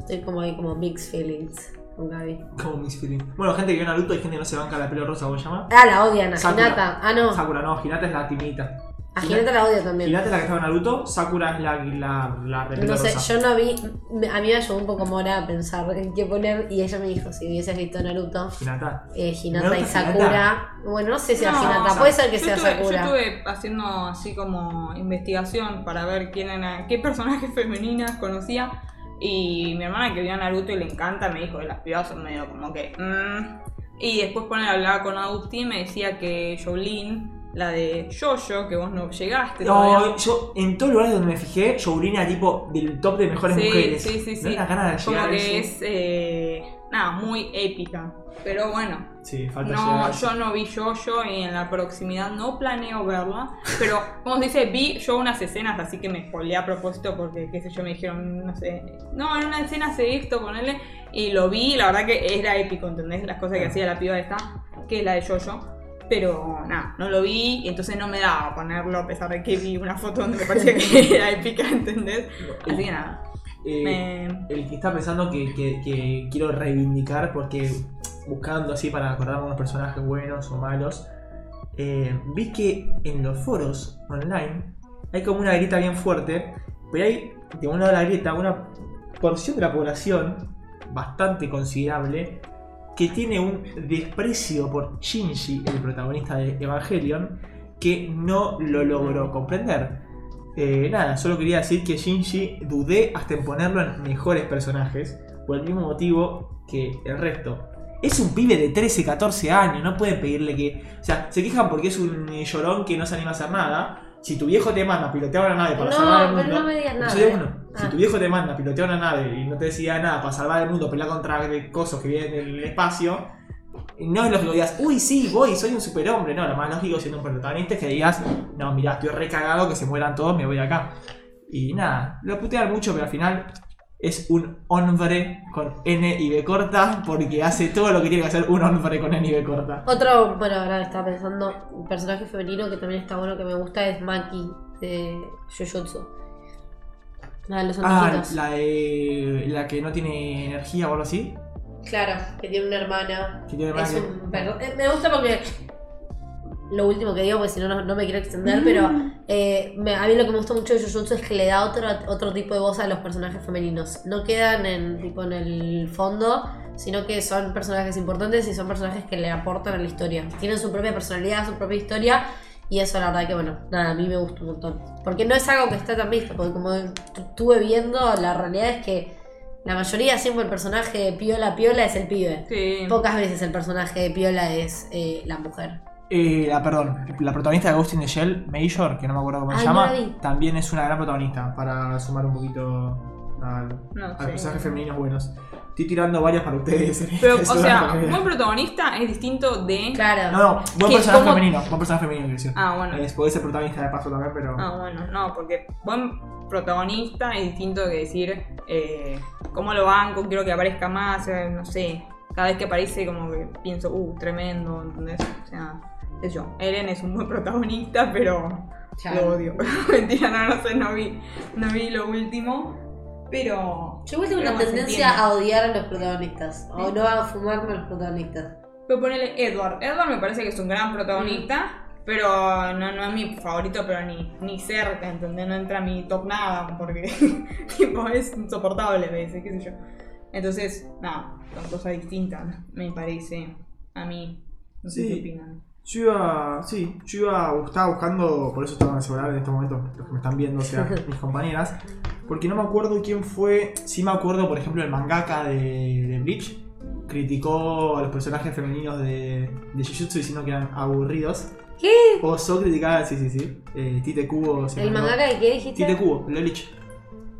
Speaker 2: Estoy como ahí, como mixed feelings con Gaby.
Speaker 1: como mis feelings. Bueno, gente que vio Naruto, hay gente que no se banca la pelo rosa, ¿cómo se llama?
Speaker 2: Ah, la odian, a
Speaker 1: Sakura.
Speaker 2: Hinata. Ah, no.
Speaker 1: Sakura, no, Hinata es la timidita.
Speaker 2: A Hinata la odio también.
Speaker 1: Hinata es la que estaba en Naruto, Sakura es la, la, la de pelo
Speaker 2: No sé,
Speaker 1: rosa.
Speaker 2: yo no vi. me- A mí me ayudó un poco Mora a pensar en qué poner. Y ella me dijo: si hubieses visto Naruto,
Speaker 1: Hinata.
Speaker 2: eh,
Speaker 1: ¿No
Speaker 2: Hinata y
Speaker 1: está Hinata?
Speaker 2: Sakura. Bueno, no sé si
Speaker 3: No,
Speaker 2: a Hinata,
Speaker 1: Sa-
Speaker 2: puede ser que
Speaker 3: yo
Speaker 2: sea
Speaker 3: estuve,
Speaker 2: Sakura.
Speaker 3: Yo estuve haciendo así como investigación para ver quién era, qué personajes femeninas conocía. Y mi hermana que vio a Naruto y le encanta, me dijo que las pibas son medio como que. mm. Y después poner hablaba con Agustín me decía que Jolene, la de Jojo, que vos no llegaste. todavía.
Speaker 1: No, yo en todos los lugares donde me fijé, Shourin era tipo del top de mejores
Speaker 3: Sí,
Speaker 1: mujeres.
Speaker 3: sí, sí, sí.
Speaker 1: No era ganas de llegar
Speaker 3: Como
Speaker 1: a
Speaker 3: que
Speaker 1: eso.
Speaker 3: es. eh, nada, muy épica. Pero bueno,
Speaker 1: Sí, falta llegar a
Speaker 3: No,
Speaker 1: eso.
Speaker 3: yo no vi yo-yo y en la proximidad no planeo verla. Pero, como se dice, vi yo unas escenas, así que me spoileé a propósito porque, qué sé yo, me dijeron, no sé. No, en una escena hace esto, ponele. Y lo vi, y la verdad que era épico, ¿entendés? Las cosas que hacía la piba esta, que es la de yo-yo. Pero nada, no lo vi, y entonces no me daba ponerlo, a pesar de que vi una foto donde me parecía que era épica, ¿entendés? Así que nada.
Speaker 1: Eh,
Speaker 3: Me...
Speaker 1: el que está pensando que, que- que quiero reivindicar porque buscando así para acordarme unos personajes buenos o malos, eh, vi que en los foros online hay como una grieta bien fuerte, pero hay de un lado de la grieta una porción de la población bastante considerable que tiene un desprecio por Shinji, el protagonista de Evangelion, que no lo logró comprender. Eh, nada, solo quería decir que Shinji dudé hasta en ponerlo en mejores personajes, por el mismo motivo que el resto. Es un pibe de 13, 14 años, no pueden pedirle que... O sea, se quejan porque es un eh, llorón que no se anima a hacer nada. Si tu viejo te manda a pilotear una nave para salvar el
Speaker 2: No,
Speaker 1: mundo...
Speaker 2: pero no me digas nada.
Speaker 1: Episodio
Speaker 2: eh.
Speaker 1: uno. Si
Speaker 2: Ah.
Speaker 1: tu viejo te manda pilotear una nave y no te decía nada para salvar el mundo, pelear contra de- cosos que vienen del espacio, no es lógico que digas, uy, sí, voy, soy un superhombre. No, lo más lógico siendo un protagonista es que digas, no, mirá, estoy recagado, que se mueran todos, me voy de acá. Y nada, lo putean mucho, pero al final es un hombre con N y B corta, porque hace todo lo que tiene que hacer un hombre con N y B corta.
Speaker 2: Otro, bueno, ahora estaba pensando, un personaje femenino que también está bueno, que me gusta, es Maki de Jujutsu. La de los
Speaker 1: Ah,
Speaker 2: antojitos.
Speaker 1: la, de- la que no tiene energía o algo así.
Speaker 2: Claro, que tiene una hermana.
Speaker 1: Que tiene más
Speaker 2: Es
Speaker 1: que-
Speaker 2: un perro. Eh, Me gusta porque. Lo último que digo, porque si no, no, no me quiero extender, pero eh, me- a mí lo que me gusta mucho de Jujutsu es que le da otro, otro tipo de voz a los personajes femeninos. No quedan en, tipo, en el fondo, sino que son personajes importantes y son personajes que le aportan a la historia. Tienen su propia personalidad, su propia historia, y eso la verdad que, bueno, nada, a mí me gusta un montón. Porque no es algo que está tan visto, porque como estuve viendo, la realidad es que la mayoría siempre el personaje piola piola es el pibe.
Speaker 3: Sí.
Speaker 1: Ah,
Speaker 2: Pocas veces el personaje de Piola es eh, la mujer.
Speaker 1: Eh, la, perdón, la protagonista de Ghost in the Shell, Major, que no me acuerdo cómo se
Speaker 2: Ay,
Speaker 1: llama,
Speaker 2: no la vi.
Speaker 1: también es una gran protagonista para sumar un poquito al,
Speaker 3: No
Speaker 1: a
Speaker 3: sé.
Speaker 1: los personajes femeninos buenos. Estoy tirando varias para ustedes. en
Speaker 3: Pero, o
Speaker 1: esta
Speaker 3: sea,
Speaker 1: sola
Speaker 3: buen
Speaker 1: manera.
Speaker 3: protagonista es distinto de.
Speaker 2: Claro.
Speaker 1: No, no, buen
Speaker 2: que
Speaker 1: personaje
Speaker 2: como-
Speaker 1: femenino, buen personaje femenino, quiero decir.
Speaker 3: Ah, bueno.
Speaker 1: Eh, puede ser protagonista de paso también, pero...
Speaker 3: Ah, bueno, no, porque buen protagonista es distinto que decir eh, cómo lo banco, quiero que aparezca más, eh, no sé. Cada vez que aparece como que pienso, uh, tremendo, ¿entendés? O sea, qué sé yo. Eren es un buen protagonista, pero
Speaker 2: Ya.
Speaker 3: lo odio. Mentira, no, no sé, no vi, no vi lo último, pero...
Speaker 2: Yo igual tengo una
Speaker 3: pero bueno, se
Speaker 2: tendencia a
Speaker 3: entiende.
Speaker 2: odiar a los protagonistas. O no a fumarme a los protagonistas.
Speaker 3: Pero ponele Edward. Edward me parece que es un gran protagonista. Pero no, no es mi favorito, pero ni, ni cerca, ¿entendés? No entra a mi top nada, porque tipo, es insoportable, me dice, qué sé yo. Entonces, nada, son cosas distintas, me parece, a mí. No sé
Speaker 1: Sí.
Speaker 3: qué opinan.
Speaker 1: Yo iba, sí, yo iba, estaba buscando, por eso estaba en el celular en este momento, los que me están viendo, o sea, mis compañeras, porque no me acuerdo quién fue, sí me acuerdo, por ejemplo, el mangaka de, de Bleach, criticó a los personajes femeninos de, de Jujutsu diciendo que eran aburridos.
Speaker 2: ¿Qué?
Speaker 1: Oso criticaba, sí, sí, sí, eh, Tite Kubo. se
Speaker 2: ¿El
Speaker 1: mandó-
Speaker 2: mangaka de qué dijiste?
Speaker 1: Tite Kubo, el de Bleach.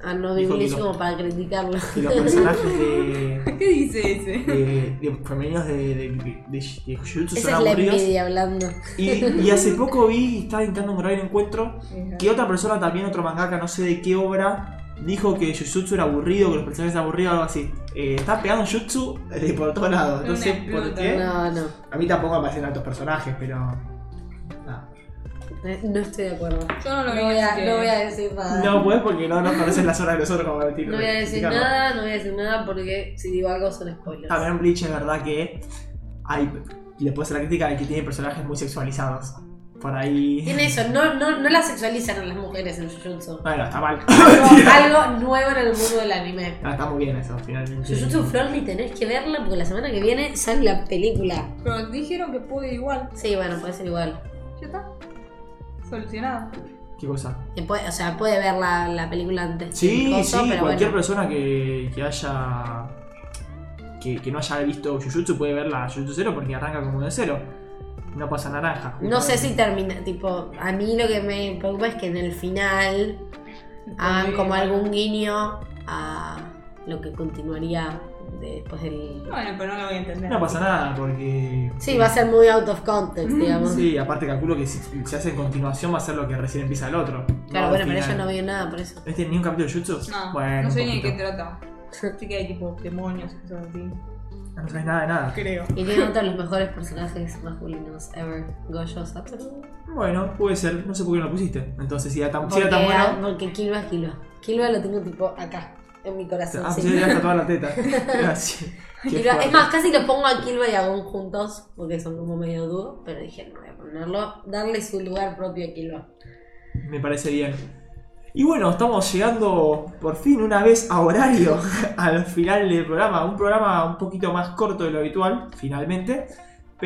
Speaker 2: Ah, no
Speaker 1: Dijo que
Speaker 2: viví eso
Speaker 1: no.
Speaker 2: como para criticarlo.
Speaker 1: Que los personajes de,
Speaker 3: ¿Qué dice ese?
Speaker 1: de- de femeninos de, de, de, de Jujutsu son
Speaker 2: Esa es la
Speaker 1: aburridos.
Speaker 2: envidia hablando.
Speaker 1: Y, y hace poco vi, y estaba intentando un gran encuentro, que otra persona también, otro mangaka, no sé de qué obra, dijo que Jujutsu era aburrido, que los personajes eran aburridos, algo así. Eh, está pegado en Jujutsu de por todos lados, no
Speaker 3: Una
Speaker 1: sé por
Speaker 3: explota.
Speaker 1: qué.
Speaker 2: No, no.
Speaker 1: A mí tampoco me parecen altos personajes, pero... nada.
Speaker 2: eh, No estoy de acuerdo.
Speaker 3: Yo no
Speaker 2: No
Speaker 3: lo vi.
Speaker 2: voy, a,
Speaker 3: así que-
Speaker 2: no voy a decir nada.
Speaker 1: No puedes porque no, no conoces las horas de los otros como para
Speaker 2: No voy a decir
Speaker 1: criticarlo.
Speaker 2: nada, no voy a decir nada porque si digo algo son spoilers.
Speaker 1: También Bleach es verdad que hay, le puedo hacer la crítica de que tiene personajes muy sexualizados. Por ahí...
Speaker 2: Tiene eso, no, no, no la sexualizan a las mujeres en Jujutsu.
Speaker 1: Bueno, está mal.
Speaker 2: Algo, algo nuevo en el mundo del anime.
Speaker 1: Ah, está muy bien eso, finalmente.
Speaker 2: Jujutsu Florly tenés que verla porque la semana que viene sale la película.
Speaker 3: Pero dijeron que pude igual.
Speaker 2: Sí, bueno, puede ser igual.
Speaker 3: Ya está. Solucionado.
Speaker 1: ¿Qué cosa?
Speaker 2: Que puede- o sea, puede ver la, la película antes.
Speaker 1: Sí,
Speaker 2: del coso,
Speaker 1: sí,
Speaker 2: pero
Speaker 1: cualquier
Speaker 2: bueno.
Speaker 1: persona que, que haya. Que, que no haya visto Jujutsu puede ver la Jujutsu Zero porque arranca como de cero. No pasa naranja. justo.
Speaker 2: No sé si termina, tipo, a mí lo que me preocupa es que en el final
Speaker 3: Ah,
Speaker 2: hagan como algún guiño a lo que continuaría después del...
Speaker 3: Bueno, pero no lo voy a entender.
Speaker 1: No pasa nada porque.
Speaker 2: Sí, va a ser muy out of context, digamos.
Speaker 1: Mm, Sí, aparte calculo que si se hace en continuación va a ser lo que recién empieza el otro.
Speaker 2: Claro,
Speaker 1: no
Speaker 2: bueno,
Speaker 1: al
Speaker 2: pero ella
Speaker 1: final.
Speaker 2: no vio nada por eso.
Speaker 1: ¿Este ni un capítulo de Jujutsu?
Speaker 3: No,
Speaker 1: bueno,
Speaker 3: no
Speaker 1: un
Speaker 3: sé ni de qué
Speaker 1: poquito.
Speaker 3: trata. Así que hay tipo demonios y cosas así.
Speaker 1: No sabes nada de nada.
Speaker 3: Creo.
Speaker 2: Y tiene otro de los mejores personajes masculinos ever. Goyo Satoru.
Speaker 1: Bueno, puede ser, no sé por qué no lo pusiste. Entonces, si era tan, si
Speaker 2: Porque,
Speaker 1: era tan bueno.
Speaker 2: ah, porque Kilba es Kilba. Kilba lo tengo tipo acá, en mi corazón.
Speaker 1: Ah,
Speaker 2: sí.
Speaker 1: pensé que le hasta toda la teta. Gracias. Qué
Speaker 2: Kilba-
Speaker 1: fuerte.
Speaker 2: es más, casi lo pongo a Kilba y a Gon juntos, porque son como medio dúo, pero dije, no voy a ponerlo, darle su lugar propio a Kilba.
Speaker 1: Me parece bien. Y bueno, estamos llegando por fin una vez a horario al final del programa. Un programa un poquito más corto de lo habitual, finalmente.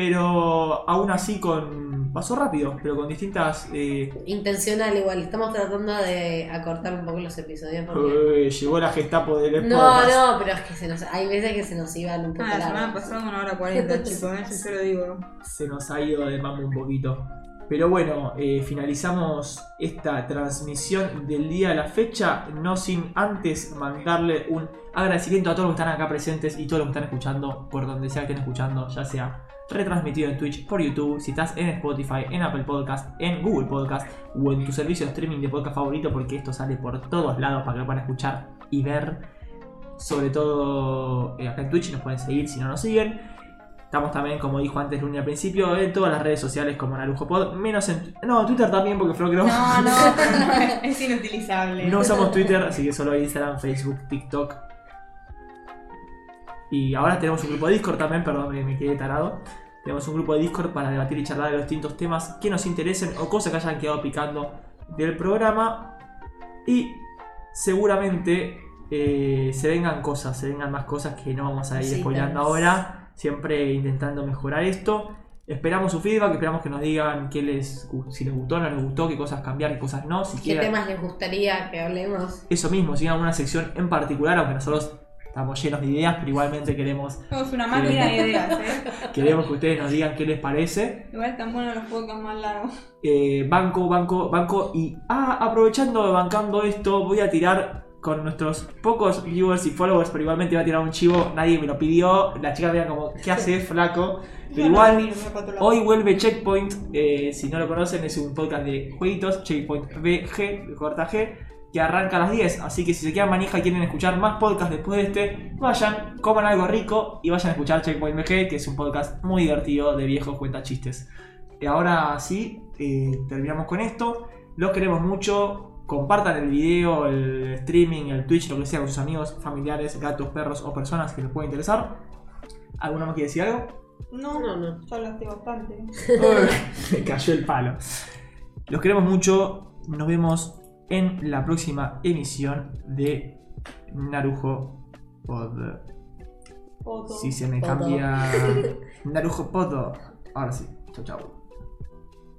Speaker 1: Pero aún así con paso rápido, pero con distintas... eh,
Speaker 2: Intencional igual, estamos tratando de acortar un poco los episodios porque...
Speaker 1: eh, llegó la Gestapo del
Speaker 2: No,
Speaker 1: podcast.
Speaker 2: no, pero es que se nos, hay veces que se nos iban un poco
Speaker 3: Ah, la semana
Speaker 2: largos.
Speaker 3: pasada una hora cuarenta, chicos. eh, Yo se lo digo.
Speaker 1: Se nos ha ido de mamo un poquito. Pero bueno, eh, finalizamos esta transmisión del día a la fecha, no sin antes mandarle un agradecimiento a todos los que están acá presentes y todos los que están escuchando por donde sea que estén escuchando, ya sea retransmitido en Twitch, por YouTube, si estás en Spotify, en Apple Podcast, en Google Podcast o en tu servicio de streaming de podcast favorito, porque esto sale por todos lados para que lo puedan escuchar y ver. Sobre todo eh, acá en Twitch nos pueden seguir si no nos siguen. Estamos también, como dijo antes Luni al principio, en todas las redes sociales como Narujo Pod, menos en... No, Twitter también porque Flo creo...
Speaker 3: No, no, es inutilizable.
Speaker 1: No usamos Twitter, así que solo Instagram, Facebook, TikTok. Y ahora tenemos un grupo de Discord también, perdón que me quedé tarado. Tenemos un grupo de Discord para debatir y charlar de los distintos temas que nos interesen o cosas que hayan quedado picando del programa. Y seguramente eh, se vengan cosas, se vengan más cosas que no vamos a ir
Speaker 2: Sí,
Speaker 1: spoilando
Speaker 2: tenés.
Speaker 1: ahora. Siempre intentando mejorar esto. Esperamos su feedback, esperamos que nos digan qué les, gu- si les gustó, no les gustó, qué cosas cambiar, qué cosas no. Si
Speaker 2: ¿Qué
Speaker 1: quieren-
Speaker 2: temas les gustaría que hablemos?
Speaker 1: eso mismo, si hay alguna sección en particular, aunque nosotros estamos llenos de ideas, pero igualmente queremos,
Speaker 3: Somos una máquina de ideas, ¿eh?
Speaker 1: queremos que ustedes nos digan qué les parece.
Speaker 3: Igual están buenos los podcasts más largos.
Speaker 1: Eh, banco, banco, banco. Y ah, aprovechando, bancando esto, voy a tirar con nuestros pocos viewers y followers, pero igualmente voy a tirar un chivo, nadie me lo pidió. La chica veía como, ¿qué hace, flaco? Pero igual, Hoy vuelve Checkpoint, eh, si no lo conocen es un podcast de jueguitos, Checkpoint BG, corta G, que arranca a las 10, así que si se quedan manija y quieren escuchar más podcasts después de este, vayan, coman algo rico y vayan a escuchar Checkpoint BG, que es un podcast muy divertido de viejos cuenta chistes. Y ahora sí, eh, terminamos con esto, los queremos mucho, compartan el video, el streaming, el Twitch, lo que sea con sus amigos, familiares, gatos, perros o personas que les pueda interesar. ¿Alguno más quiere decir algo?
Speaker 3: No,
Speaker 2: No,
Speaker 3: no,
Speaker 2: no.
Speaker 3: no. Ya hablaste bastante.
Speaker 1: Me cayó el palo. Los queremos mucho. Nos vemos en la próxima emisión de Narujo Pod.
Speaker 3: Foto.
Speaker 1: Si se me
Speaker 2: Podo.
Speaker 1: cambia. Narujo Podo. Ahora sí. Chau, chau.